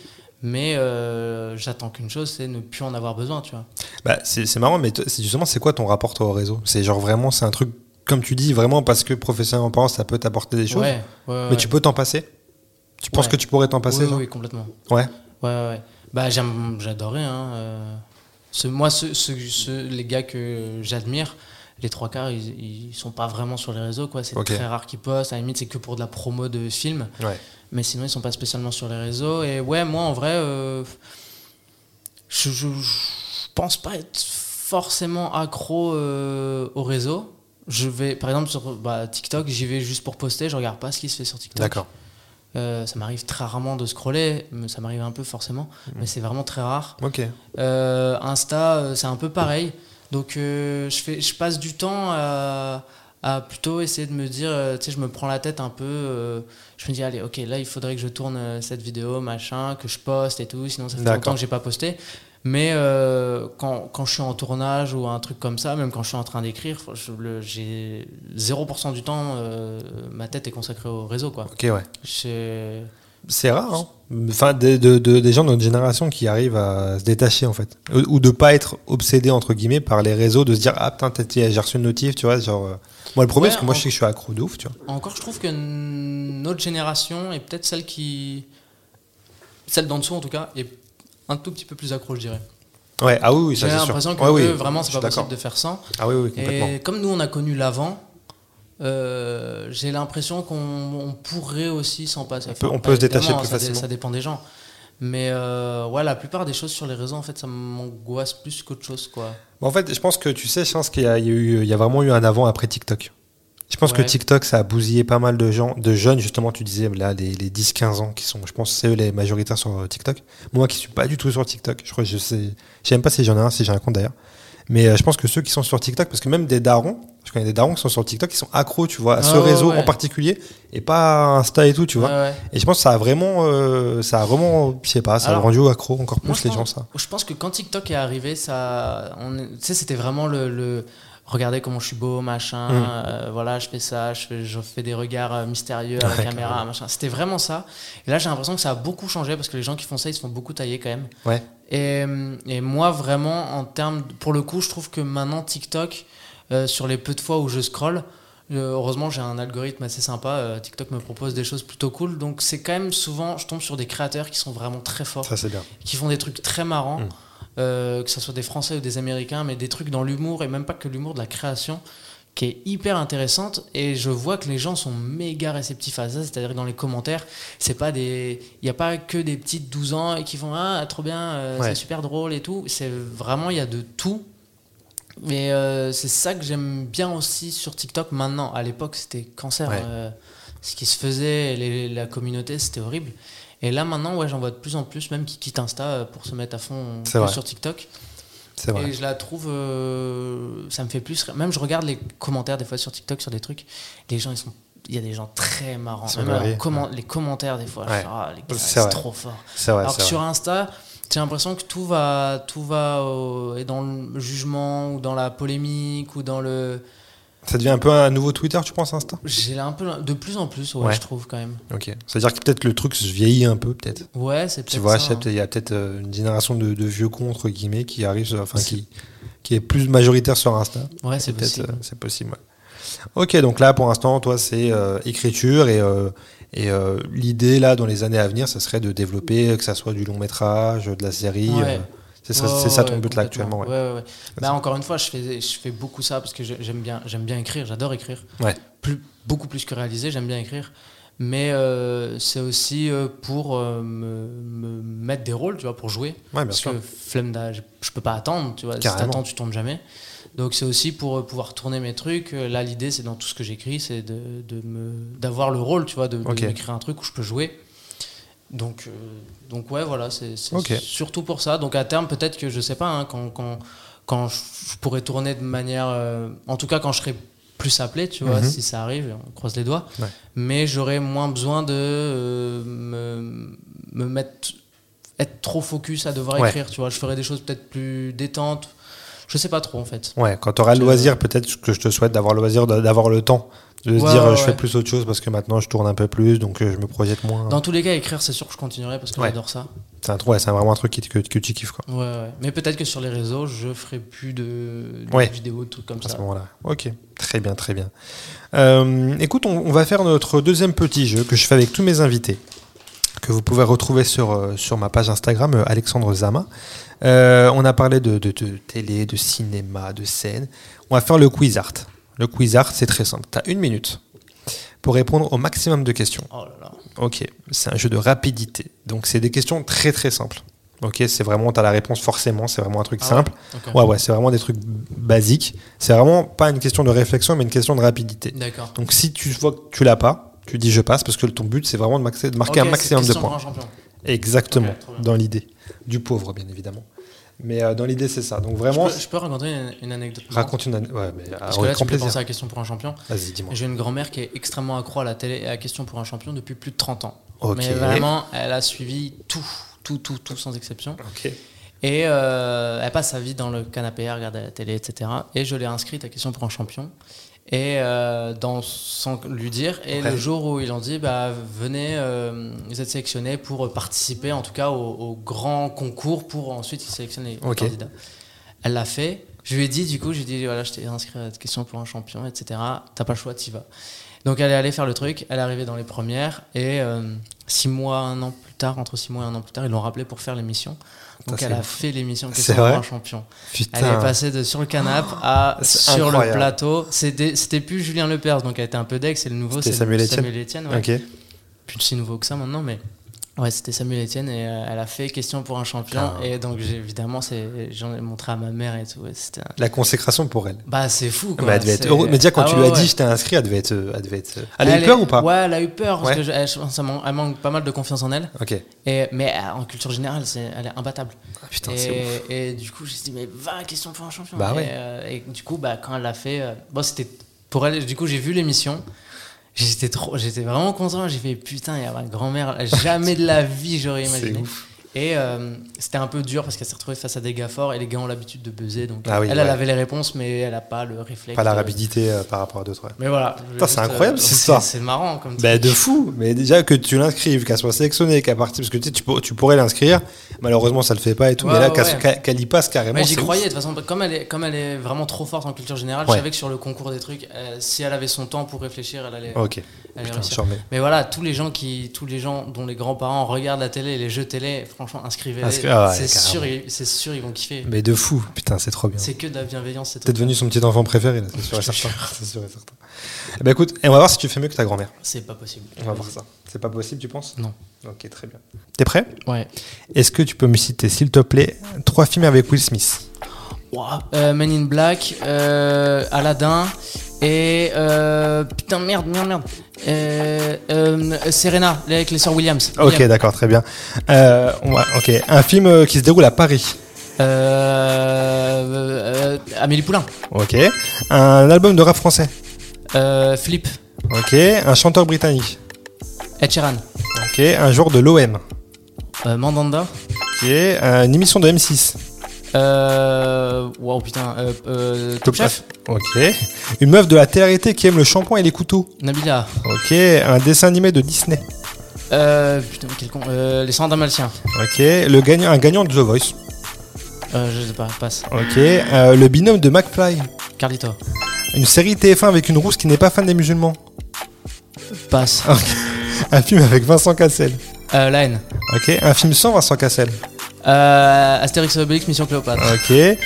[SPEAKER 2] Mais euh, j'attends qu'une chose, c'est ne plus en avoir besoin. Tu vois.
[SPEAKER 1] Bah, c'est c'est marrant, mais t- c'est justement, c'est quoi ton rapport toi, au réseau C'est genre vraiment, c'est un truc, comme tu dis, vraiment parce que professionnellement parlant, ça peut t'apporter des choses.
[SPEAKER 2] Ouais, ouais,
[SPEAKER 1] mais
[SPEAKER 2] ouais.
[SPEAKER 1] tu peux t'en passer Tu penses
[SPEAKER 2] Ouais.
[SPEAKER 1] que tu pourrais t'en passer
[SPEAKER 2] oui,
[SPEAKER 1] genre
[SPEAKER 2] oui, complètement.
[SPEAKER 1] Ouais.
[SPEAKER 2] Ouais, ouais, ouais. Bah, j'aime- j'adorais. Hein, euh, ce, moi, ce, ce- ce- les gars que j'admire, les trois quarts, ils, ils sont pas vraiment sur les réseaux. quoi. C'est
[SPEAKER 1] Ok.
[SPEAKER 2] très rare qu'ils postent. À la limite, c'est que pour de la promo de films.
[SPEAKER 1] Ouais.
[SPEAKER 2] Mais sinon, ils sont pas spécialement sur les réseaux. Et ouais, moi, en vrai, euh, je, je, je pense pas être forcément accro euh, au réseau. Je vais, par exemple, sur bah, TikTok, j'y vais juste pour poster. Je regarde pas ce qui se fait sur TikTok.
[SPEAKER 1] D'accord.
[SPEAKER 2] Euh, ça m'arrive très rarement de scroller, mais ça m'arrive un peu forcément, mais c'est vraiment très rare.
[SPEAKER 1] Ok.
[SPEAKER 2] Euh, Insta, euh, c'est un peu pareil. Donc euh, je, fais, je passe du temps à, à plutôt essayer de me dire, euh, tu sais, je me prends la tête un peu, euh, je me dis, allez, ok, là, il faudrait que je tourne euh, cette vidéo, machin, que je poste et tout, sinon ça fait
[SPEAKER 1] D'accord.
[SPEAKER 2] longtemps que j'ai pas posté. Mais euh, quand, quand je suis en tournage ou un truc comme ça, même quand je suis en train d'écrire, je- le- j'ai 0% du temps, euh, ma tête est consacrée au réseau. quoi.
[SPEAKER 1] Ok, ouais.
[SPEAKER 2] Je-
[SPEAKER 1] C'est rare, hein. Enfin, des, de- de- des gens de notre génération qui arrivent à se détacher, en fait. Ou, ou de pas être obsédés, entre guillemets, par les réseaux, de se dire, ah putain, t'as- t'as- j'ai reçu une notif, tu vois. Genre, euh, moi, le premier,
[SPEAKER 2] Ouais,
[SPEAKER 1] parce que moi,
[SPEAKER 2] en-
[SPEAKER 1] je sais que je suis accro de ouf, tu vois.
[SPEAKER 2] Encore, je trouve que notre génération est peut-être celle qui. Celle d'en dessous, en tout cas, est un tout petit peu plus accro, je dirais.
[SPEAKER 1] Ouais, ah oui, oui,
[SPEAKER 2] J'ai
[SPEAKER 1] ça, c'est sûr.
[SPEAKER 2] l'impression que
[SPEAKER 1] Ouais, oui,
[SPEAKER 2] eux, vraiment,
[SPEAKER 1] je
[SPEAKER 2] c'est
[SPEAKER 1] suis
[SPEAKER 2] pas
[SPEAKER 1] d'accord.
[SPEAKER 2] possible de faire sans.
[SPEAKER 1] Ah oui, oui, complètement.
[SPEAKER 2] Et comme nous, on a connu l'avant, euh, j'ai l'impression qu'on on pourrait aussi s'en passer.
[SPEAKER 1] peut- on
[SPEAKER 2] pas
[SPEAKER 1] peut se détacher
[SPEAKER 2] évidemment,
[SPEAKER 1] plus
[SPEAKER 2] ça dé-
[SPEAKER 1] facilement.
[SPEAKER 2] Ça dépend des gens. Mais euh, ouais, la plupart des choses sur les réseaux, en fait, ça m'angoisse plus qu'autre chose, quoi.
[SPEAKER 1] En fait, je pense que tu sais, je pense qu'il y a, il y a eu- il y a vraiment eu un avant après TikTok. Je pense que
[SPEAKER 2] Ouais.
[SPEAKER 1] TikTok, ça a bousillé pas mal de gens, de jeunes, justement, tu disais, là, les, les 10-15 ans qui sont, je pense, que c'est eux les majoritaires sur euh, TikTok. Moi qui suis pas du tout sur TikTok, je crois que je sais, je sais même pas si j'en ai un, si j'ai un compte d'ailleurs. Mais euh, je pense que ceux qui sont sur TikTok, parce que même des darons, je connais des darons qui sont sur TikTok, qui sont accros, tu vois, à ce
[SPEAKER 2] Ah ouais,
[SPEAKER 1] réseau
[SPEAKER 2] ouais.
[SPEAKER 1] en particulier, et pas à Insta et tout, tu vois.
[SPEAKER 2] Ouais, ouais.
[SPEAKER 1] Et je pense que ça a vraiment, euh, ça a vraiment, je sais pas, ça a
[SPEAKER 2] Alors,
[SPEAKER 1] rendu accro encore
[SPEAKER 2] Moi,
[SPEAKER 1] plus
[SPEAKER 2] je
[SPEAKER 1] les gens,
[SPEAKER 2] pense-
[SPEAKER 1] ça.
[SPEAKER 2] Je pense que quand TikTok est arrivé, ça, on est- tu sais, c'était vraiment le, le- regardez comment je suis beau, machin.
[SPEAKER 1] Mm.
[SPEAKER 2] euh, voilà, je fais ça, je fais, je fais des regards euh, mystérieux à la
[SPEAKER 1] Ouais,
[SPEAKER 2] caméra,
[SPEAKER 1] carrément.
[SPEAKER 2] machin. C'était vraiment ça. Et là, j'ai l'impression que ça a beaucoup changé parce que les gens qui font ça, ils se font beaucoup tailler quand même.
[SPEAKER 1] Ouais.
[SPEAKER 2] Et, et moi, vraiment, en termes, de- pour le coup, je trouve que maintenant TikTok, euh, sur les peu de fois où je scroll. euh, Heureusement, j'ai un algorithme assez sympa. euh, TikTok me propose des choses plutôt cool. Donc, c'est quand même souvent, je tombe sur des créateurs qui sont vraiment très forts
[SPEAKER 1] Ça, c'est bien.
[SPEAKER 2] qui font des trucs très marrants,
[SPEAKER 1] Mm.
[SPEAKER 2] euh, que ce soit des Français ou des Américains, mais des trucs dans l'humour et même pas que l'humour de la création qui est hyper intéressante et je vois que les gens sont méga réceptifs à ça, c'est-à-dire que dans les commentaires, c'est pas des il y a pas que des petites 12 ans et qui font ah trop bien, euh,
[SPEAKER 1] Ouais.
[SPEAKER 2] c'est super drôle et tout, c'est vraiment il y a de tout Mais euh, c'est ça que j'aime bien aussi sur TikTok maintenant. À l'époque, c'était cancer.
[SPEAKER 1] Ouais.
[SPEAKER 2] euh, ce qui se faisait, les- la communauté, c'était horrible. Et là, maintenant, ouais, j'en vois de plus en plus, même qui quittent Insta euh, pour se mettre à fond
[SPEAKER 1] C'est vrai.
[SPEAKER 2] sur TikTok.
[SPEAKER 1] C'est vrai.
[SPEAKER 2] Et je la trouve. euh, ça me fait plus. rire. Même je regarde les commentaires des fois sur TikTok, sur des trucs. Les gens, ils sont. Il y a des gens très marrants.
[SPEAKER 1] Ils sont
[SPEAKER 2] Même leurs
[SPEAKER 1] variés,
[SPEAKER 2] commen- les commentaires, des fois. je
[SPEAKER 1] Ouais.
[SPEAKER 2] suis, Ah, les gars,
[SPEAKER 1] C'est
[SPEAKER 2] c'est
[SPEAKER 1] vrai.
[SPEAKER 2] trop fort.
[SPEAKER 1] C'est vrai.
[SPEAKER 2] Alors que
[SPEAKER 1] c'est
[SPEAKER 2] sur
[SPEAKER 1] vrai.
[SPEAKER 2] Insta, j'ai l'impression que tout va, tout va au- et dans le jugement ou dans la polémique ou dans le.
[SPEAKER 1] Ça devient un peu un nouveau Twitter, tu penses, Insta
[SPEAKER 2] J'ai un peu de plus en plus, ouais,
[SPEAKER 1] Ouais.
[SPEAKER 2] je trouve quand même.
[SPEAKER 1] Ok. C'est-à-dire que peut-être le truc se vieillit un peu, peut-être.
[SPEAKER 2] Ouais, c'est peut-être
[SPEAKER 1] Tu vois,
[SPEAKER 2] ça,
[SPEAKER 1] c'est
[SPEAKER 2] hein.
[SPEAKER 1] peut-être- il y a peut-être euh, une génération de, de vieux cons, entre guillemets, qui arrive, sur- enfin, qui, qui est plus majoritaire sur Insta.
[SPEAKER 2] Ouais, c'est
[SPEAKER 1] peut-être,
[SPEAKER 2] possible.
[SPEAKER 1] euh, c'est possible, ouais. Ok, donc là, pour l'instant, toi, c'est euh, écriture et, euh, et euh, l'idée, là, dans les années à venir, ça serait de développer, euh, que ça soit du long métrage, de la série.
[SPEAKER 2] Ouais.
[SPEAKER 1] euh, c'est ça, c'est
[SPEAKER 2] Ouais,
[SPEAKER 1] ça
[SPEAKER 2] ouais,
[SPEAKER 1] ton but là actuellement.
[SPEAKER 2] complètement.
[SPEAKER 1] Ouais.
[SPEAKER 2] Ouais, ouais, ouais. Bah, encore une fois, je fais, je fais beaucoup ça parce que j'ai- j'aime bien, j'aime bien écrire, j'adore écrire.
[SPEAKER 1] Ouais.
[SPEAKER 2] Plus, beaucoup plus que réaliser, j'aime bien écrire. Mais euh, c'est aussi euh, pour euh, me, me mettre des rôles, tu vois, pour jouer.
[SPEAKER 1] Ouais, bien
[SPEAKER 2] parce
[SPEAKER 1] sûr.
[SPEAKER 2] que flemme, d'a- je, je peux pas attendre, tu vois. Si
[SPEAKER 1] Carrément.
[SPEAKER 2] t'attends, tu tournes jamais. Donc c'est aussi pour euh, pouvoir tourner mes trucs. Euh, Là, l'idée, c'est dans tout ce que j'écris, c'est de, de me d'avoir le rôle, tu vois, de, de
[SPEAKER 1] Ok.
[SPEAKER 2] m'écrire un truc où je peux jouer. Donc, euh, donc ouais, voilà, c'est c'est
[SPEAKER 1] Ok.
[SPEAKER 2] surtout pour ça. Donc à terme, peut-être que je sais pas, hein, quand, quand, quand je pourrais tourner de manière, euh, en tout cas quand je serai plus appelé, tu vois,
[SPEAKER 1] Mhm.
[SPEAKER 2] si ça arrive, on croise les doigts.
[SPEAKER 1] Ouais.
[SPEAKER 2] Mais j'aurais moins besoin de euh, me, me mettre, être trop focus à devoir
[SPEAKER 1] Ouais.
[SPEAKER 2] écrire, tu vois. Je ferais des choses peut-être plus détentes. Je sais pas trop en fait.
[SPEAKER 1] Ouais, quand tu auras le
[SPEAKER 2] Je-
[SPEAKER 1] loisir, peut-être ce que je te souhaite d'avoir le loisir, d'a- d'avoir le temps, de se
[SPEAKER 2] Ouais,
[SPEAKER 1] dire
[SPEAKER 2] ouais,
[SPEAKER 1] euh, je fais
[SPEAKER 2] ouais.
[SPEAKER 1] plus autre chose parce que maintenant je tourne un peu plus, donc euh, je me projette moins.
[SPEAKER 2] Dans tous les cas, écrire, c'est sûr que je continuerai parce que
[SPEAKER 1] Ouais.
[SPEAKER 2] j'adore ça.
[SPEAKER 1] C'est un trou, ouais, c'est vraiment un truc qui te- que, que tu kiffes quoi,
[SPEAKER 2] Ouais, ouais. Mais peut-être que sur les réseaux, je ferai plus de, de
[SPEAKER 1] Ouais.
[SPEAKER 2] vidéos, de trucs comme
[SPEAKER 1] à
[SPEAKER 2] ça.
[SPEAKER 1] ce moment-là. Ok, très bien, très bien. Euh, écoute, on, on va faire notre deuxième petit jeu que je fais avec tous mes invités, que vous pouvez retrouver sur, euh, sur ma page Instagram, euh, Alexandre Zama. Euh, on a parlé de, de- de télé, de cinéma, de scène. On va faire le quiz art. Le quiz art, c'est très simple. Tu as une minute pour répondre au maximum de questions.
[SPEAKER 2] Oh là là.
[SPEAKER 1] Ok, c'est un jeu de rapidité. Donc c'est des questions très très simples. Ok, c'est vraiment, t'as la réponse forcément, c'est vraiment un truc
[SPEAKER 2] Ah ouais.
[SPEAKER 1] simple.
[SPEAKER 2] Ok.
[SPEAKER 1] Ouais, ouais, c'est vraiment des trucs b- basiques. C'est vraiment pas une question de réflexion, mais une question de rapidité.
[SPEAKER 2] D'accord.
[SPEAKER 1] Donc si tu vois que tu l'as pas, tu dis je passe parce que ton but c'est vraiment de, maxer- de marquer un
[SPEAKER 2] Ok, c'est
[SPEAKER 1] maximum de
[SPEAKER 2] question
[SPEAKER 1] points.
[SPEAKER 2] grand champion.
[SPEAKER 1] Exactement,
[SPEAKER 2] Ok, trop bien.
[SPEAKER 1] dans l'idée. Du pauvre, bien évidemment. Mais euh, dans l'idée, c'est ça. Donc vraiment,
[SPEAKER 2] je, peux, je peux raconter une, une anecdote
[SPEAKER 1] raconte une année. Ouais, mais ah,
[SPEAKER 2] Parce
[SPEAKER 1] avec
[SPEAKER 2] que là, tu
[SPEAKER 1] grand
[SPEAKER 2] peux
[SPEAKER 1] plaisir.
[SPEAKER 2] penser à la question pour un champion.
[SPEAKER 1] Vas-y, dis-moi.
[SPEAKER 2] J'ai une grand-mère qui est extrêmement accro à la télé et à la question pour un champion depuis plus de 30 ans.
[SPEAKER 1] Ok.
[SPEAKER 2] Mais vraiment, elle a suivi tout, tout, tout, tout sans exception.
[SPEAKER 1] Ok.
[SPEAKER 2] Et euh, elle passe sa vie dans le canapé à regarder la télé, etc. Et je l'ai inscrite à question pour un champion. Et euh, dans, sans lui dire, et
[SPEAKER 1] Ouais.
[SPEAKER 2] le jour où ils ont dit, bah, venez, euh, vous êtes sélectionnés pour participer en tout cas au, au grand concours pour ensuite sélectionner les
[SPEAKER 1] Ok.
[SPEAKER 2] candidats. Elle l'a fait. Je lui ai dit, du coup, j'ai dit, voilà, je t'ai inscrit à cette question pour un champion, etc. T'as pas le choix, t'y vas. Donc elle est allée faire le truc, elle est arrivée dans les premières, et euh, six mois, un an plus tard, entre six mois et un an plus tard, ils l'ont rappelé pour faire l'émission. Donc
[SPEAKER 1] Putain,
[SPEAKER 2] elle
[SPEAKER 1] c'est
[SPEAKER 2] a fait l'émission
[SPEAKER 1] C'est
[SPEAKER 2] Question pour
[SPEAKER 1] vrai
[SPEAKER 2] un champion.
[SPEAKER 1] Putain. Oh,
[SPEAKER 2] Elle est passée de sur le canapé à
[SPEAKER 1] c'est
[SPEAKER 2] sur
[SPEAKER 1] incroyable.
[SPEAKER 2] le plateau. C'était c'était plus Julien Lepers, donc elle était un peu deck, c'est le nouveau.
[SPEAKER 1] C'était
[SPEAKER 2] c'est
[SPEAKER 1] Samuel Etienne.
[SPEAKER 2] Samuel Etienne, ouais.
[SPEAKER 1] Ok.
[SPEAKER 2] Plus si nouveau que ça maintenant, mais. Ouais, c'était Samuel Etienne et euh, elle a fait question pour un champion.
[SPEAKER 1] Putain.
[SPEAKER 2] Et donc, j'ai- évidemment, c'est- j'en ai montré à ma mère et tout. et c'était un-
[SPEAKER 1] La consécration pour elle.
[SPEAKER 2] Bah, c'est fou. Quoi.
[SPEAKER 1] mais elle devait être
[SPEAKER 2] c'est-
[SPEAKER 1] heureuse. Mais déjà, quand
[SPEAKER 2] Ah
[SPEAKER 1] tu
[SPEAKER 2] ouais,
[SPEAKER 1] lui as
[SPEAKER 2] ouais.
[SPEAKER 1] dit je t'ai inscrit, elle devait être. euh, Elle, devait être... elle a eu
[SPEAKER 2] est-
[SPEAKER 1] peur ou pas
[SPEAKER 2] Ouais, elle a eu peur parce
[SPEAKER 1] Ouais.
[SPEAKER 2] que je, elle- je pense qu'elle manque- elle manque pas mal de confiance en elle.
[SPEAKER 1] Ok.
[SPEAKER 2] Et, mais euh, en culture générale, c'est, elle est imbattable.
[SPEAKER 1] Ah, putain, c'est ouf.
[SPEAKER 2] et, et du coup, j'ai dit, mais va, question pour un champion.
[SPEAKER 1] Bah
[SPEAKER 2] et,
[SPEAKER 1] ouais.
[SPEAKER 2] euh, et du coup, bah, quand elle l'a fait, euh, bon, c'était pour elle. Du coup, j'ai vu l'émission. J'étais, trop, j'étais vraiment content. J'ai fait, putain, il y a
[SPEAKER 1] (laughs)
[SPEAKER 2] ma grand-mère. Jamais de la vie, j'aurais
[SPEAKER 1] C'est
[SPEAKER 2] imaginé.
[SPEAKER 1] ouf.
[SPEAKER 2] Et euh, c'était un peu dur parce qu'elle s'est retrouvée face à des gars forts et les gars ont l'habitude de buzzer. Donc,
[SPEAKER 1] Ah oui,
[SPEAKER 2] elle,
[SPEAKER 1] ouais.
[SPEAKER 2] elle avait les réponses, mais elle n'a pas le réflexe.
[SPEAKER 1] Pas la
[SPEAKER 2] de-
[SPEAKER 1] rapidité euh, par rapport à d'autres. ouais.
[SPEAKER 2] Mais voilà. euh,
[SPEAKER 1] Putain, c'est incroyable, cette
[SPEAKER 2] c'est
[SPEAKER 1] histoire.
[SPEAKER 2] C'est marrant comme
[SPEAKER 1] Bah,
[SPEAKER 2] truc.
[SPEAKER 1] de fou, mais déjà que tu l'inscrives, qu'elle soit sélectionnée, qu'elle participe, parce que tu, sais, tu, pour- tu pourrais l'inscrire, malheureusement ça le fait pas et tout,
[SPEAKER 2] Ouais,
[SPEAKER 1] mais là
[SPEAKER 2] ouais,
[SPEAKER 1] qu'elle
[SPEAKER 2] ouais.
[SPEAKER 1] qu'elle- qu'elle y passe carrément.
[SPEAKER 2] Mais j'y
[SPEAKER 1] Ah, c'est ouf.
[SPEAKER 2] croyais, de toute façon, comme elle, est, comme elle est vraiment trop forte en culture générale,
[SPEAKER 1] Ouais.
[SPEAKER 2] je savais que sur le concours des trucs, euh, si elle avait son temps pour réfléchir, elle allait,
[SPEAKER 1] Ok,
[SPEAKER 2] elle allait
[SPEAKER 1] Oh, putain,
[SPEAKER 2] réussir.
[SPEAKER 1] charmé.
[SPEAKER 2] Mais voilà, tous les gens qui, tous les gens dont les grands-parents regardent la télé, et les jeux télé, franchement, inscrivez-les.
[SPEAKER 1] Inscri- ah ouais,
[SPEAKER 2] c'est
[SPEAKER 1] carrément.
[SPEAKER 2] sûr, ils- c'est sûr, ils vont kiffer.
[SPEAKER 1] Mais de fou, putain, c'est trop bien.
[SPEAKER 2] C'est que de la bienveillance, c'est
[SPEAKER 1] T'es devenu son petit enfant préféré, là, c'est sûr et certain. C'est sûr et certain. Bah écoute, et on va voir si tu fais mieux que ta grand-mère.
[SPEAKER 2] C'est pas possible.
[SPEAKER 1] On va voir ça. C'est pas possible, tu penses
[SPEAKER 2] Non.
[SPEAKER 1] Ok, très bien. T'es prêt
[SPEAKER 2] Ouais.
[SPEAKER 1] Est-ce que tu peux me citer, s'il te plaît, trois films avec Will Smith
[SPEAKER 6] Ouah,
[SPEAKER 2] euh, Men in Black, euh, Aladdin et euh, putain merde merde merde Euh, euh, Serena avec les sœurs Williams.
[SPEAKER 1] Ok,
[SPEAKER 2] Williams.
[SPEAKER 1] d'accord, très bien. Euh, on va- ok, un film euh, qui se déroule à Paris.
[SPEAKER 2] Euh, euh, Amélie Poulain.
[SPEAKER 1] Ok. Un album de rap français.
[SPEAKER 2] Euh, Philippe.
[SPEAKER 1] Ok. Un chanteur britannique.
[SPEAKER 2] Ed Sheeran.
[SPEAKER 1] Ok. Un joueur de l'OM.
[SPEAKER 2] Euh, Mandanda.
[SPEAKER 1] Ok. euh, Une émission de M6.
[SPEAKER 2] Euh, wow putain. Euh, euh, Top Chef.
[SPEAKER 1] Ok. Une meuf de la TRT qui aime le shampoing et les couteaux.
[SPEAKER 2] Nabila.
[SPEAKER 1] Ok. Un dessin animé de Disney.
[SPEAKER 2] Euh, putain quel con. Euh, les Sœurs d'Amalcien.
[SPEAKER 1] Ok. Le gagnant, un gagnant de The Voice.
[SPEAKER 2] Euh, je sais pas. Passe.
[SPEAKER 1] Ok. euh, le binôme de McFly.
[SPEAKER 2] Carlito.
[SPEAKER 1] Une série TF1 avec une rousse qui n'est pas fan des musulmans. (laughs)
[SPEAKER 2] Passe.
[SPEAKER 1] Un film avec Vincent Cassel.
[SPEAKER 2] Euh, la haine.
[SPEAKER 1] Ok. Un film sans Vincent Cassel.
[SPEAKER 2] Euh, Astérix et Obélix, Mission Cléopâtre.
[SPEAKER 1] Ok.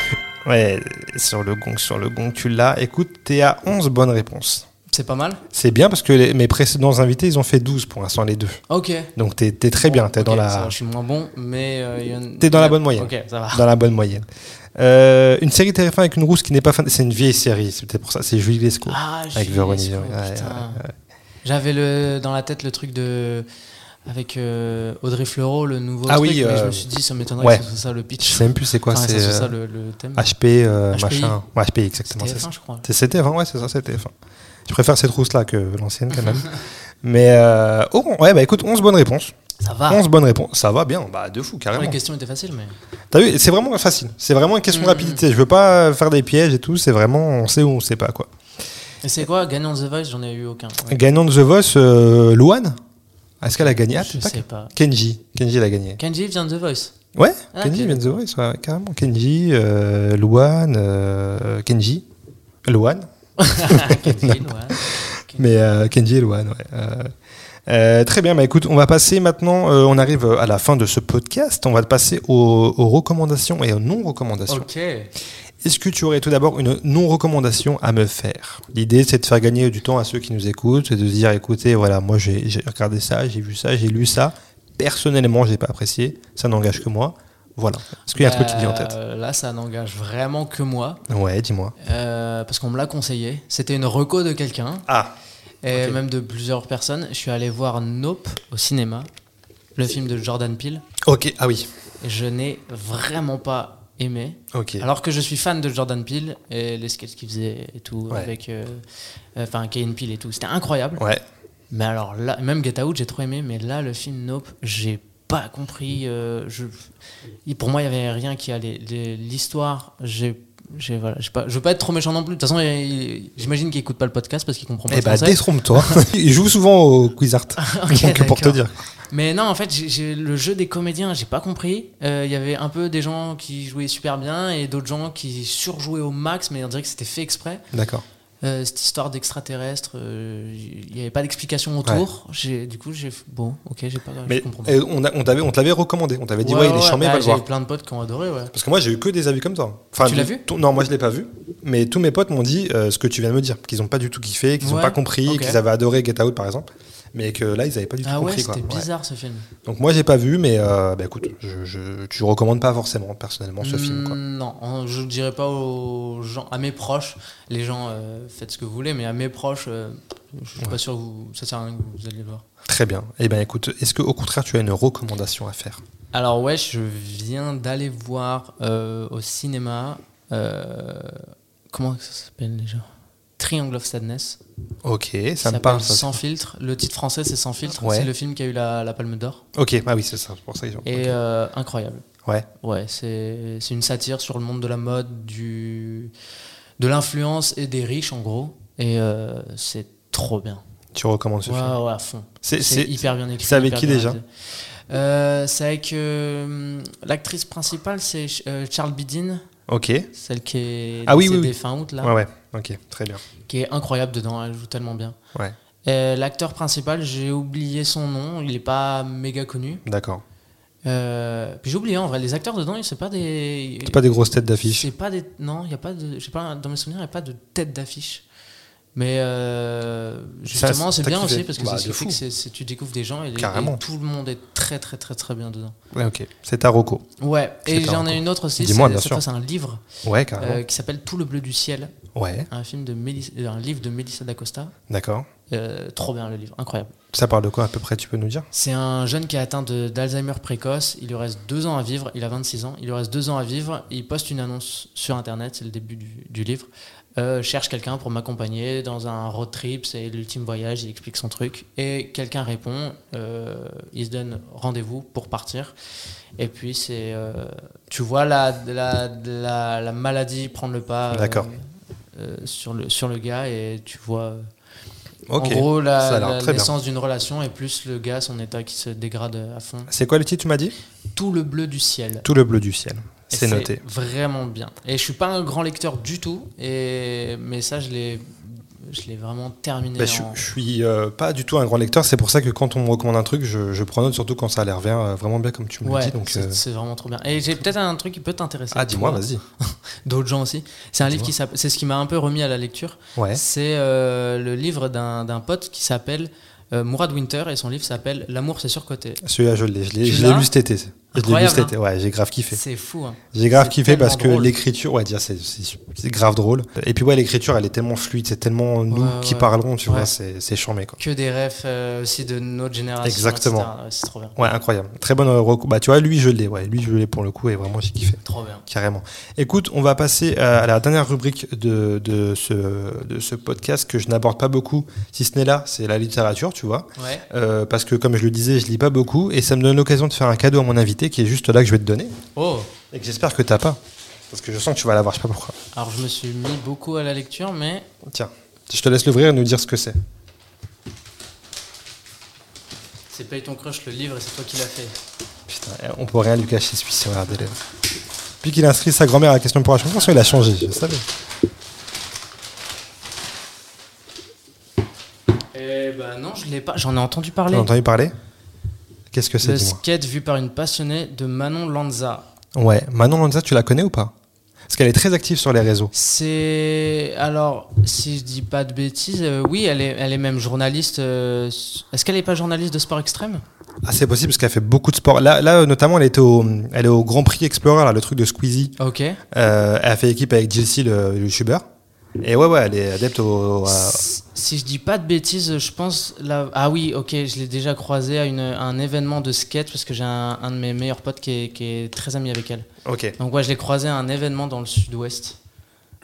[SPEAKER 1] Ouais, sur le gong, sur le gong, tu l'as. Écoute, t'es à 11 bonnes réponses.
[SPEAKER 2] C'est pas mal.
[SPEAKER 1] C'est bien parce que les- mes précédents invités, ils ont fait 12 pour l'instant, les deux.
[SPEAKER 2] Ok.
[SPEAKER 1] Donc t'es t'es très bien, t'es
[SPEAKER 2] Ok,
[SPEAKER 1] dans,
[SPEAKER 2] ça
[SPEAKER 1] la,
[SPEAKER 2] va, je suis moins bon, mais. euh, il y en-
[SPEAKER 1] T'es dans la bonne moyenne.
[SPEAKER 2] Ok, ça va.
[SPEAKER 1] dans la bonne moyenne. Euh, une série TF1 avec une rousse qui n'est pas fin. C'est une vieille série, c'est peut-être pour ça. C'est Julie Lescaut.
[SPEAKER 2] Ah, j'ai
[SPEAKER 1] avec Véronique.
[SPEAKER 2] l'escroc,
[SPEAKER 1] ouais, ouais,
[SPEAKER 2] putain.
[SPEAKER 1] ouais.
[SPEAKER 2] J'avais le, dans la tête le truc de. Avec euh, Audrey Fleurot, le nouveau.
[SPEAKER 1] Ah
[SPEAKER 2] truc,
[SPEAKER 1] oui,
[SPEAKER 2] Mais je
[SPEAKER 1] euh,
[SPEAKER 2] me suis dit, ça m'étonnerait
[SPEAKER 1] ouais.
[SPEAKER 2] que ce soit ça le pitch.
[SPEAKER 1] Je sais même plus c'est quoi.
[SPEAKER 2] Enfin,
[SPEAKER 1] c'est
[SPEAKER 2] ça soit
[SPEAKER 1] euh,
[SPEAKER 2] ça le, le thème.
[SPEAKER 1] HP, euh,
[SPEAKER 2] HPI.
[SPEAKER 1] machin. Ouais, HPI, exactement.
[SPEAKER 2] C'était
[SPEAKER 1] c'est ça.
[SPEAKER 2] F1, je crois.
[SPEAKER 1] C'est c'était ouais, c'est ça, c'était TF1. Je préfère cette rousse-là que l'ancienne, quand
[SPEAKER 2] (laughs)
[SPEAKER 1] même. Mais, euh, oh, ouais, bah écoute, 11 bonnes réponses.
[SPEAKER 2] Ça va.
[SPEAKER 1] 11 bonnes réponses. Ça va bien, bah de fou,
[SPEAKER 2] Les
[SPEAKER 1] carrément.
[SPEAKER 2] questions étaient faciles, mais.
[SPEAKER 1] T'as vu, c'est vraiment facile. C'est vraiment une question de
[SPEAKER 2] Mhm.
[SPEAKER 1] rapidité. Je veux pas faire des pièges et tout. C'est vraiment, on sait ou on sait pas, quoi.
[SPEAKER 2] Et c'est quoi Gagnant de The Voice, j'en ai eu aucun. Ouais.
[SPEAKER 1] Gagnant de The Voice, euh, Louane Est-ce qu'elle a gagné Ah,
[SPEAKER 2] je
[SPEAKER 1] t'es pas-
[SPEAKER 2] sais pas.
[SPEAKER 1] Kenji. Kenji l'a gagné.
[SPEAKER 2] Kenji vient de
[SPEAKER 1] (laughs)
[SPEAKER 2] The Voice.
[SPEAKER 1] Ouais,
[SPEAKER 2] Ah,
[SPEAKER 1] Kenji
[SPEAKER 2] ok.
[SPEAKER 1] vient de The Voice, ouais, ouais, carrément. Kenji, euh, Louane, euh, Kenji. Louane
[SPEAKER 2] Kenji, ouais.
[SPEAKER 1] Mais euh, Kenji et Loan, ouais. Euh, euh, très bien, bah écoute, on va passer maintenant, euh, on arrive à la fin de ce podcast, on va passer aux, aux recommandations et aux non-recommandations.
[SPEAKER 2] Ok.
[SPEAKER 1] Est-ce que tu aurais tout d'abord une non-recommandation à me faire L'idée, c'est de faire gagner du temps à ceux qui nous écoutent, c'est de se dire, écoutez, voilà, moi j'ai j'ai regardé ça, j'ai vu ça, j'ai lu ça, personnellement, j'ai pas apprécié, ça n'engage que moi. Voilà. Est-ce qu'il y a un truc qui te vient en tête
[SPEAKER 2] Euh, Là, ça n'engage vraiment que moi,
[SPEAKER 1] Ouais, dis-moi.
[SPEAKER 2] euh, parce qu'on me l'a conseillé. C'était une reco de quelqu'un,
[SPEAKER 1] Ah,
[SPEAKER 2] et
[SPEAKER 1] Ok.
[SPEAKER 2] même de plusieurs personnes. Je suis allé voir Nope au cinéma, le film de Jordan Peele.
[SPEAKER 1] ok, ah oui.
[SPEAKER 2] Et je n'ai vraiment pas aimé.
[SPEAKER 1] Ok.
[SPEAKER 2] Alors que je suis fan de Jordan Peele et les sketchs qu'il faisait et tout,
[SPEAKER 1] Ouais.
[SPEAKER 2] avec. euh, euh, Enfin, Kane Peele et tout. C'était incroyable.
[SPEAKER 1] ouais. Eh
[SPEAKER 2] Mais alors là, même Get Out, j'ai trop aimé, mais là, le film Nope, j'ai pas compris. euh, je, il- pour moi, il y avait rien qui allait. Les- L'histoire, j'ai. j'ai- voilà, j'ai pas, je veux pas être trop méchant non plus. De toute façon, il- j'imagine qu'il écoute pas le podcast parce qu'il comprend pas
[SPEAKER 1] Eh
[SPEAKER 2] le
[SPEAKER 1] bah,
[SPEAKER 2] français. (laughs)
[SPEAKER 1] détrompe-toi. Il joue souvent au Quizart.
[SPEAKER 2] Ok,
[SPEAKER 1] Donc, pour te
[SPEAKER 2] d'accord.
[SPEAKER 1] dire.
[SPEAKER 2] Mais non, en fait, j'ai- j'ai- le jeu des comédiens, j'ai pas compris. Euh, Il y avait un peu des gens qui jouaient super bien et d'autres gens qui surjouaient au max, mais on dirait que c'était fait exprès.
[SPEAKER 1] D'accord.
[SPEAKER 2] Euh, cette histoire d'extraterrestre, euh, il n'y avait pas d'explication autour. J'ai- Du coup, j'ai. Bon, ok, j'ai pas. je
[SPEAKER 1] Mais
[SPEAKER 2] comprends pas.
[SPEAKER 1] euh, on, a- on t'avait, on te l'avait recommandé. On t'avait dit, ouais, il est charmé,
[SPEAKER 2] bah,
[SPEAKER 1] va le
[SPEAKER 2] J'ai
[SPEAKER 1] voir.
[SPEAKER 2] eu plein de potes qui ont adoré, ouais.
[SPEAKER 1] Parce que moi, j'ai eu que des avis comme toi. Enfin,
[SPEAKER 2] Tu l'as
[SPEAKER 1] de-
[SPEAKER 2] vu
[SPEAKER 1] tout- Non, moi, je l'ai pas vu. Mais tous mes potes m'ont dit euh, ce que tu viens de me dire. Qu'ils ont pas du tout kiffé, qu'ils ont
[SPEAKER 2] Ouais,
[SPEAKER 1] pas compris,
[SPEAKER 2] ok.
[SPEAKER 1] qu'ils avaient adoré Get Out, par exemple. Mais que là, ils avaient pas du tout
[SPEAKER 2] Ah ouais,
[SPEAKER 1] compris. quoi.
[SPEAKER 2] c'était
[SPEAKER 1] Ouais.
[SPEAKER 2] bizarre ce film.
[SPEAKER 1] Donc, moi, j'ai pas vu, mais euh, bah, écoute, je, je- tu recommandes pas forcément, personnellement, ce film. Quoi.
[SPEAKER 2] Hmm, Non, on- je ne dirais pas aux gens, à mes proches, les gens, euh, faites ce que vous voulez, mais à mes proches, euh, je suis pas sûr que vous- ça sert à rien que vous allez le voir.
[SPEAKER 1] Très bien. Eh ben, écoute, est-ce que au contraire, tu as une recommandation à faire
[SPEAKER 2] Alors ouais, je viens d'aller voir euh, au cinéma, euh, comment ça s'appelle déjà Triangle of Sadness.
[SPEAKER 1] Ok, ça me
[SPEAKER 2] s'appelle
[SPEAKER 1] parle. ça.
[SPEAKER 2] Sans filtre. Le titre français, c'est Sans filtre.
[SPEAKER 1] Ouais.
[SPEAKER 2] C'est le film qui a eu la, la Palme d'Or.
[SPEAKER 1] Ok, ah oui, c'est ça. c'est Pour ça qu'ils ont-
[SPEAKER 2] Et
[SPEAKER 1] ok.
[SPEAKER 2] euh, incroyable.
[SPEAKER 1] Ouais.
[SPEAKER 2] Ouais, c'est c'est une satire sur le monde de la mode, du, de l'influence et des riches en gros. Et euh, c'est trop bien.
[SPEAKER 1] Tu recommandes ce
[SPEAKER 2] Ouais, ouais,
[SPEAKER 1] film.
[SPEAKER 2] à fond.
[SPEAKER 1] C'est-
[SPEAKER 2] C'est
[SPEAKER 1] c'est-
[SPEAKER 2] hyper bien écrit.
[SPEAKER 1] c'est avec
[SPEAKER 2] hyper
[SPEAKER 1] qui
[SPEAKER 2] bien
[SPEAKER 1] déjà
[SPEAKER 2] réalisé. Euh, C'est avec euh, l'actrice principale, c'est euh, Charles Bidin,
[SPEAKER 1] Ok. Ouais,
[SPEAKER 2] celle qui est
[SPEAKER 1] Ah oui,
[SPEAKER 2] décédée
[SPEAKER 1] oui, oui.
[SPEAKER 2] fin août là,
[SPEAKER 1] ouais. Ok, très bien.
[SPEAKER 2] qui est incroyable dedans. Elle joue tellement bien.
[SPEAKER 1] Ouais.
[SPEAKER 2] Euh, L'acteur principal, j'ai oublié son nom. Il est pas méga connu.
[SPEAKER 1] D'accord.
[SPEAKER 2] Euh, puis j'ai oublié en vrai, les acteurs dedans, ils- c'est pas des.
[SPEAKER 1] C'est pas des grosses têtes d'affiche.
[SPEAKER 2] C'est pas des. Non, il y a pas de. Je sais pas, dans mes souvenirs, il n'y a pas de tête d'affiche. Mais euh,
[SPEAKER 1] Ça,
[SPEAKER 2] justement,
[SPEAKER 1] c'est
[SPEAKER 2] c'est bien
[SPEAKER 1] t'as kiffé.
[SPEAKER 2] aussi parce que
[SPEAKER 1] Bah,
[SPEAKER 2] c'est ce
[SPEAKER 1] de
[SPEAKER 2] qui fait
[SPEAKER 1] fou.
[SPEAKER 2] que c'est- c'est- tu découvres des gens et, les-
[SPEAKER 1] Carrément.
[SPEAKER 2] et tout le monde est très très très très bien dedans.
[SPEAKER 1] Ouais, ok. C'est ta reco.
[SPEAKER 2] Ouais,
[SPEAKER 1] C'est
[SPEAKER 2] et
[SPEAKER 1] pas
[SPEAKER 2] j'en
[SPEAKER 1] encore.
[SPEAKER 2] ai une autre aussi, c'est
[SPEAKER 1] Dis-moi, bien
[SPEAKER 2] cette
[SPEAKER 1] sûr. Ah
[SPEAKER 2] fois, c'est un livre
[SPEAKER 1] Ouais,
[SPEAKER 2] euh,
[SPEAKER 1] carrément.
[SPEAKER 2] qui s'appelle Tout le bleu du ciel,
[SPEAKER 1] Ouais,
[SPEAKER 2] un, film de Mélis- euh, un livre de Mélissa d'Acosta.
[SPEAKER 1] d'accord.
[SPEAKER 2] Euh, trop bien le livre, incroyable.
[SPEAKER 1] Ça parle de quoi à peu près, tu peux nous dire
[SPEAKER 2] C'est un jeune qui est atteint de- d'Alzheimer précoce. Il lui reste deux ans à vivre. Il a 26 ans. Il lui reste deux ans à vivre. Il poste une annonce sur Internet. C'est le début du, du livre. Euh, cherche quelqu'un pour m'accompagner dans un road trip. C'est l'ultime voyage. Il explique son truc. Et quelqu'un répond. Euh, il se donne rendez-vous pour partir. Et puis, c'est. euh, tu vois la, la, la, la maladie prendre le pas. euh,
[SPEAKER 1] D'accord.
[SPEAKER 2] euh, sur, le, sur le gars. Et tu vois. euh,
[SPEAKER 1] Ok.
[SPEAKER 2] en gros,
[SPEAKER 1] ça a
[SPEAKER 2] la,
[SPEAKER 1] l'air
[SPEAKER 2] la
[SPEAKER 1] très bien.
[SPEAKER 2] naissance d'une relation et plus le gars, son état qui se dégrade à fond.
[SPEAKER 1] C'est quoi le titre, tu m'as dit
[SPEAKER 2] Tout le bleu du ciel.
[SPEAKER 1] Tout le bleu du ciel.
[SPEAKER 2] Et
[SPEAKER 1] C'est noté.
[SPEAKER 2] Vraiment bien. Et je suis pas un grand lecteur du tout, et mais ça, je l'ai, je l'ai vraiment terminé.
[SPEAKER 1] Bah, je,
[SPEAKER 2] en-
[SPEAKER 1] je suis euh, pas du tout un grand lecteur, c'est pour ça que quand on me recommande un truc, je, je prends note, surtout quand ça a l'air bien, euh, vraiment bien comme tu me le
[SPEAKER 2] Ouais,
[SPEAKER 1] dis. Donc,
[SPEAKER 2] c'est,
[SPEAKER 1] euh,
[SPEAKER 2] c'est vraiment trop bien. Et j'ai peut-être un truc qui peut t'intéresser.
[SPEAKER 1] Ah, dis-moi,
[SPEAKER 2] toi,
[SPEAKER 1] vas-y.
[SPEAKER 2] D'autres gens aussi. C'est un livre
[SPEAKER 1] Dis-moi.
[SPEAKER 2] qui s'appelle, c'est ce qui m'a un peu remis à la lecture.
[SPEAKER 1] Ouais.
[SPEAKER 2] C'est euh, le livre d'un, d'un pote qui s'appelle euh, Mourad Winter et son livre s'appelle L'amour c'est surcoté.
[SPEAKER 1] Celui-là, je l'ai, je l'ai,
[SPEAKER 2] Tu
[SPEAKER 1] je l'ai
[SPEAKER 2] l'as
[SPEAKER 1] lu cet été. Je l'ai lu
[SPEAKER 2] Incroyable, hein.
[SPEAKER 1] cet été, ouais, j'ai grave kiffé.
[SPEAKER 2] C'est fou. hein.
[SPEAKER 1] J'ai grave
[SPEAKER 2] C'est
[SPEAKER 1] kiffé parce que
[SPEAKER 2] tellement drôle.
[SPEAKER 1] l'écriture, ouais, dire c'est c'est- c'est grave drôle. Et puis ouais, l'écriture, elle est tellement fluide, c'est tellement nous
[SPEAKER 2] Ouais,
[SPEAKER 1] qui
[SPEAKER 2] ouais.
[SPEAKER 1] parlons, tu
[SPEAKER 2] Ouais.
[SPEAKER 1] vois, c'est c'est charmé quoi.
[SPEAKER 2] que des refs euh, aussi de notre génération.
[SPEAKER 1] Exactement.
[SPEAKER 2] etc. Ouais, C'est trop bien.
[SPEAKER 1] Ouais, incroyable. Très bonne euh, reco- Bah tu vois, lui je l'ai, ouais, lui je l'ai pour le coup et vraiment j'ai kiffé.
[SPEAKER 2] Trop bien.
[SPEAKER 1] Carrément. Écoute, on va passer euh, à la dernière rubrique de, de ce, de ce podcast que je n'aborde pas beaucoup, si ce n'est là, c'est la littérature, tu vois.
[SPEAKER 2] Ouais.
[SPEAKER 1] Euh, parce que comme je le disais, je lis pas beaucoup et ça me donne l'occasion de faire un cadeau à mon invité qui est juste là que je vais te donner
[SPEAKER 2] Oh,
[SPEAKER 1] et que j'espère que t'as pas. Parce que je sens que tu vas l'avoir, je sais pas pourquoi.
[SPEAKER 2] alors je me suis mis beaucoup à la lecture, mais
[SPEAKER 1] Tiens, je te laisse l'ouvrir et nous dire ce que c'est.
[SPEAKER 2] c'est Paye ton crush le livre et c'est toi qui l'as fait.
[SPEAKER 1] Putain, eh, on peut rien lui cacher celui-ci, regardez-le. Depuis qu'il a inscrit sa grand-mère à la question pour la chanson, il a changé, je savais.
[SPEAKER 2] Eh ben non, je l'ai pas. J'en ai entendu
[SPEAKER 1] T'as
[SPEAKER 2] parler.
[SPEAKER 1] entendu parler Qu'est-ce que c'est,
[SPEAKER 2] Le
[SPEAKER 1] dis-moi
[SPEAKER 2] skate vu par une passionnée de Manon Lanza.
[SPEAKER 1] Ouais, Manon Lanza, tu la connais ou pas Parce qu'elle est très active sur les réseaux.
[SPEAKER 2] C'est alors si je dis pas de bêtises, euh, oui, elle est, elle est même journaliste. euh, s- Est-ce qu'elle est pas journaliste de sport extrême
[SPEAKER 1] Ah, c'est possible parce qu'elle fait beaucoup de sport. Là, là euh, notamment, elle, était au, elle est au Grand Prix Explorer, là, le truc de Squeezie.
[SPEAKER 2] Ok.
[SPEAKER 1] Euh, elle a fait équipe avec Jilcy, le le youtubeur. Et ouais, ouais, elle est adepte au. à-
[SPEAKER 2] Si- Si je dis pas de bêtises, je pense. La... Ah oui, ok, je l'ai déjà croisée à, une- à un événement de skate parce que j'ai un, un de mes meilleurs potes qui est, qui est très ami avec elle.
[SPEAKER 1] Ok. Et
[SPEAKER 2] Donc, ouais, je l'ai croisée à un événement dans le sud-ouest.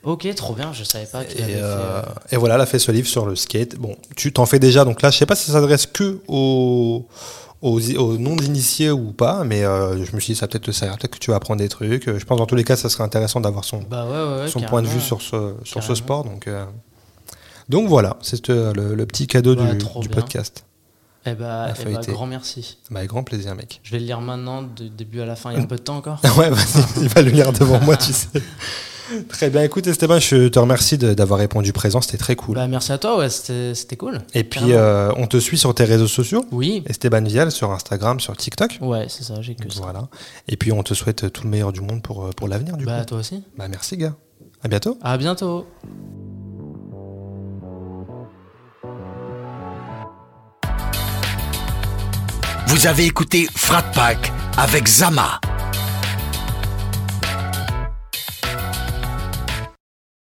[SPEAKER 2] Ok, trop bien, je savais pas qu'elle avait
[SPEAKER 1] euh,
[SPEAKER 2] fait. euh,
[SPEAKER 1] et voilà, elle a fait ce livre sur le skate. Bon, tu t'en fais déjà, donc là, je sais pas si ça s'adresse que aux, aux, aux non-initiés ou pas, mais euh, je me suis dit, ça va peut-être te servir, peut-être que tu vas apprendre des trucs. Euh, Je pense, dans tous les cas, ça serait intéressant d'avoir son,
[SPEAKER 2] Bah ouais, ouais, ouais,
[SPEAKER 1] son
[SPEAKER 2] carrément.
[SPEAKER 1] point de vue sur ce, sur ce
[SPEAKER 2] Carrément.
[SPEAKER 1] sport. Donc, euh, donc voilà, c'est euh, le, le petit cadeau
[SPEAKER 2] Bah,
[SPEAKER 1] du,
[SPEAKER 2] trop
[SPEAKER 1] du
[SPEAKER 2] bien.
[SPEAKER 1] podcast.
[SPEAKER 2] Eh
[SPEAKER 1] la
[SPEAKER 2] bah, eh bah,
[SPEAKER 1] feuilletée.
[SPEAKER 2] grand merci.
[SPEAKER 1] Bah, avec grand plaisir, mec. (laughs)
[SPEAKER 2] Je vais le lire maintenant, du début à la fin, il y a un peu de temps encore.
[SPEAKER 1] Ouais, vas-y, (laughs) il va le lire devant moi, tu
[SPEAKER 2] (laughs)
[SPEAKER 1] sais. Très bien, écoute Esteban, je te remercie de- d'avoir répondu présent, c'était très cool.
[SPEAKER 2] Bah, merci à toi, ouais, c'était c'était cool.
[SPEAKER 1] Et puis,
[SPEAKER 2] carrément.
[SPEAKER 1] euh, on te suit sur tes réseaux sociaux,
[SPEAKER 2] Oui,
[SPEAKER 1] Esteban Vial, sur Instagram, sur TikTok.
[SPEAKER 2] ouais, c'est ça, j'ai que ça.
[SPEAKER 1] Voilà. Et puis, on te souhaite tout le meilleur du monde pour, euh, pour l'avenir, du
[SPEAKER 2] Bah,
[SPEAKER 1] coup.
[SPEAKER 2] toi aussi.
[SPEAKER 1] Bah, merci, gars. À bientôt.
[SPEAKER 2] À bientôt.
[SPEAKER 3] Vous avez écouté Frat Pack avec Zama,